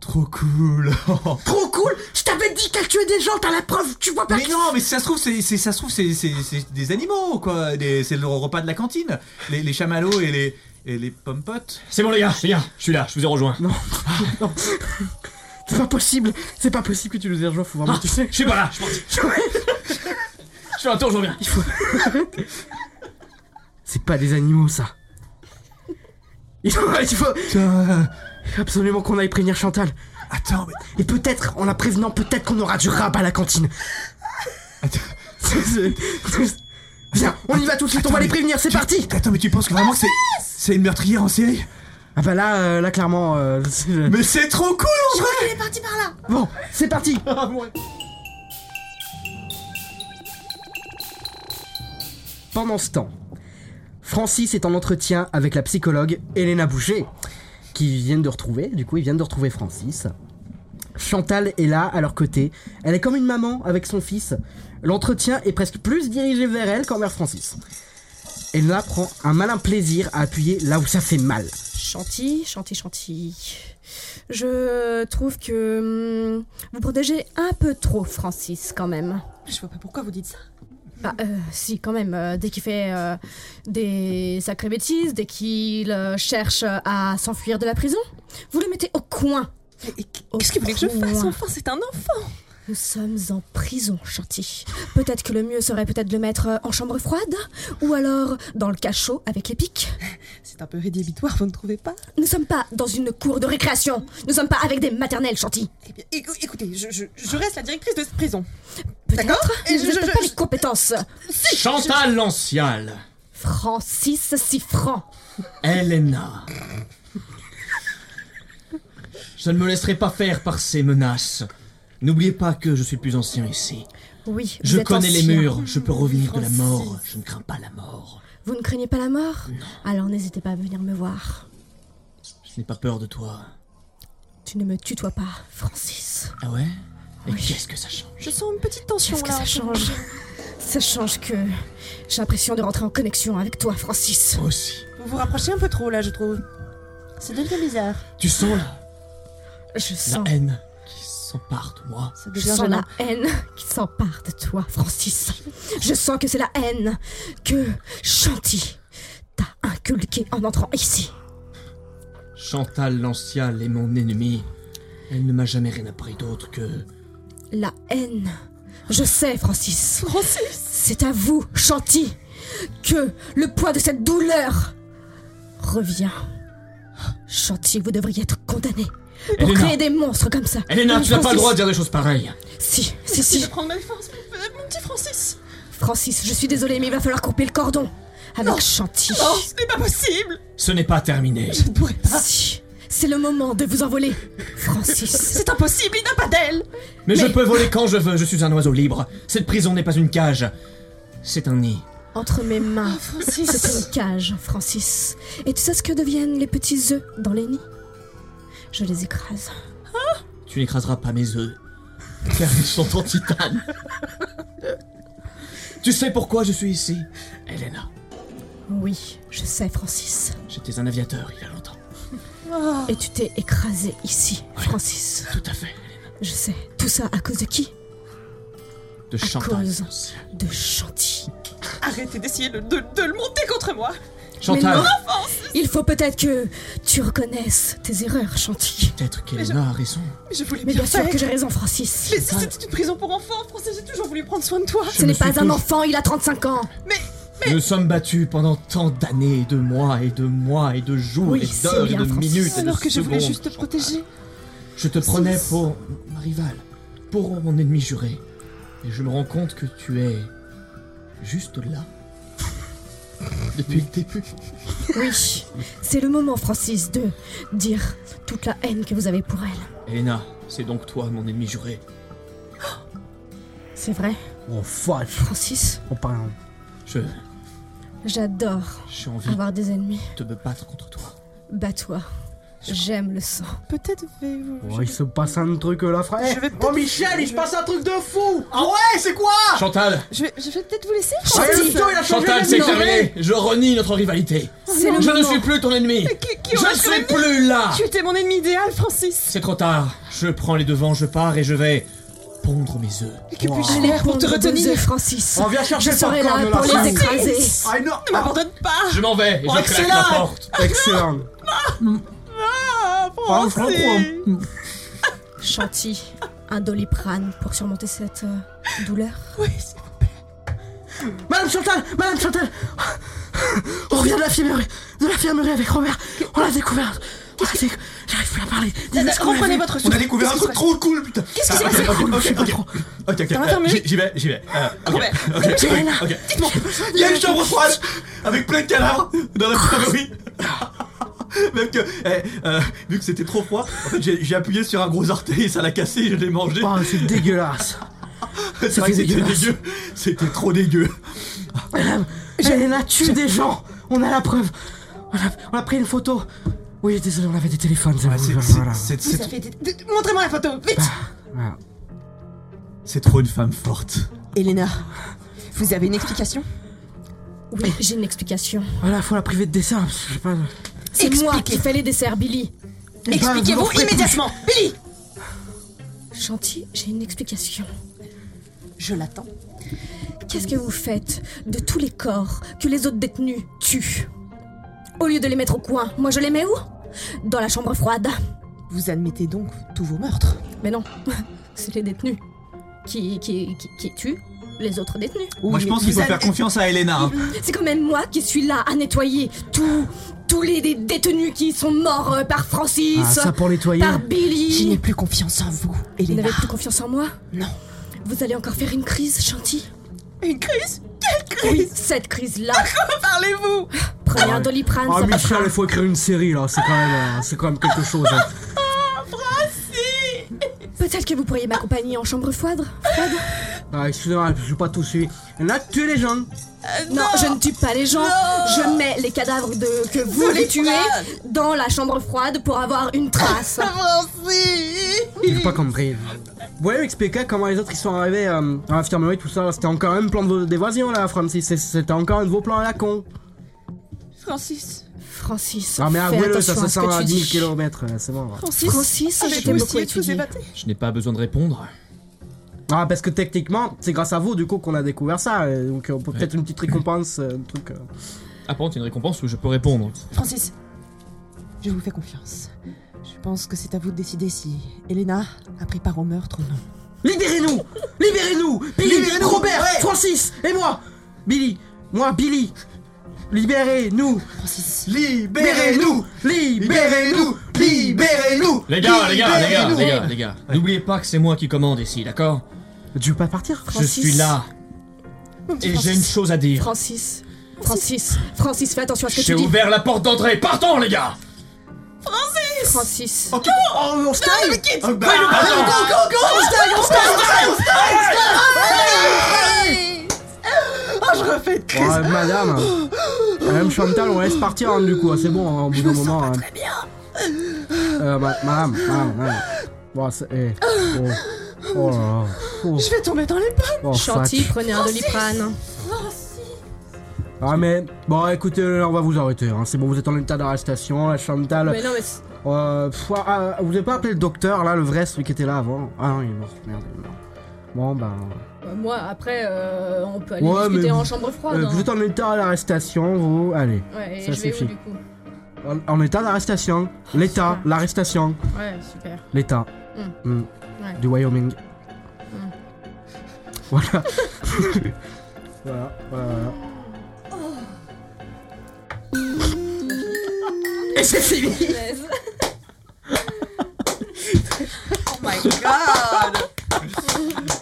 Speaker 7: Trop cool Oh.
Speaker 4: Trop cool Je t'avais dit qu'elle tuait des gens. T'as la preuve. Tu vois pas
Speaker 7: Mais
Speaker 4: que-
Speaker 7: non, mais si ça se trouve, c'est, c'est- ça se trouve, c'est, c'est- c'est des animaux, quoi. Des- c'est le repas de la cantine. Les, les chamallows et les, et les pommes potes.
Speaker 8: C'est bon les gars, les gars, je suis là, je vous ai rejoint.
Speaker 4: C'est pas possible. C'est pas possible que tu nous aies rejoint. Faut vraiment. tu sais.
Speaker 8: Je suis pas là, je suis parti. Je fais un tour, je reviens.
Speaker 4: Il faut. C'est pas des animaux, ça. Il faut, il faut
Speaker 7: Putain,
Speaker 4: absolument qu'on aille prévenir Chantal.
Speaker 7: attends, mais.
Speaker 4: Et peut-être, en la prévenant, peut-être qu'on aura du rap à la cantine.
Speaker 7: Attends,
Speaker 4: C'est- c'est- c'est- Viens, on y va tout de suite, on va les prévenir, c'est
Speaker 7: tu-
Speaker 4: parti
Speaker 7: Attends, mais tu penses que vraiment que c'est, c'est une meurtrière en série
Speaker 4: Ah bah là, euh, là clairement... euh, c'est-
Speaker 7: Mais c'est trop cool, en vrai
Speaker 5: Elle est partie par là.
Speaker 4: Bon, c'est parti Pendant ce temps, Francis est en entretien avec la psychologue Elena Boucher, qui viennent de retrouver. Du coup, ils viennent de retrouver Francis. Chantal est là, à leur côté. Elle est comme une maman avec son fils. L'entretien est presque plus dirigé vers elle qu'envers Francis. Elena prend un malin plaisir à appuyer là où ça fait mal.
Speaker 6: Chantilly, chantilly, chantilly. Je trouve que hum, vous protégez un peu trop Francis quand même.
Speaker 5: Je vois pas pourquoi vous dites ça.
Speaker 6: Bah, euh, si, quand même. euh, dès qu'il fait euh, des sacrées bêtises, dès qu'il euh, cherche euh, à s'enfuir de la prison, vous le mettez au coin.
Speaker 5: Et- et Qu'est-ce que vous voulez que je fasse Enfin, c'est un enfant.
Speaker 6: Nous sommes en prison, Chanty. Peut-être que le mieux serait peut-être de le mettre euh, en chambre froide, ou alors dans le cachot avec les pics.
Speaker 5: C'est un peu rédhibitoire, vous ne trouvez pas
Speaker 6: Nous ne sommes pas dans une cour de récréation. Nous sommes pas avec des maternelles, Chanty.
Speaker 5: Eh bien, écou- écoutez, je, je- je reste la directrice de cette prison. D'accord
Speaker 6: Peut-être.
Speaker 5: Et
Speaker 6: Nous
Speaker 5: je-
Speaker 6: n'avons
Speaker 5: je-
Speaker 6: pas
Speaker 5: je-
Speaker 6: les compétences.
Speaker 8: Chantal Lancial,
Speaker 6: Francis Siffran.
Speaker 8: Elena. Je ne me laisserai pas faire par ces menaces. N'oubliez pas que je suis le plus ancien ici.
Speaker 6: Oui, vous
Speaker 8: Je
Speaker 6: êtes
Speaker 8: connais les
Speaker 6: ancien.
Speaker 8: murs, je peux revenir de la mort. Je ne crains pas la mort.
Speaker 6: Vous ne craignez pas la mort Alors n'hésitez pas à venir me voir.
Speaker 8: Je n'ai pas peur de toi.
Speaker 6: Tu ne me tutoies pas, Francis.
Speaker 8: Ah ouais Mais qu'est-ce que ça change
Speaker 5: Je sens une petite tension
Speaker 6: Qu'est-ce que
Speaker 5: là.
Speaker 6: ça change Ça change que j'ai l'impression de rentrer en connexion avec toi, Francis.
Speaker 8: Moi aussi.
Speaker 5: Vous vous rapprochez un peu trop là, je trouve. C'est devient bizarre.
Speaker 8: Tu sens la,
Speaker 6: Je
Speaker 8: la
Speaker 6: sens,
Speaker 8: haine qui s'empare de moi.
Speaker 5: Ça
Speaker 6: je
Speaker 5: devient
Speaker 6: sens
Speaker 5: gênant.
Speaker 6: la haine qui s'empare de toi, Francis. Je sens que c'est la haine que Chanty t'a inculquée en entrant ici.
Speaker 8: Chantal Lancial est mon ennemie. Elle ne m'a jamais rien appris d'autre que.
Speaker 6: La haine. Je sais, Francis.
Speaker 5: Francis
Speaker 6: C'est à vous, Chanty, que le poids de cette douleur revient. Chanty, vous devriez être condamné pour
Speaker 8: Elena.
Speaker 6: créer des monstres comme ça.
Speaker 8: Elena,
Speaker 6: Comme
Speaker 8: tu n'as pas le
Speaker 6: Francis.
Speaker 8: droit de dire des choses pareilles.
Speaker 6: Si, si,
Speaker 5: Merci
Speaker 6: si.
Speaker 5: de prendre ma défense, mon mon petit Francis
Speaker 6: Francis, je suis désolée, mais il va falloir couper le cordon avec Chanty.
Speaker 5: Non, ce n'est pas possible
Speaker 8: Ce n'est pas terminé.
Speaker 5: Oh. Je ne pourrais pas
Speaker 6: Si, c'est le moment de vous envoler, Francis.
Speaker 5: C'est impossible, il n'a pas d'aile
Speaker 8: Mais, je peux voler quand je veux, je suis un oiseau libre. Cette prison n'est pas une cage. C'est un nid.
Speaker 6: Entre mes mains, Oh, c'est
Speaker 5: Francis
Speaker 6: une cage, Francis. Et tu sais ce que deviennent les petits œufs dans les nids Je les écrase.
Speaker 8: Tu n'écraseras pas mes œufs. Car ils sont en titane. tu sais pourquoi je suis ici, Elena.
Speaker 6: Oui, je sais, Francis.
Speaker 8: J'étais un aviateur il y a longtemps.
Speaker 5: Oh.
Speaker 6: Et tu t'es écrasé ici, Francis.
Speaker 8: Tout à fait.
Speaker 6: Je sais. Tout ça à cause de qui
Speaker 8: De
Speaker 6: À
Speaker 8: Chantal.
Speaker 6: cause de Chantilly.
Speaker 5: Arrêtez d'essayer de, de- de le monter contre moi.
Speaker 8: Chantal
Speaker 6: non. Il faut peut-être que tu reconnaisses tes erreurs, Chantilly.
Speaker 8: Peut-être
Speaker 5: Mais je-
Speaker 8: qu'Elena a raison.
Speaker 5: Mais je voulais
Speaker 6: Mais bien sûr
Speaker 5: faire.
Speaker 6: que j'ai raison, Francis.
Speaker 5: Mais si c'était une prison pour enfants, Francis, j'ai toujours voulu prendre soin de toi.
Speaker 6: Ce n'est pas un enfant, il a 35 ans.
Speaker 8: Nous sommes battus pendant tant d'années, de mois et de mois et de jours
Speaker 6: Oui,
Speaker 8: et
Speaker 6: c'est
Speaker 8: d'heures et
Speaker 6: bien,
Speaker 8: de
Speaker 6: Francis.
Speaker 8: minutes et de
Speaker 5: Alors que je voulais
Speaker 8: secondes.
Speaker 5: juste te protéger.
Speaker 8: Je te prenais pour ma rivale, pour mon ennemi juré. Et je me rends compte que tu es juste là. Depuis le début.
Speaker 6: Oui, c'est le moment, Francis, de dire toute la haine que vous avez pour elle.
Speaker 8: Elena, c'est donc toi mon ennemi juré.
Speaker 6: C'est vrai,
Speaker 4: Oh, fuck.
Speaker 6: Francis
Speaker 4: On parle.
Speaker 8: Je
Speaker 6: J'adore
Speaker 8: j'ai envie
Speaker 6: avoir des ennemis.
Speaker 8: de me battre contre toi.
Speaker 6: Bats-toi. J'aime le sang.
Speaker 5: Peut-être vais-vous.
Speaker 4: Oh, il se passe un truc là, frère.
Speaker 5: Je vais
Speaker 4: Oh,
Speaker 5: peut-être-
Speaker 4: Michel, il se passe un truc de fou. Ah ouais, c'est quoi
Speaker 8: Chantal,
Speaker 5: Je vais, je vais peut-être vous laisser.
Speaker 4: Ah,
Speaker 5: Francis.
Speaker 4: le feu, il a changé
Speaker 8: Chantal,
Speaker 4: les
Speaker 8: c'est
Speaker 4: noms.
Speaker 8: terminé. Je renie notre rivalité.
Speaker 6: C'est le
Speaker 8: Je
Speaker 6: moment.
Speaker 8: ne suis plus ton ennemi.
Speaker 5: Qui, qui
Speaker 8: Je
Speaker 5: aurait
Speaker 8: ne
Speaker 5: cru
Speaker 8: suis plus là.
Speaker 5: Tu étais mon ennemi idéal, Francis.
Speaker 8: C'est trop tard. Je prends les devants, je pars et je vais pondre mes œufs.
Speaker 5: Et que puis-je
Speaker 6: Allez
Speaker 5: faire pour te
Speaker 6: pondre vos
Speaker 5: retenir
Speaker 6: œufs, Francis.
Speaker 4: On vient chercher
Speaker 6: Je
Speaker 4: le
Speaker 6: serai
Speaker 4: popcorn
Speaker 6: là
Speaker 4: de
Speaker 6: pour
Speaker 4: la
Speaker 6: les
Speaker 4: famille.
Speaker 6: écraser.
Speaker 4: Ah non,
Speaker 5: Ne m'abandonne pas.
Speaker 8: Je m'en vais et je claque la
Speaker 4: excellent.
Speaker 8: porte.
Speaker 4: excellent.
Speaker 5: Ah,
Speaker 4: Ah, je
Speaker 5: Francis.
Speaker 6: Chantilly, un doliprane pour surmonter cette euh, douleur.
Speaker 4: Madame Chantal, Madame Chantal, on revient de l'infirmerie, de l'infirmerie avec Robert. On l'a découverte. On l'a découverte. J'arrive plus à parler. Dis-nous ce qu'on a
Speaker 5: Reprenez
Speaker 4: vu.
Speaker 5: votre
Speaker 7: On a
Speaker 5: souffle.
Speaker 7: découvert un truc trop cool, putain. Ah,
Speaker 5: Qu'est-ce qui s'est passé
Speaker 7: Ok,
Speaker 4: Je
Speaker 7: ok,
Speaker 4: sais pas
Speaker 7: ok.
Speaker 4: trop.
Speaker 7: Ok, ok.
Speaker 5: Dans
Speaker 7: euh,
Speaker 5: l'infirmerie
Speaker 7: j'y- J'y vais, j'y vais. Euh, ok,
Speaker 5: Robert.
Speaker 7: ok,
Speaker 4: J'ai
Speaker 7: oui,
Speaker 4: rien là.
Speaker 7: ok. Il y a une chambre froide avec plein de canards dans la famille. Même que, eh, euh, vu que c'était trop froid, en fait, j'ai j'ai appuyé sur un gros orteil et ça l'a cassé et je l'ai mangé.
Speaker 4: Oh, c'est dégueulasse.
Speaker 7: C'est vrai que c'était
Speaker 4: dégueulasse.
Speaker 7: dégueu. C'était trop dégueu.
Speaker 4: Madame, Jelena tue des gens. On a la preuve. On a, on a pris une photo. Oui, désolé, on avait des téléphones.
Speaker 7: Ah,
Speaker 4: j'avoue,
Speaker 7: c'est-
Speaker 4: voilà.
Speaker 7: c'est-
Speaker 5: Vous
Speaker 7: c'est-
Speaker 5: avez été- de- Montrez-moi la photo, vite
Speaker 4: Voilà.
Speaker 7: C'est trop une femme forte.
Speaker 5: Elena, vous avez une explication
Speaker 6: Oui, j'ai une explication.
Speaker 4: Voilà, faut la priver de dessin. parce que je sais
Speaker 7: Ah,
Speaker 4: pas.
Speaker 6: C'est moi
Speaker 5: Expliquez.
Speaker 6: qui fais les desserts, Billy.
Speaker 4: Eh ben, vous
Speaker 5: Expliquez-vous
Speaker 4: en ferez
Speaker 5: immédiatement Billy
Speaker 6: Chantilly, j'ai une explication.
Speaker 5: Je l'attends.
Speaker 6: Qu'est-ce que vous faites de tous les corps que les autres détenus tuent Au lieu de les mettre au coin, moi je les mets où Dans la chambre froide.
Speaker 5: Vous admettez donc tous vos meurtres
Speaker 6: Mais non, c'est les détenus qui, qui, qui, qui tuent les autres détenus.
Speaker 7: Moi, je
Speaker 5: mais
Speaker 7: pense
Speaker 5: vous
Speaker 7: qu'il faut
Speaker 5: avez-
Speaker 7: faire confiance à Elena. hein.
Speaker 6: C'est quand même moi qui suis là à nettoyer tous tous les dé- détenus qui sont morts euh, par Francis,
Speaker 4: Ah, ça pour nettoyer.
Speaker 6: par
Speaker 5: Je n'ai
Speaker 6: Billy.
Speaker 5: plus confiance en vous,
Speaker 6: Vous
Speaker 5: Elena.
Speaker 4: bah.
Speaker 6: n'avez plus confiance en moi
Speaker 5: Non.
Speaker 6: Vous allez encore faire une crise, Chanty
Speaker 5: Une crise
Speaker 6: Oui, cette crise-là.
Speaker 5: Parlez-vous
Speaker 6: Prenez un doliprane,
Speaker 4: Ah
Speaker 6: ça
Speaker 4: Michel,
Speaker 6: passera.
Speaker 4: il faut écrire une série là, c'est quand même, euh, c'est quand même quelque chose. hein.
Speaker 6: Peut-être que vous pourriez m'accompagner en chambre froide
Speaker 4: Ah, excusez-moi, je suis pas tout suivi. On a tué les gens. Euh,
Speaker 6: Non, je ne tue pas les gens. Je mets les cadavres de que vous les tuez dans la chambre froide pour avoir une trace.
Speaker 4: J'ai pas compris. Vous voyez expliquer comment les autres ils sont arrivés euh, à l'infirmerie, tout ça. C'était encore un plan de vos, des voisins là, Francis. C'est- C'était encore un de vos plans à la con.
Speaker 5: Francis,
Speaker 6: Francis,
Speaker 4: Ah mais
Speaker 6: fais
Speaker 4: avouez-le, ça
Speaker 6: attention
Speaker 4: se sent
Speaker 6: à ce que
Speaker 4: à
Speaker 6: tu
Speaker 4: 10
Speaker 6: dis.
Speaker 4: km, euh, c'est bon. ouais.
Speaker 5: Francis,
Speaker 6: Francis,
Speaker 5: avec
Speaker 6: je
Speaker 5: vous
Speaker 6: t'ai
Speaker 5: aussi,
Speaker 6: beaucoup
Speaker 5: tous ces
Speaker 6: étudié.
Speaker 5: bâtards.
Speaker 8: Je n'ai pas besoin de répondre.
Speaker 4: Ah parce que techniquement, c'est grâce à vous du coup qu'on a découvert ça. euh, Donc on peut peut-être une petite récompense, euh, un truc. euh.
Speaker 8: Ah, par contre, il y a une récompense où je peux répondre.
Speaker 5: Francis, je vous fais confiance. Je pense que c'est à vous de décider si Elena a pris part au meurtre ou non.
Speaker 4: Libérez-nous Libérez-nous Billy,
Speaker 7: Libérez-nous,
Speaker 4: Robert,
Speaker 7: ouais
Speaker 4: Francis et moi. Billy, moi Billy. Libérez-nous
Speaker 5: Francis,
Speaker 7: Libérez-nous Libérez-nous Libérez-nous
Speaker 8: Les gars, les gars, les gars,
Speaker 7: Libérez-nous
Speaker 8: les gars, les gars. N'oubliez pas que c'est moi qui commande ici, d'accord
Speaker 4: Tu veux pas partir
Speaker 8: Je
Speaker 6: Francis.
Speaker 8: suis là
Speaker 5: mon petit
Speaker 8: et j'ai
Speaker 5: Francis.
Speaker 8: une chose à dire.
Speaker 6: Francis, Francis, Francis, fais attention à ce que
Speaker 8: J'ai
Speaker 6: tu dis.
Speaker 8: ouvert la porte d'entrée. Partons, les gars
Speaker 6: Francis,
Speaker 7: Ok, oh, on se
Speaker 5: Ah,
Speaker 7: taille Oh, bah,
Speaker 4: Allez,
Speaker 7: attends.
Speaker 4: go, go, go On se taille, on se taille, on se taille, on se taille, on se taille Oh, je refais de crise. Ouais, madame. Madame Chantal, on laisse partir, hein, du coup. hein, C'est bon, hein, au bout d'un moment. hein. Euh, ma- madame, madame, madame. Bon, c'est... eh, oh. Oh là là. Oh,
Speaker 5: Je vais tomber dans les pommes
Speaker 4: oh,
Speaker 6: Chanty,
Speaker 4: fuck.
Speaker 6: prenez un doliprane.
Speaker 4: Ah mais bon écoutez on va vous arrêter hein. c'est bon vous êtes en état d'arrestation la Chantal
Speaker 6: Mais non, mais c'est-
Speaker 4: euh, pff, ah, vous avez pas appelé le docteur là le vrai celui qui était là avant ah non il est mort merde, il est mort. bon bah
Speaker 6: euh, moi, après, euh, on peut aller
Speaker 4: Ouais, mais
Speaker 6: discuter en
Speaker 4: vous-
Speaker 6: chambre froide.
Speaker 4: euh,
Speaker 6: hein.
Speaker 4: vous êtes en état d'arrestation vous allez
Speaker 6: Ouais, et
Speaker 4: ça
Speaker 6: je vais
Speaker 4: suffit.
Speaker 6: où du coup
Speaker 4: en, en état d'arrestation l'état
Speaker 6: super.
Speaker 4: l'arrestation
Speaker 6: Ouais, super.
Speaker 4: l'état
Speaker 5: Hmm.
Speaker 4: Mm.
Speaker 6: Ouais.
Speaker 4: du Wyoming voilà voilà voilà voilà. et c'est fini
Speaker 6: Punaise.
Speaker 5: Oh my god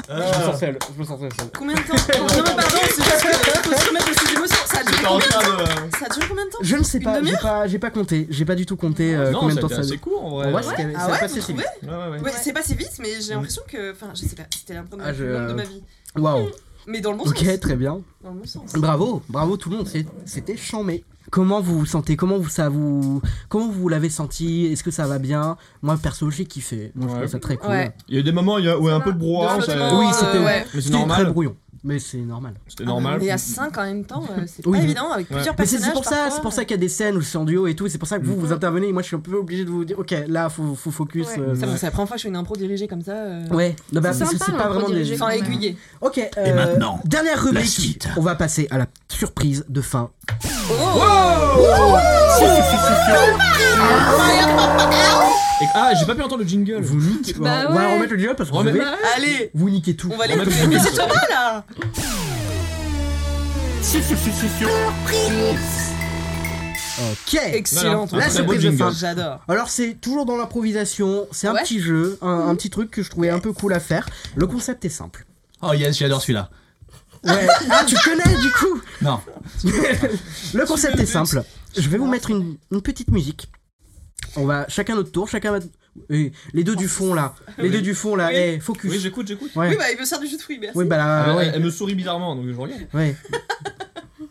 Speaker 4: je me sens seul je me sens seul
Speaker 5: Combien de temps Non mais pardon, c'est juste que faut se remettre aussi d'émotion. Ça a duré combien de temps Ça a duré combien de temps
Speaker 4: Je ne sais
Speaker 5: Une
Speaker 4: pas, j'ai
Speaker 5: demi-heure
Speaker 4: pas, j'ai pas compté, j'ai pas du tout compté euh,
Speaker 8: non,
Speaker 4: combien de
Speaker 8: ça a
Speaker 4: temps
Speaker 8: été
Speaker 4: ça a
Speaker 8: assez
Speaker 4: duré.
Speaker 8: court en
Speaker 4: En
Speaker 8: vrai.
Speaker 4: vrai, c'était- ça
Speaker 5: Ah
Speaker 4: a
Speaker 5: ouais,
Speaker 4: passé
Speaker 5: vous
Speaker 4: si
Speaker 5: trouvez
Speaker 4: vite.
Speaker 8: Ouais, ouais, ouais.
Speaker 5: Ouais, c'est passé vite, mais j'ai l'impression que, enfin, je sais pas, c'était l'impression
Speaker 4: Ah, je-
Speaker 5: de ma vie.
Speaker 4: Waouh,
Speaker 5: Mais dans le bon
Speaker 4: ok,
Speaker 5: sens.
Speaker 4: très bien.
Speaker 5: Dans le bon sens.
Speaker 4: Bravo, bravo tout le monde, c'est- c'était chambé. Comment vous vous sentez Comment vous ça vous comment vous l'avez senti Est-ce que ça va bien Moi perso j'ai kiffé, moi je
Speaker 8: Ouais.
Speaker 4: trouve ça très cool.
Speaker 5: Ouais.
Speaker 8: Il y a eu des moments où il y a où il y a un
Speaker 6: Ça
Speaker 8: peu
Speaker 6: va.
Speaker 8: de brouhaha.
Speaker 5: De
Speaker 8: ça-
Speaker 5: flottement,
Speaker 4: Oui, c'était-
Speaker 5: euh, ouais.
Speaker 8: Mais c'est
Speaker 4: C'était très
Speaker 8: normal.
Speaker 4: brouillon, mais c'est normal.
Speaker 8: C'était normal.
Speaker 5: Ah, Mais à 5 en même temps, euh, c'est
Speaker 4: Oui,
Speaker 5: pas
Speaker 4: oui.
Speaker 5: évident avec plusieurs
Speaker 4: Mais c'est
Speaker 5: personnages.
Speaker 4: c'est pour ça,
Speaker 5: parfois. euh.
Speaker 4: c'est pour ça qu'il y a des scènes où c'est en duo et tout. C'est pour ça que vous vous intervenez. et Moi je suis un peu obligé de vous dire, ok, là faut, faut focus.
Speaker 6: Ouais.
Speaker 4: euh,
Speaker 5: Ça,
Speaker 4: ouais.
Speaker 5: bon, c'est la première fois que je fais une impro dirigée comme ça. euh,
Speaker 4: non, bah,
Speaker 6: C'est
Speaker 4: parce que
Speaker 6: sympa,
Speaker 4: c'est
Speaker 6: un
Speaker 4: pas
Speaker 6: peu
Speaker 4: vraiment des.
Speaker 6: dirigé.
Speaker 5: Enfin, aiguillée.
Speaker 4: Ok. euh,
Speaker 7: maintenant,
Speaker 4: dernière rubrique.
Speaker 7: suite.
Speaker 4: On va passer à la surprise de fin.
Speaker 5: Oh,
Speaker 4: Oh
Speaker 8: Et- Ah, j'ai pas pu entendre le jingle.
Speaker 4: Vous niquez.
Speaker 6: Bah
Speaker 4: On va
Speaker 6: ouais.
Speaker 4: remettre le jingle parce
Speaker 5: Oh,
Speaker 4: que vous,
Speaker 8: Remets-
Speaker 4: avez-
Speaker 5: Allez,
Speaker 4: vous niquez tout.
Speaker 5: on va les.
Speaker 8: Remets-
Speaker 5: Mais c'est trop mal là
Speaker 4: Ok.
Speaker 5: Excellente.
Speaker 8: Voilà,
Speaker 4: La
Speaker 8: un très beau
Speaker 4: surprise de fin.
Speaker 8: jingle.
Speaker 5: J'adore.
Speaker 4: Alors c'est toujours dans l'improvisation, c'est un
Speaker 5: Ouais.
Speaker 4: petit jeu, un, un petit truc que je trouvais un peu cool à faire. Le concept est simple.
Speaker 12: Oh yes, j'adore celui-là.
Speaker 4: Ouais. ah tu connais du coup
Speaker 12: Non.
Speaker 4: Le concept est simple. Je vais vous mettre une, une petite musique. On va chacun notre tour, chacun va... Eh, les deux du fond là, les deux du fond là,
Speaker 5: Oui.
Speaker 4: eh, focus.
Speaker 8: Oui, j'écoute, j'écoute.
Speaker 4: Ouais.
Speaker 5: Oui, bah il me sert du jus de fruits, merci.
Speaker 4: Oui, bah là,
Speaker 8: Ah,
Speaker 4: ouais,
Speaker 8: Elle elle me sourit bizarrement, donc je regarde.
Speaker 4: ouais.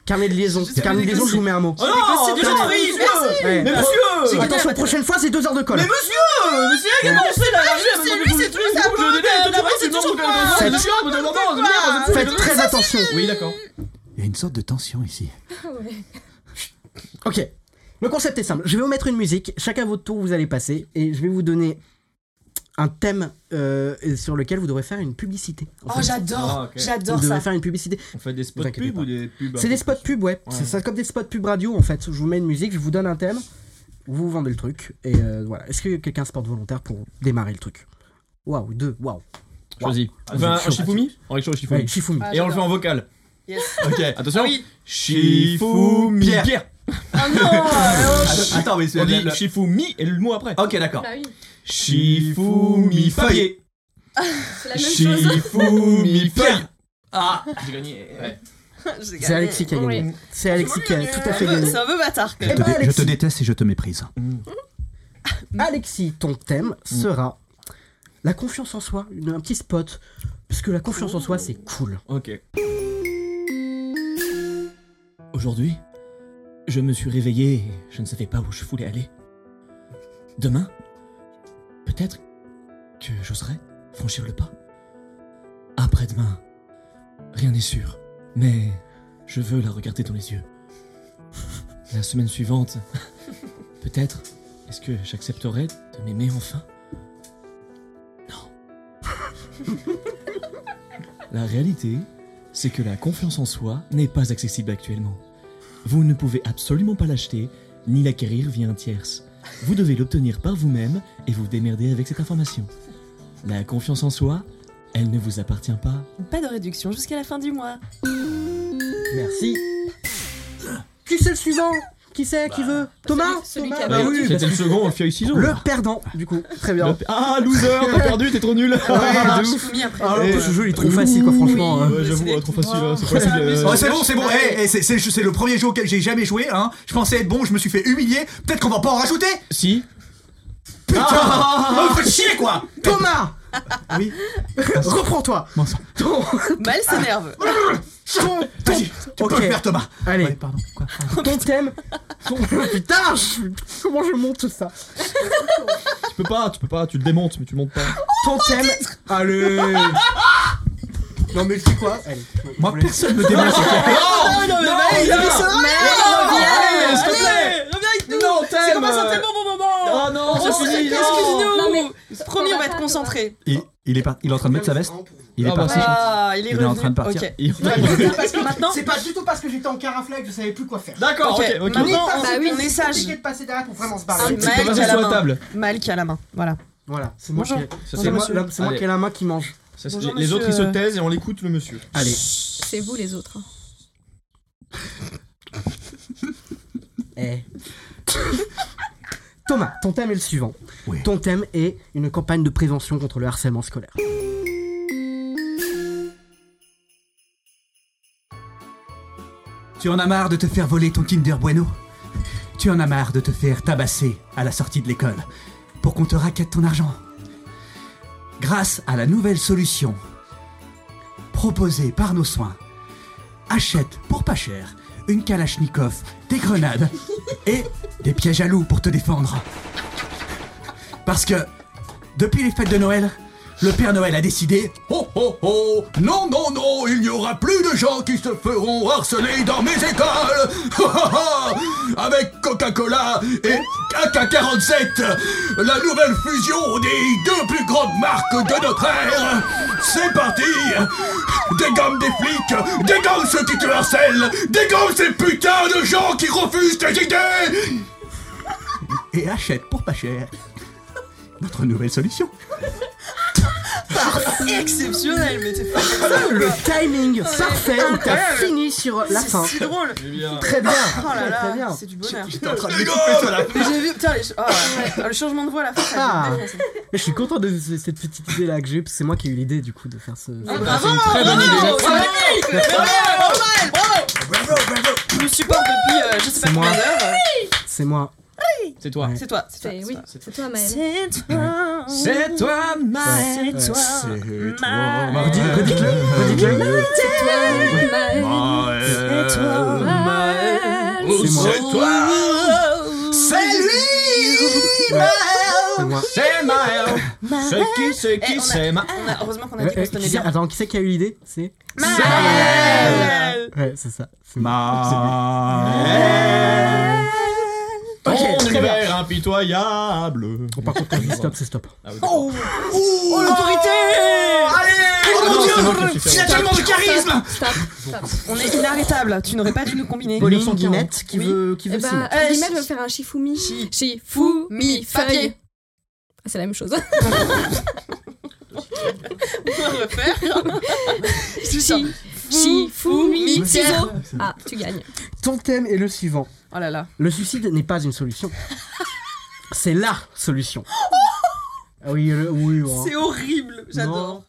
Speaker 4: Carnet de liaison,
Speaker 5: Juste
Speaker 4: carnet de
Speaker 5: des
Speaker 4: liaison, je
Speaker 5: classiques.
Speaker 4: vous mets un mot.
Speaker 5: J'ai
Speaker 8: Oh,
Speaker 5: négocié du jus de fruits, merci
Speaker 4: Ouais.
Speaker 5: J'ai gagné
Speaker 4: Attention,
Speaker 5: la bataille.
Speaker 4: prochaine fois c'est deux heures de colle.
Speaker 5: C'est lui, c'est toujours sa pote, la vraie, c'est toujours moi.
Speaker 4: Faites-
Speaker 5: Quoi
Speaker 4: Faites très attention.
Speaker 8: Oui, d'accord.
Speaker 7: Il y a une sorte de tension ici.
Speaker 6: Ouais.
Speaker 4: Ok. Le concept est simple. Je vais vous mettre une musique. Chacun à votre tour, vous allez passer. Et je vais vous donner un thème euh, sur lequel vous devrez faire une publicité. en
Speaker 5: Oh,
Speaker 4: fait.
Speaker 8: Ah,
Speaker 5: j'adore,
Speaker 8: ok.
Speaker 5: j'adore
Speaker 4: Vous devrez
Speaker 5: ça.
Speaker 4: faire une publicité.
Speaker 8: On fait des spots
Speaker 4: Vous inquiétez
Speaker 8: pubs
Speaker 4: pas.
Speaker 8: ou des pubs
Speaker 4: C'est des spots pub, ouais. C'est ça, comme des spots pub radio, en fait. Je vous mets une musique, je vous donne un thème, vous vendez le truc. Et euh, voilà. Est-ce que quelqu'un se porte volontaire pour démarrer le truc Waouh, deux, waouh.
Speaker 8: Choisis.
Speaker 5: hein.
Speaker 4: Ah,
Speaker 8: Enfin,
Speaker 4: c'est
Speaker 8: un
Speaker 4: chaud.
Speaker 8: Shifumi On réchauffe
Speaker 4: Ouais,
Speaker 8: Shifumi.
Speaker 4: Shifumi.
Speaker 5: Ah,
Speaker 8: Et on le fait
Speaker 5: j'adore.
Speaker 8: en vocal.
Speaker 5: Yes.
Speaker 8: Ok, attention.
Speaker 5: Ah oui.
Speaker 8: Shifumi.
Speaker 12: Pierre.
Speaker 8: Pierre.
Speaker 5: Oh non
Speaker 12: Attends, mais c'est
Speaker 8: On dit
Speaker 12: le- le-
Speaker 8: Shifumi et le mot après.
Speaker 12: Ok, d'accord.
Speaker 6: Bah oui,
Speaker 8: Shifumi Feuillet.
Speaker 6: c'est la même chose.
Speaker 8: Shifumi Feuillet.
Speaker 12: Ah,
Speaker 8: J'ai gagné.
Speaker 5: J'ai
Speaker 4: C'est
Speaker 5: gagné.
Speaker 4: Alexis qui a gagné. C'est Alexis qui a tout à fait
Speaker 5: C'est un peu-
Speaker 4: gagné.
Speaker 5: C'est un peu bâtard quand
Speaker 4: Eh
Speaker 5: même.
Speaker 4: ben, Alexis.
Speaker 7: déteste et je te méprise.
Speaker 4: Alexis, ton thème sera la confiance en soi, une- un petit spot. Parce que la confiance en soi, c'est cool.
Speaker 8: Ok.
Speaker 9: Aujourd'hui, je me suis réveillé et je ne savais pas où je voulais aller. Demain, peut-être que j'oserai franchir le pas. Après-demain, rien n'est sûr, mais je veux la regarder dans les yeux. La semaine suivante, peut-être est-ce que j'accepterai de m'aimer enfin Non. La réalité, c'est que la confiance en soi n'est pas accessible actuellement. Vous ne pouvez absolument pas l'acheter, ni l'acquérir via un tierce. Vous devez l'obtenir par vous-même et vous démerder avec cette information. La confiance en soi, elle ne vous appartient pas.
Speaker 5: Pas de réduction jusqu'à la fin du mois.
Speaker 4: Merci. Qui c'est le suivant Qui c'est Qui veut Thomas
Speaker 6: Bah, celui
Speaker 4: Thomas
Speaker 6: qui a
Speaker 4: Bah
Speaker 6: perdu.
Speaker 4: oui, bah,
Speaker 8: C'était le second, on le fait avec ciseaux.
Speaker 4: le perdant, du coup. Très bien.
Speaker 8: Ah, loser, t'as perdu, t'es trop nul. Eh,
Speaker 5: Ah, je suis mis après.
Speaker 4: Ah,
Speaker 8: Et-
Speaker 4: ce jeu il est trop facile quoi franchement. hein.
Speaker 8: Ouais, j'avoue,
Speaker 5: c'est
Speaker 8: euh, trop facile,
Speaker 5: des-
Speaker 8: euh, c'est pas facile. euh,
Speaker 12: Oh, c'est bon, c'est bon. Eh, eh, c'est- c'est c'est le premier jeu auquel j'ai jamais joué. Hein. Je pensais être bon, je me suis fait humilier. Peut-être qu'on va pas en rajouter.
Speaker 8: Si.
Speaker 12: Putain,
Speaker 4: Ah.
Speaker 12: oh, faites chier quoi.
Speaker 4: Thomas Ah.
Speaker 12: Oui.
Speaker 4: Reprends-toi Ton-
Speaker 5: Mal s'énerve.
Speaker 4: ton- ton-
Speaker 12: Vas-y, tu peux
Speaker 4: Ok.
Speaker 12: le faire, Thomas.
Speaker 4: Allez,
Speaker 12: Ouais, pardon. Quoi
Speaker 4: ton thème ton- Putain je- Comment je monte ça
Speaker 8: Tu
Speaker 12: Oh,
Speaker 8: peux pas, tu peux pas, tu le démontes, mais tu le montes pas.
Speaker 4: Ton thème Allez Non, mais c'est quoi Allez.
Speaker 7: Moi, personne me démarche.
Speaker 5: Oh non, mais mec, il a mis son
Speaker 8: Allez, s'il te plaît
Speaker 5: Reviens avec nous
Speaker 8: Non,
Speaker 5: C'est
Speaker 8: t'aimes
Speaker 5: comme un tellement bon moment
Speaker 8: Oh non,
Speaker 5: Oh,
Speaker 8: c'est fini
Speaker 6: Non,
Speaker 5: Excuse-nous
Speaker 6: mais-
Speaker 5: Promis, on va
Speaker 6: Ça
Speaker 5: être
Speaker 6: va,
Speaker 5: concentrés.
Speaker 7: Il, il est, par- il est en train de mettre sa veste. Il est
Speaker 8: Ah, bah,
Speaker 7: parti.
Speaker 5: Ah, il est
Speaker 7: Il est
Speaker 5: revenu.
Speaker 7: en train de partir.
Speaker 5: Ok.
Speaker 8: Il-
Speaker 5: Parce que maintenant,
Speaker 4: C'est pas du tout parce que j'étais en caraflaque que je savais plus quoi faire.
Speaker 8: D'accord, ok, ok.
Speaker 4: Ni
Speaker 5: Maintenant,
Speaker 4: parce
Speaker 5: on-
Speaker 4: que
Speaker 6: oui.
Speaker 5: on est
Speaker 4: C'est
Speaker 5: sage.
Speaker 4: compliqué de passer derrière pour vraiment se
Speaker 5: Ah,
Speaker 4: barrer.
Speaker 5: mais- Mike
Speaker 8: Pas
Speaker 5: à
Speaker 8: passer
Speaker 5: la
Speaker 8: sur la
Speaker 5: main.
Speaker 8: table.
Speaker 5: Mal qui a la main. Voilà.
Speaker 4: Voilà, c'est moi qui
Speaker 5: Bonjour.
Speaker 4: ai-
Speaker 8: Ça,
Speaker 4: c'est
Speaker 8: c'est-
Speaker 4: moi, là, c'est moi
Speaker 8: Allez.
Speaker 4: qui ai la main qui mange.
Speaker 8: ça, c'est-
Speaker 5: Bonjour,
Speaker 8: Les autres, ils se
Speaker 5: monsieur.
Speaker 8: taisent et on l'écoute, le monsieur.
Speaker 4: Allez.
Speaker 6: C'est vous les autres.
Speaker 10: hein.
Speaker 4: Eh. Thomas, ton thème est le suivant.
Speaker 7: Oui.
Speaker 4: Ton thème est une campagne de prévention contre le harcèlement scolaire.
Speaker 7: Tu en as marre de te faire voler ton Kinder Bueno Tu en as marre de te faire tabasser à la sortie de l'école pour qu'on te raquette ton argent Grâce à la nouvelle solution proposée par nos soins, achète pour pas cher une Kalachnikov, des grenades et des pièges à loups pour te défendre. Parce que depuis les fêtes de Noël, le Père Noël a décidé Oh oh oh Non, non, non Il n'y aura plus de gens qui se feront harceler dans mes écoles Ha, ha, ha Avec Coca-Cola et AK-47, la nouvelle fusion des deux plus grandes marques de notre ère C'est parti Dégomme des flics Dégomme ceux qui te harcèlent Dégomme ces putains de gens qui refusent tes idées Et achète pour pas cher notre nouvelle solution
Speaker 5: Exceptionnel, mais t'es fou.
Speaker 4: Le timing parfait où t'as fini sur la fin.
Speaker 5: C'est drôle.
Speaker 4: Très bien.
Speaker 5: Oh
Speaker 4: très,
Speaker 5: là
Speaker 4: très
Speaker 5: là,
Speaker 4: bien.
Speaker 5: c'est du bonheur.
Speaker 8: Voilà.
Speaker 5: Mais J'ai vu, putain, les ch- oh, ouais. le changement de voix à la fin, ça
Speaker 4: Ah.
Speaker 5: a été défoncé.
Speaker 4: Mais Je suis content de ce- cette petite idée là que j'ai, eu, parce que c'est moi qui ai eu l'idée du coup de faire ce.
Speaker 8: Bah, C'est une
Speaker 5: Ah,
Speaker 8: très bonne idée.
Speaker 5: Je me supporte depuis, euh, je sais pas
Speaker 4: C'est moi.
Speaker 5: combien d'heures.
Speaker 4: C'est moi.
Speaker 8: C'est toi.
Speaker 5: C'est toi, c'est toi.
Speaker 6: C'est oui, c'est toi Maëlle.
Speaker 5: C'est toi.
Speaker 8: C'est toi, Maël.
Speaker 4: Ouais.
Speaker 7: C'est
Speaker 5: Ma-
Speaker 7: Mardi,
Speaker 4: Redis- Redites-le. Redites-le.
Speaker 6: Bah.
Speaker 5: C'est toi.
Speaker 4: C'est moi.
Speaker 8: C'est lui.
Speaker 4: C'est moi.
Speaker 8: C'est Maël. C'est qui, c'est
Speaker 5: Eh,
Speaker 8: qui,
Speaker 5: on a-
Speaker 8: c'est Maël.
Speaker 5: On a- Heureusement qu'on a dit
Speaker 4: Euh, euh,
Speaker 5: qu'on se
Speaker 4: qui
Speaker 5: tenait
Speaker 4: c'est-
Speaker 5: bien.
Speaker 4: Attends, qui c'est qui a eu l'idée C'est.
Speaker 5: Maël
Speaker 4: Ouais, c'est ça. C'est moi.
Speaker 8: Maël. Ton
Speaker 4: Ok, très
Speaker 8: univers impitoyable.
Speaker 4: Bon, Oh, par contre, quand je dis stop, c'est stop.
Speaker 5: Oh, oh l'autorité
Speaker 8: Oh non, c'est moi qui me suis fait.
Speaker 6: tellement de charisme Stop, Eh stop.
Speaker 5: On est inarrêtable, tu n'aurais pas dû nous combiner.
Speaker 4: Pauline Guinette qui
Speaker 5: Oui.
Speaker 4: veut qui
Speaker 6: Eh
Speaker 4: veut s'y
Speaker 6: ben,
Speaker 4: mettre.
Speaker 5: Euh,
Speaker 6: Guillemette
Speaker 5: chi-
Speaker 6: veut faire un Shifumi.
Speaker 5: Chi-
Speaker 6: Shifumi,
Speaker 5: papier.
Speaker 6: feuille. Ah, C'est la même chose.
Speaker 5: On va refaire. Je suis sûre.
Speaker 6: Chi- Shifumi, ciseaux. Ah, tu gagnes.
Speaker 4: Ton thème est le suivant.
Speaker 5: Oh là là.
Speaker 4: Le suicide n'est pas une solution. C'est LA solution. Ah oui, le- oui, oui.
Speaker 5: C'est horrible, j'adore.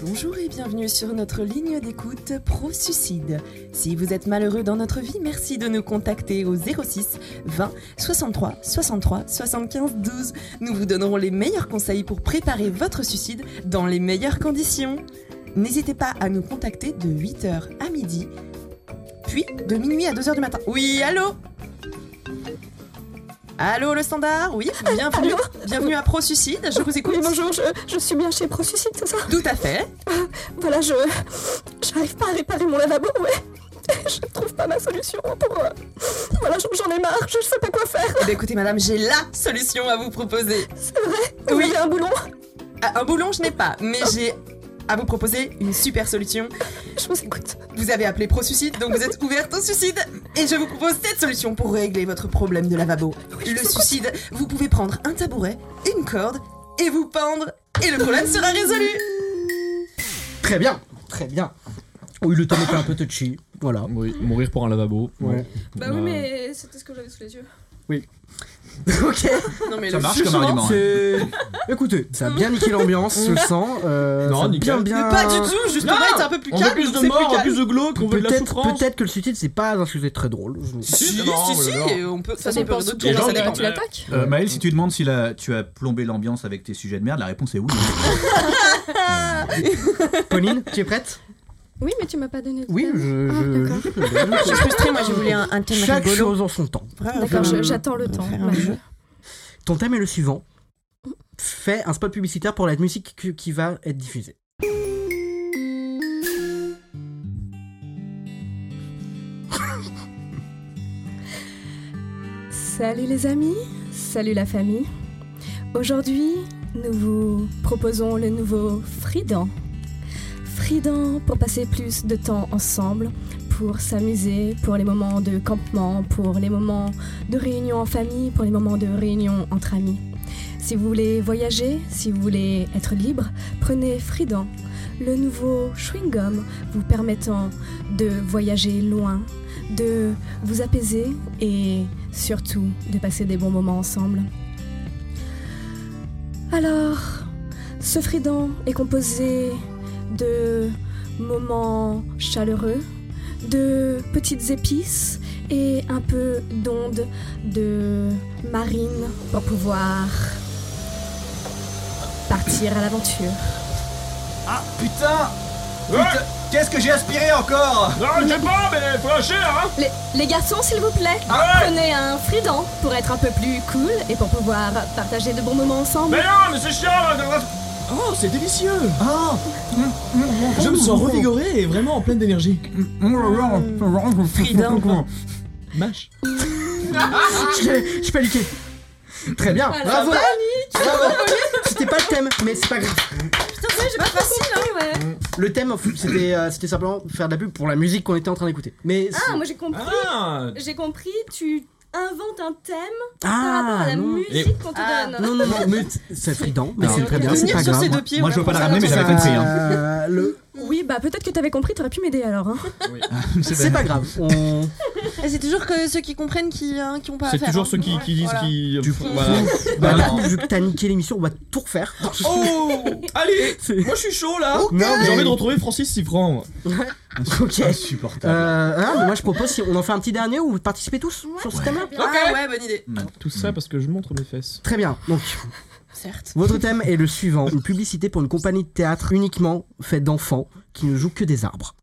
Speaker 5: Bonjour et bienvenue sur notre ligne d'écoute Pro Suicide. Si vous êtes malheureux dans notre vie, merci de nous contacter au 06 20 63 63 75 12. Nous vous donnerons les meilleurs conseils pour préparer votre suicide dans les meilleures conditions. N'hésitez pas à nous contacter de 8h à midi, puis de minuit à 2h du matin. Oui, allô Allô le standard Oui, bienvenue,
Speaker 10: Allô
Speaker 5: bienvenue à Pro Suicide, je vous écoute.
Speaker 10: Oui, bonjour, je, je suis bien chez Prosuicide, c'est ça
Speaker 5: Tout à fait.
Speaker 10: Voilà, je. J'arrive pas à réparer mon lavabo, ouais. Je trouve pas ma solution pour. euh, Voilà, j'en- j'en ai marre, je sais pas quoi faire.
Speaker 5: Eh bien, écoutez, madame, j'ai LA solution à vous proposer.
Speaker 10: C'est vrai
Speaker 5: Oui.
Speaker 10: Vous avez un boulon
Speaker 5: Ah, Un boulon, je n'ai pas, mais j'ai à vous proposer une super solution.
Speaker 10: Je vous écoute.
Speaker 5: Vous avez appelé Pro-Suicide, donc vous êtes ouverte au suicide. Et je vous propose cette solution pour régler votre problème de lavabo. Le suicide, vous pouvez prendre un tabouret, une corde, et vous pendre, et le problème sera résolu.
Speaker 4: Très bien, très bien. Oui, le thème était un peu touchy. Voilà.
Speaker 8: Oui, mourir pour un lavabo.
Speaker 4: Ouais.
Speaker 6: Bah oui, mais c'était ce que j'avais sous les yeux.
Speaker 4: ok.
Speaker 5: Non, mais
Speaker 7: Ça
Speaker 5: le
Speaker 7: marche comme
Speaker 5: jugement-
Speaker 7: argument. hein.
Speaker 4: C'est. Écoutez, ça a bien niqué l'ambiance, je le sens. euh,
Speaker 8: Non,
Speaker 4: ça a bien,
Speaker 8: nickel.
Speaker 4: bien.
Speaker 5: Mais pas du tout, justement,
Speaker 8: Non,
Speaker 5: il est un peu plus
Speaker 8: On veut
Speaker 5: calme.
Speaker 8: plus
Speaker 5: donc
Speaker 8: de
Speaker 5: c'est plus
Speaker 8: morts, on veut
Speaker 5: calme.
Speaker 8: plus de glauques, on veut de la
Speaker 4: Peut-être
Speaker 8: souffrance.
Speaker 4: peut-être que le suicide, c'est pas un sujet très drôle. je me dis.
Speaker 5: Si, si,
Speaker 8: Non,
Speaker 5: si,
Speaker 8: mais non.
Speaker 5: si, on peut.
Speaker 6: Ça
Speaker 5: on peut
Speaker 6: dépend
Speaker 5: le
Speaker 6: surtout
Speaker 5: tourner,
Speaker 8: gens,
Speaker 5: ça
Speaker 8: les
Speaker 5: dépend.
Speaker 8: gens.
Speaker 6: tu l'attaques.
Speaker 7: Euh, Maël, si tu demandes si la- tu as plombé l'ambiance avec tes sujets de merde, la réponse est oui.
Speaker 4: Pauline, tu es prête
Speaker 6: Oui, mais tu m'as pas donné de
Speaker 4: Oui,
Speaker 6: thème.
Speaker 4: je. je-
Speaker 6: Ah,
Speaker 5: Je suis frustrée, moi, je voulais un, un thème
Speaker 4: Chaque
Speaker 5: rigolo.
Speaker 4: chose en son temps.
Speaker 5: Vraiment,
Speaker 6: D'accord,
Speaker 5: je-
Speaker 6: je- j'attends le temps.
Speaker 5: faire un
Speaker 6: Maëlle.
Speaker 5: jeu.
Speaker 4: Ton thème est le suivant. fait un spot publicitaire pour la musique qui- qui va être diffusée.
Speaker 6: Salut les amis, salut la famille. Aujourd'hui, nous vous proposons le nouveau Fridan. Fridan pour passer plus de temps ensemble, pour s'amuser, pour les moments de campement, pour les moments de réunion en famille, pour les moments de réunion entre amis. Si vous voulez voyager, si vous voulez être libre, prenez Fridan, le nouveau chewing-gum vous permettant de voyager loin, de vous apaiser et surtout de passer des bons moments ensemble. Alors, ce fridon est composé de moments chaleureux, de petites épices et un peu d'ondes de marine pour pouvoir partir à l'aventure.
Speaker 12: Ah putain Putain, Qu'est-ce que j'ai aspiré encore
Speaker 9: Non, je sais pas, mais faut lâcher, hein
Speaker 6: Oh, Les, les garçons, s'il vous plaît, prenez un fridon pour être un peu plus cool et pour pouvoir partager de bons moments ensemble.
Speaker 9: Mais non, mais c'est chiant là,
Speaker 8: Oh, c'est délicieux
Speaker 12: Ah
Speaker 8: Je me sens revigoré et vraiment en pleine d'énergie.
Speaker 4: Trident.
Speaker 8: Mâche.
Speaker 4: Ah, Je je paniquais. Très bien,
Speaker 6: Voilà.
Speaker 4: bravo. Bravo. C'était pas le thème, mais c'est pas grave.
Speaker 6: C'est pas facile, hein ouais.
Speaker 4: Le thème, c'était euh, c'était simplement faire de la pub pour la musique qu'on était en train d'écouter. Mais c'est-
Speaker 6: Ah, moi j'ai compris.
Speaker 8: Ah
Speaker 6: J'ai compris, tu inventes un thème par rapport à
Speaker 4: ah
Speaker 6: la
Speaker 4: non.
Speaker 6: musique qu'on te
Speaker 5: Ah.
Speaker 6: donne.
Speaker 4: non non non, mais c'est fridant, mais
Speaker 7: Non.
Speaker 4: c'est très bien,
Speaker 5: Revenir
Speaker 4: c'est pas
Speaker 5: sur
Speaker 4: grave.
Speaker 5: ses deux pieds,
Speaker 7: Moi, je veux
Speaker 5: vraiment,
Speaker 7: pas la ramener,
Speaker 5: ça
Speaker 7: mais
Speaker 5: va.
Speaker 7: j'avais compris. Hein.
Speaker 4: Euh, le-
Speaker 6: Oui, bah peut-être que t'avais compris, t'aurais pu m'aider alors. Hein.
Speaker 4: C'est pas grave. On... Bah,
Speaker 5: Et C'est toujours que ceux qui comprennent qui, hein, qui ont pas à
Speaker 8: C'est
Speaker 5: faire,
Speaker 8: toujours
Speaker 5: hein.
Speaker 8: ceux qui, qui disent
Speaker 5: Voilà.
Speaker 8: qui. Voilà.
Speaker 4: Bah, du coup, vu que t'as niqué l'émission, on va tout refaire.
Speaker 8: Oh Allez
Speaker 4: C'est-
Speaker 8: Moi je suis chaud là
Speaker 4: Non, mais-
Speaker 8: J'ai envie de retrouver Francis Sifran. moi.
Speaker 4: Ok. Euh,
Speaker 7: Insupportable.
Speaker 4: ah, mais moi je propose si on en fait un petit dernier ou vous participez tous sur ce thème-là.
Speaker 5: Ah ouais, bonne idée.
Speaker 8: Tout ça parce que je montre mes fesses.
Speaker 4: Très bien. Donc
Speaker 5: Certes.
Speaker 4: votre thème est le suivant une publicité pour une compagnie de théâtre uniquement faite d'enfants qui ne jouent que des arbres.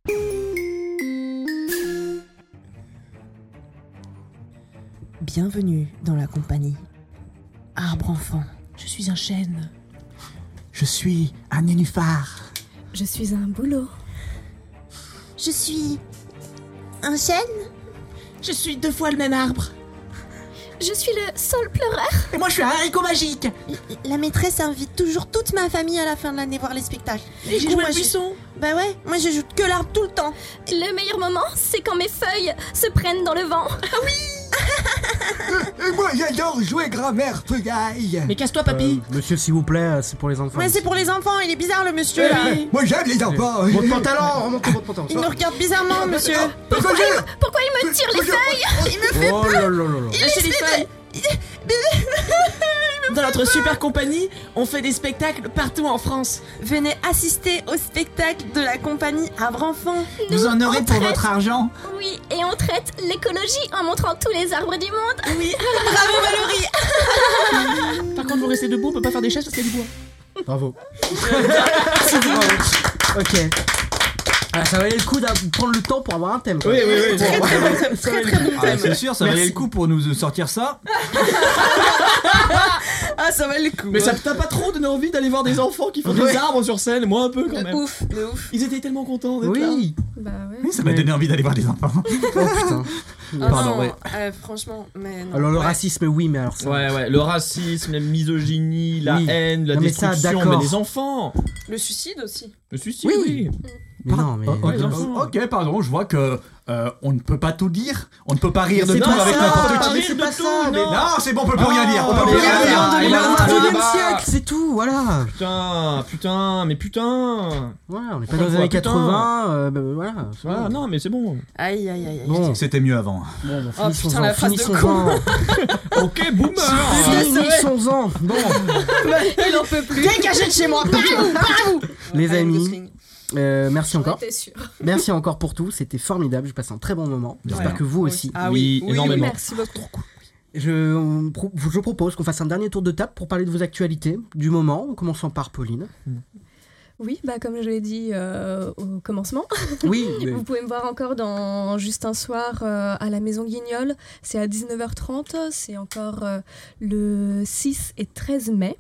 Speaker 5: Bienvenue dans la compagnie. Arbre enfant.
Speaker 14: Je suis un chêne.
Speaker 12: Je suis un nénuphar.
Speaker 6: Je suis un boulot.
Speaker 14: Je suis un chêne. Je suis deux fois le même arbre.
Speaker 6: Je suis le sol pleureur.
Speaker 12: Et moi, je suis un haricot magique.
Speaker 14: La maîtresse invite toujours toute ma famille à la fin de l'année voir les spectacles. Et j'ai joué le buisson. Bah ouais, moi je joue que l'arbre tout le temps.
Speaker 6: Le meilleur moment, c'est quand mes feuilles se prennent dans le vent.
Speaker 12: Et moi, j'adore jouer grammaire feuille.
Speaker 14: Mais casse-toi papy.
Speaker 4: Monsieur, s'il vous plaît, euh, c'est pour les enfants.
Speaker 14: Ouais, c'est pour les enfants, il est bizarre le monsieur là.
Speaker 12: Moi, j'aime les enfants.
Speaker 4: Votre pantalon, remontez votre pantalon.
Speaker 14: Il me regarde
Speaker 8: Oh.
Speaker 14: bizarrement monsieur.
Speaker 6: Pourquoi il me tire les feuilles
Speaker 4: Oh là là là là.
Speaker 14: Lâchez les feuilles.
Speaker 8: Euh.
Speaker 14: Dans notre super compagnie, on fait des spectacles partout en France.
Speaker 5: Venez assister au spectacle de la compagnie Arbre enfant.
Speaker 12: Vous en aurez pour votre argent.
Speaker 6: Oui, et on traite l'écologie en montrant tous les arbres du monde.
Speaker 9: Par contre, vous restez debout, on peut pas faire des chaises parce qu'il y a du bois.
Speaker 4: Bravo. Bravo. Ok. Alors, ça valait le coup de prendre le temps pour avoir un thème. quoi.
Speaker 8: oui, oui.
Speaker 5: Très très bon thème, très très bon
Speaker 12: Ah,
Speaker 5: thème.
Speaker 12: c'est sûr, ça valait
Speaker 4: Merci.
Speaker 12: le coup pour nous sortir ça.
Speaker 5: Ah, ça valait le coup.
Speaker 8: Mais
Speaker 5: hein.
Speaker 8: ça t'a pas trop donné envie d'aller voir des enfants qui font des arbres sur scène Moi un peu quand
Speaker 5: De
Speaker 8: même.
Speaker 5: ouf, de ouf.
Speaker 8: Ils étaient tellement contents d'être là.
Speaker 4: Oui.
Speaker 6: Bah ouais.
Speaker 12: Oui, ça m'a
Speaker 4: Mais-
Speaker 12: donné envie d'aller voir les enfants.
Speaker 4: Oh putain.
Speaker 5: Ah
Speaker 12: Pardon,
Speaker 5: non,
Speaker 12: ouais.
Speaker 5: euh, franchement, mais non.
Speaker 4: Alors le
Speaker 5: Ouais.
Speaker 4: racisme, oui, mais alors ça.
Speaker 8: Ouais, ouais, le racisme, la misogynie, la
Speaker 4: Oui.
Speaker 8: haine, la
Speaker 4: Non, mais ça,
Speaker 8: destruction
Speaker 4: d'accord.
Speaker 8: mais des enfants.
Speaker 5: Le suicide aussi.
Speaker 8: Le suicide,
Speaker 4: Oui.
Speaker 8: oui.
Speaker 4: Mais non, mais.
Speaker 12: Oh,
Speaker 8: ouais,
Speaker 12: ok,
Speaker 8: les enfants.
Speaker 12: ok, pardon, je vois que euh, on ne peut pas tout dire, on ne peut pas rire de
Speaker 4: C'est
Speaker 12: tout
Speaker 4: pas
Speaker 12: avec
Speaker 4: ça, Ah,
Speaker 12: n'importe qui.
Speaker 4: mais
Speaker 8: Rire
Speaker 4: c'est
Speaker 8: de
Speaker 4: pas
Speaker 8: tout,
Speaker 4: ça.
Speaker 8: non.
Speaker 12: Non, c'est bon, on peut plus
Speaker 8: Ah,
Speaker 12: rien dire. On peut plus
Speaker 8: mais
Speaker 12: rien
Speaker 8: merde,
Speaker 4: ah,
Speaker 12: dire.
Speaker 8: mais
Speaker 12: Et là,
Speaker 8: merde.
Speaker 12: là, là,
Speaker 4: XXIe
Speaker 8: là-bas.
Speaker 4: siècle, c'est tout, voilà.
Speaker 8: Putain, putain, mais putain.
Speaker 4: Voilà, on est pas dans
Speaker 8: Encore une
Speaker 4: les
Speaker 8: fois,
Speaker 4: années
Speaker 8: putain.
Speaker 4: 80, euh, bah, voilà.
Speaker 8: Ah non, mais c'est bon.
Speaker 5: Aïe, aïe, aïe, aïe.
Speaker 4: Bon, Ah,
Speaker 12: C'était mieux avant.
Speaker 4: bon,
Speaker 5: Oh, putain,
Speaker 4: finissons-en,
Speaker 5: la phrase de
Speaker 4: finissons-en. Ah,
Speaker 8: Ok, boomer.
Speaker 4: Finissons-en. Bon,
Speaker 6: Il en peut plus.
Speaker 14: Dégagez de chez moi.
Speaker 4: les
Speaker 5: Ryan
Speaker 4: amis.
Speaker 5: Gosling.
Speaker 4: euh, merci encore.
Speaker 6: T'es sûr.
Speaker 4: Merci encore pour tout, c'était formidable, j'ai passé un très bon moment. J'espère
Speaker 12: rien.
Speaker 4: que vous aussi.
Speaker 5: Ah oui,
Speaker 8: Oui, énormément.
Speaker 6: Merci beaucoup.
Speaker 4: Je, on pro- je propose qu'on fasse un dernier tour de table pour parler de vos actualités du moment, en commençant par Pauline.
Speaker 6: Oui, bah comme je l'ai dit euh, au commencement,
Speaker 4: Oui, euh,
Speaker 6: vous pouvez me voir encore dans juste un soir euh, à la Maison Guignol. C'est à 19h30, c'est encore euh, le 6 et 13 mai.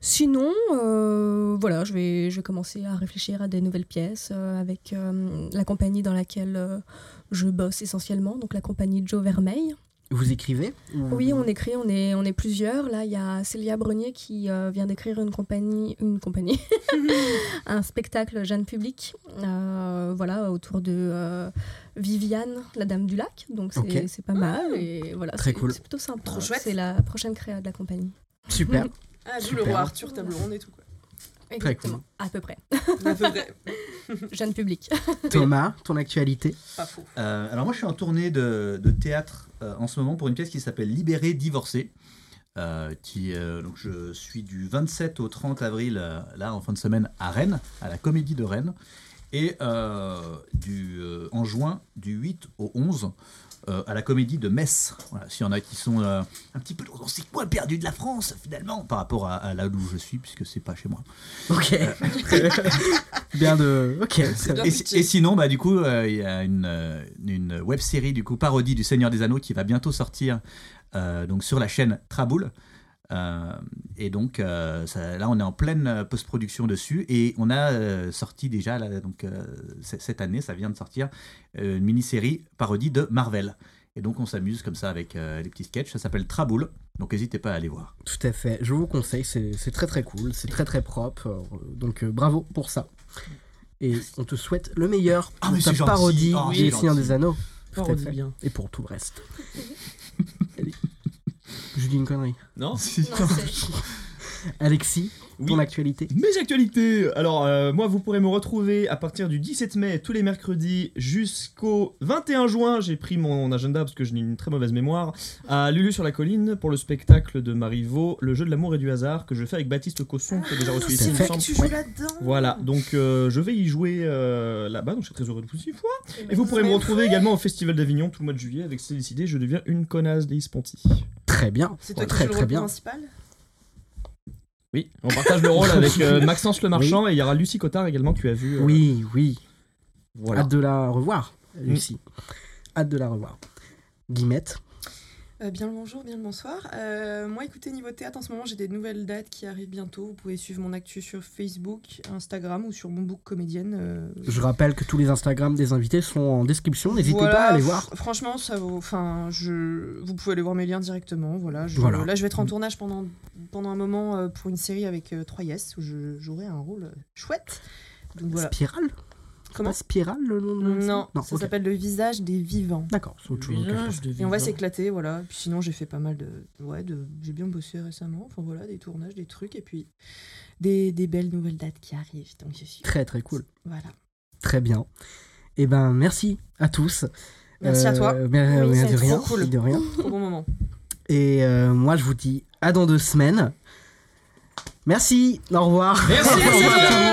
Speaker 6: Sinon, euh, voilà, je vais, je vais commencer à réfléchir à des nouvelles pièces euh, avec euh, la compagnie dans laquelle euh, je bosse essentiellement, donc la compagnie Joe Vermeil.
Speaker 4: Vous écrivez
Speaker 6: Oui, on écrit, on est, on est plusieurs. Là, il y a Célia Brenier qui euh, vient d'écrire une compagnie, une compagnie, un spectacle jeune public, euh, voilà, autour de euh, Viviane, la Dame du Lac. Donc c'est
Speaker 4: Ok.
Speaker 6: c'est pas mal et voilà,
Speaker 4: Très
Speaker 6: c'est
Speaker 4: cool.
Speaker 6: c'est plutôt sympa.
Speaker 5: Trop chouette.
Speaker 6: C'est la prochaine créa de la compagnie.
Speaker 4: Super.
Speaker 5: Ah, d'où
Speaker 4: Super.
Speaker 5: le roi Arthur, table ronde et tout. Quoi.
Speaker 6: Exactement, à peu près.
Speaker 5: À peu près.
Speaker 6: jeune public.
Speaker 4: Thomas, ton actualité
Speaker 5: Pas faux.
Speaker 7: Euh, alors moi je suis en tournée de, de théâtre euh, en ce moment pour une pièce qui s'appelle Libéré, divorcé. euh, qui, euh, donc je suis du 27 au 30 avril, euh, là en fin de semaine, à Rennes, à la Comédie de Rennes. Et euh, du, euh, en juin, du 8 au 11, euh, à la Comédie de Metz. Voilà, S'il y en a qui sont euh, un petit peu dans ces coins perdus de la France, finalement, par rapport à, à là où je suis, puisque c'est pas chez moi.
Speaker 4: Ok. Bien de. Ok. ça va.
Speaker 7: Et, si- et sinon, bah, du coup, euh, il y a une, euh, une web série du coup parodie du Seigneur des Anneaux qui va bientôt sortir euh, donc sur la chaîne Traboul. Euh, et donc euh, ça- là, on est en pleine euh, post-production dessus et on a euh, sorti déjà là, donc euh, c- cette année, ça vient de sortir euh, une mini-série parodie de Marvel. Et donc on s'amuse comme ça avec euh, les petits sketchs. Ça s'appelle Traboul. Donc n'hésitez pas à aller voir.
Speaker 4: Tout à fait. Je vous conseille. C'est c'est très très cool. C'est très très propre. euh, Donc euh, bravo pour ça. Et on te souhaite le meilleur
Speaker 7: Ah,
Speaker 4: pour
Speaker 7: mais
Speaker 4: ta
Speaker 7: c'est gentil.
Speaker 4: parodie
Speaker 7: Ah,
Speaker 4: des
Speaker 7: c'est
Speaker 4: Seigneurs
Speaker 7: gentil.
Speaker 4: des Anneaux. Tout à
Speaker 12: Parodie
Speaker 4: fait.
Speaker 12: bien.
Speaker 4: Et pour tout le reste. Allez. Je dis une connerie.
Speaker 8: Non
Speaker 4: Alexis,
Speaker 8: Oui.
Speaker 4: ton actualité
Speaker 8: Mes actualités Alors, euh, moi, vous pourrez me retrouver à partir du 17 mai, tous les mercredis, jusqu'au 21 juin. J'ai pris mon agenda parce que j'ai une très mauvaise mémoire. À Lulu sur la colline pour le spectacle de Marivaux, le jeu de l'amour et du hasard que je fais avec Baptiste Cosson, qui est déjà reçu ici,
Speaker 14: C'est
Speaker 8: il me
Speaker 14: vrai que
Speaker 8: semble.
Speaker 14: tu joues là-dedans.
Speaker 8: Voilà, donc euh, je vais y jouer euh, là-bas, donc je suis très heureux de vous y voir. Et vous pourrez me retrouver également au Festival d'Avignon tout le mois de juillet avec C'est décidé, je deviens une connasse des Ponty.
Speaker 4: Très bien.
Speaker 5: C'est toi qui
Speaker 4: très
Speaker 5: joues le
Speaker 4: très
Speaker 5: rôle
Speaker 4: bien.
Speaker 5: principal
Speaker 8: Oui, on partage le rôle avec euh, Maxence Le Marchand et il y aura Lucie Cotard également que tu as vu. euh,
Speaker 4: Oui, oui.
Speaker 8: voilà.
Speaker 4: Hâte de la revoir, Lucie. Hâte de la revoir. Guillemette.
Speaker 5: Euh, Bien le bonjour, bien le bonsoir. Euh, moi, écoutez, niveau théâtre, en ce moment, j'ai des nouvelles dates qui arrivent bientôt. Vous pouvez suivre mon actu sur Facebook, Instagram ou sur mon book comédienne. euh,
Speaker 4: Je rappelle que tous les Instagram des invités sont en description. N'hésitez
Speaker 5: Voilà,
Speaker 4: pas à aller voir.
Speaker 5: fr- Franchement, ça vaut. Enfin, je. Vous pouvez aller voir mes liens directement. Voilà. Je,
Speaker 4: Voilà.
Speaker 5: Là, je vais être en tournage pendant pendant un moment euh, pour une série avec euh, 3 Yes où je jouerai un rôle euh, chouette. Donc voilà.
Speaker 4: Spirale
Speaker 5: Comment
Speaker 4: Pas Spirale le nom de la
Speaker 5: Non,
Speaker 4: série Non,
Speaker 5: ça
Speaker 4: ok.
Speaker 5: s'appelle Le Visage des Vivants.
Speaker 4: D'accord, c'est autre chose. ok, je pense.
Speaker 5: Et on va s'éclater, voilà. Puis sinon, j'ai fait pas mal de. Ouais, de... j'ai bien bossé récemment. Enfin voilà, des tournages, des trucs, et puis des, des belles nouvelles dates qui arrivent. Donc je suis.
Speaker 4: Très très cool.
Speaker 5: Voilà.
Speaker 4: Très bien. Eh ben merci à tous.
Speaker 5: Merci à
Speaker 4: Euh,
Speaker 5: toi.
Speaker 4: mais-
Speaker 5: Oui,
Speaker 4: mais
Speaker 5: ça a
Speaker 4: de
Speaker 5: été
Speaker 4: rien,
Speaker 5: trop cool.
Speaker 4: de rien.
Speaker 5: Trop bon moment.
Speaker 4: Et euh, moi je vous dis à dans deux semaines. Merci. Au revoir.
Speaker 8: Merci.
Speaker 4: Au revoir tout le monde.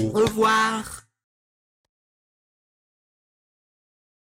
Speaker 14: Au revoir.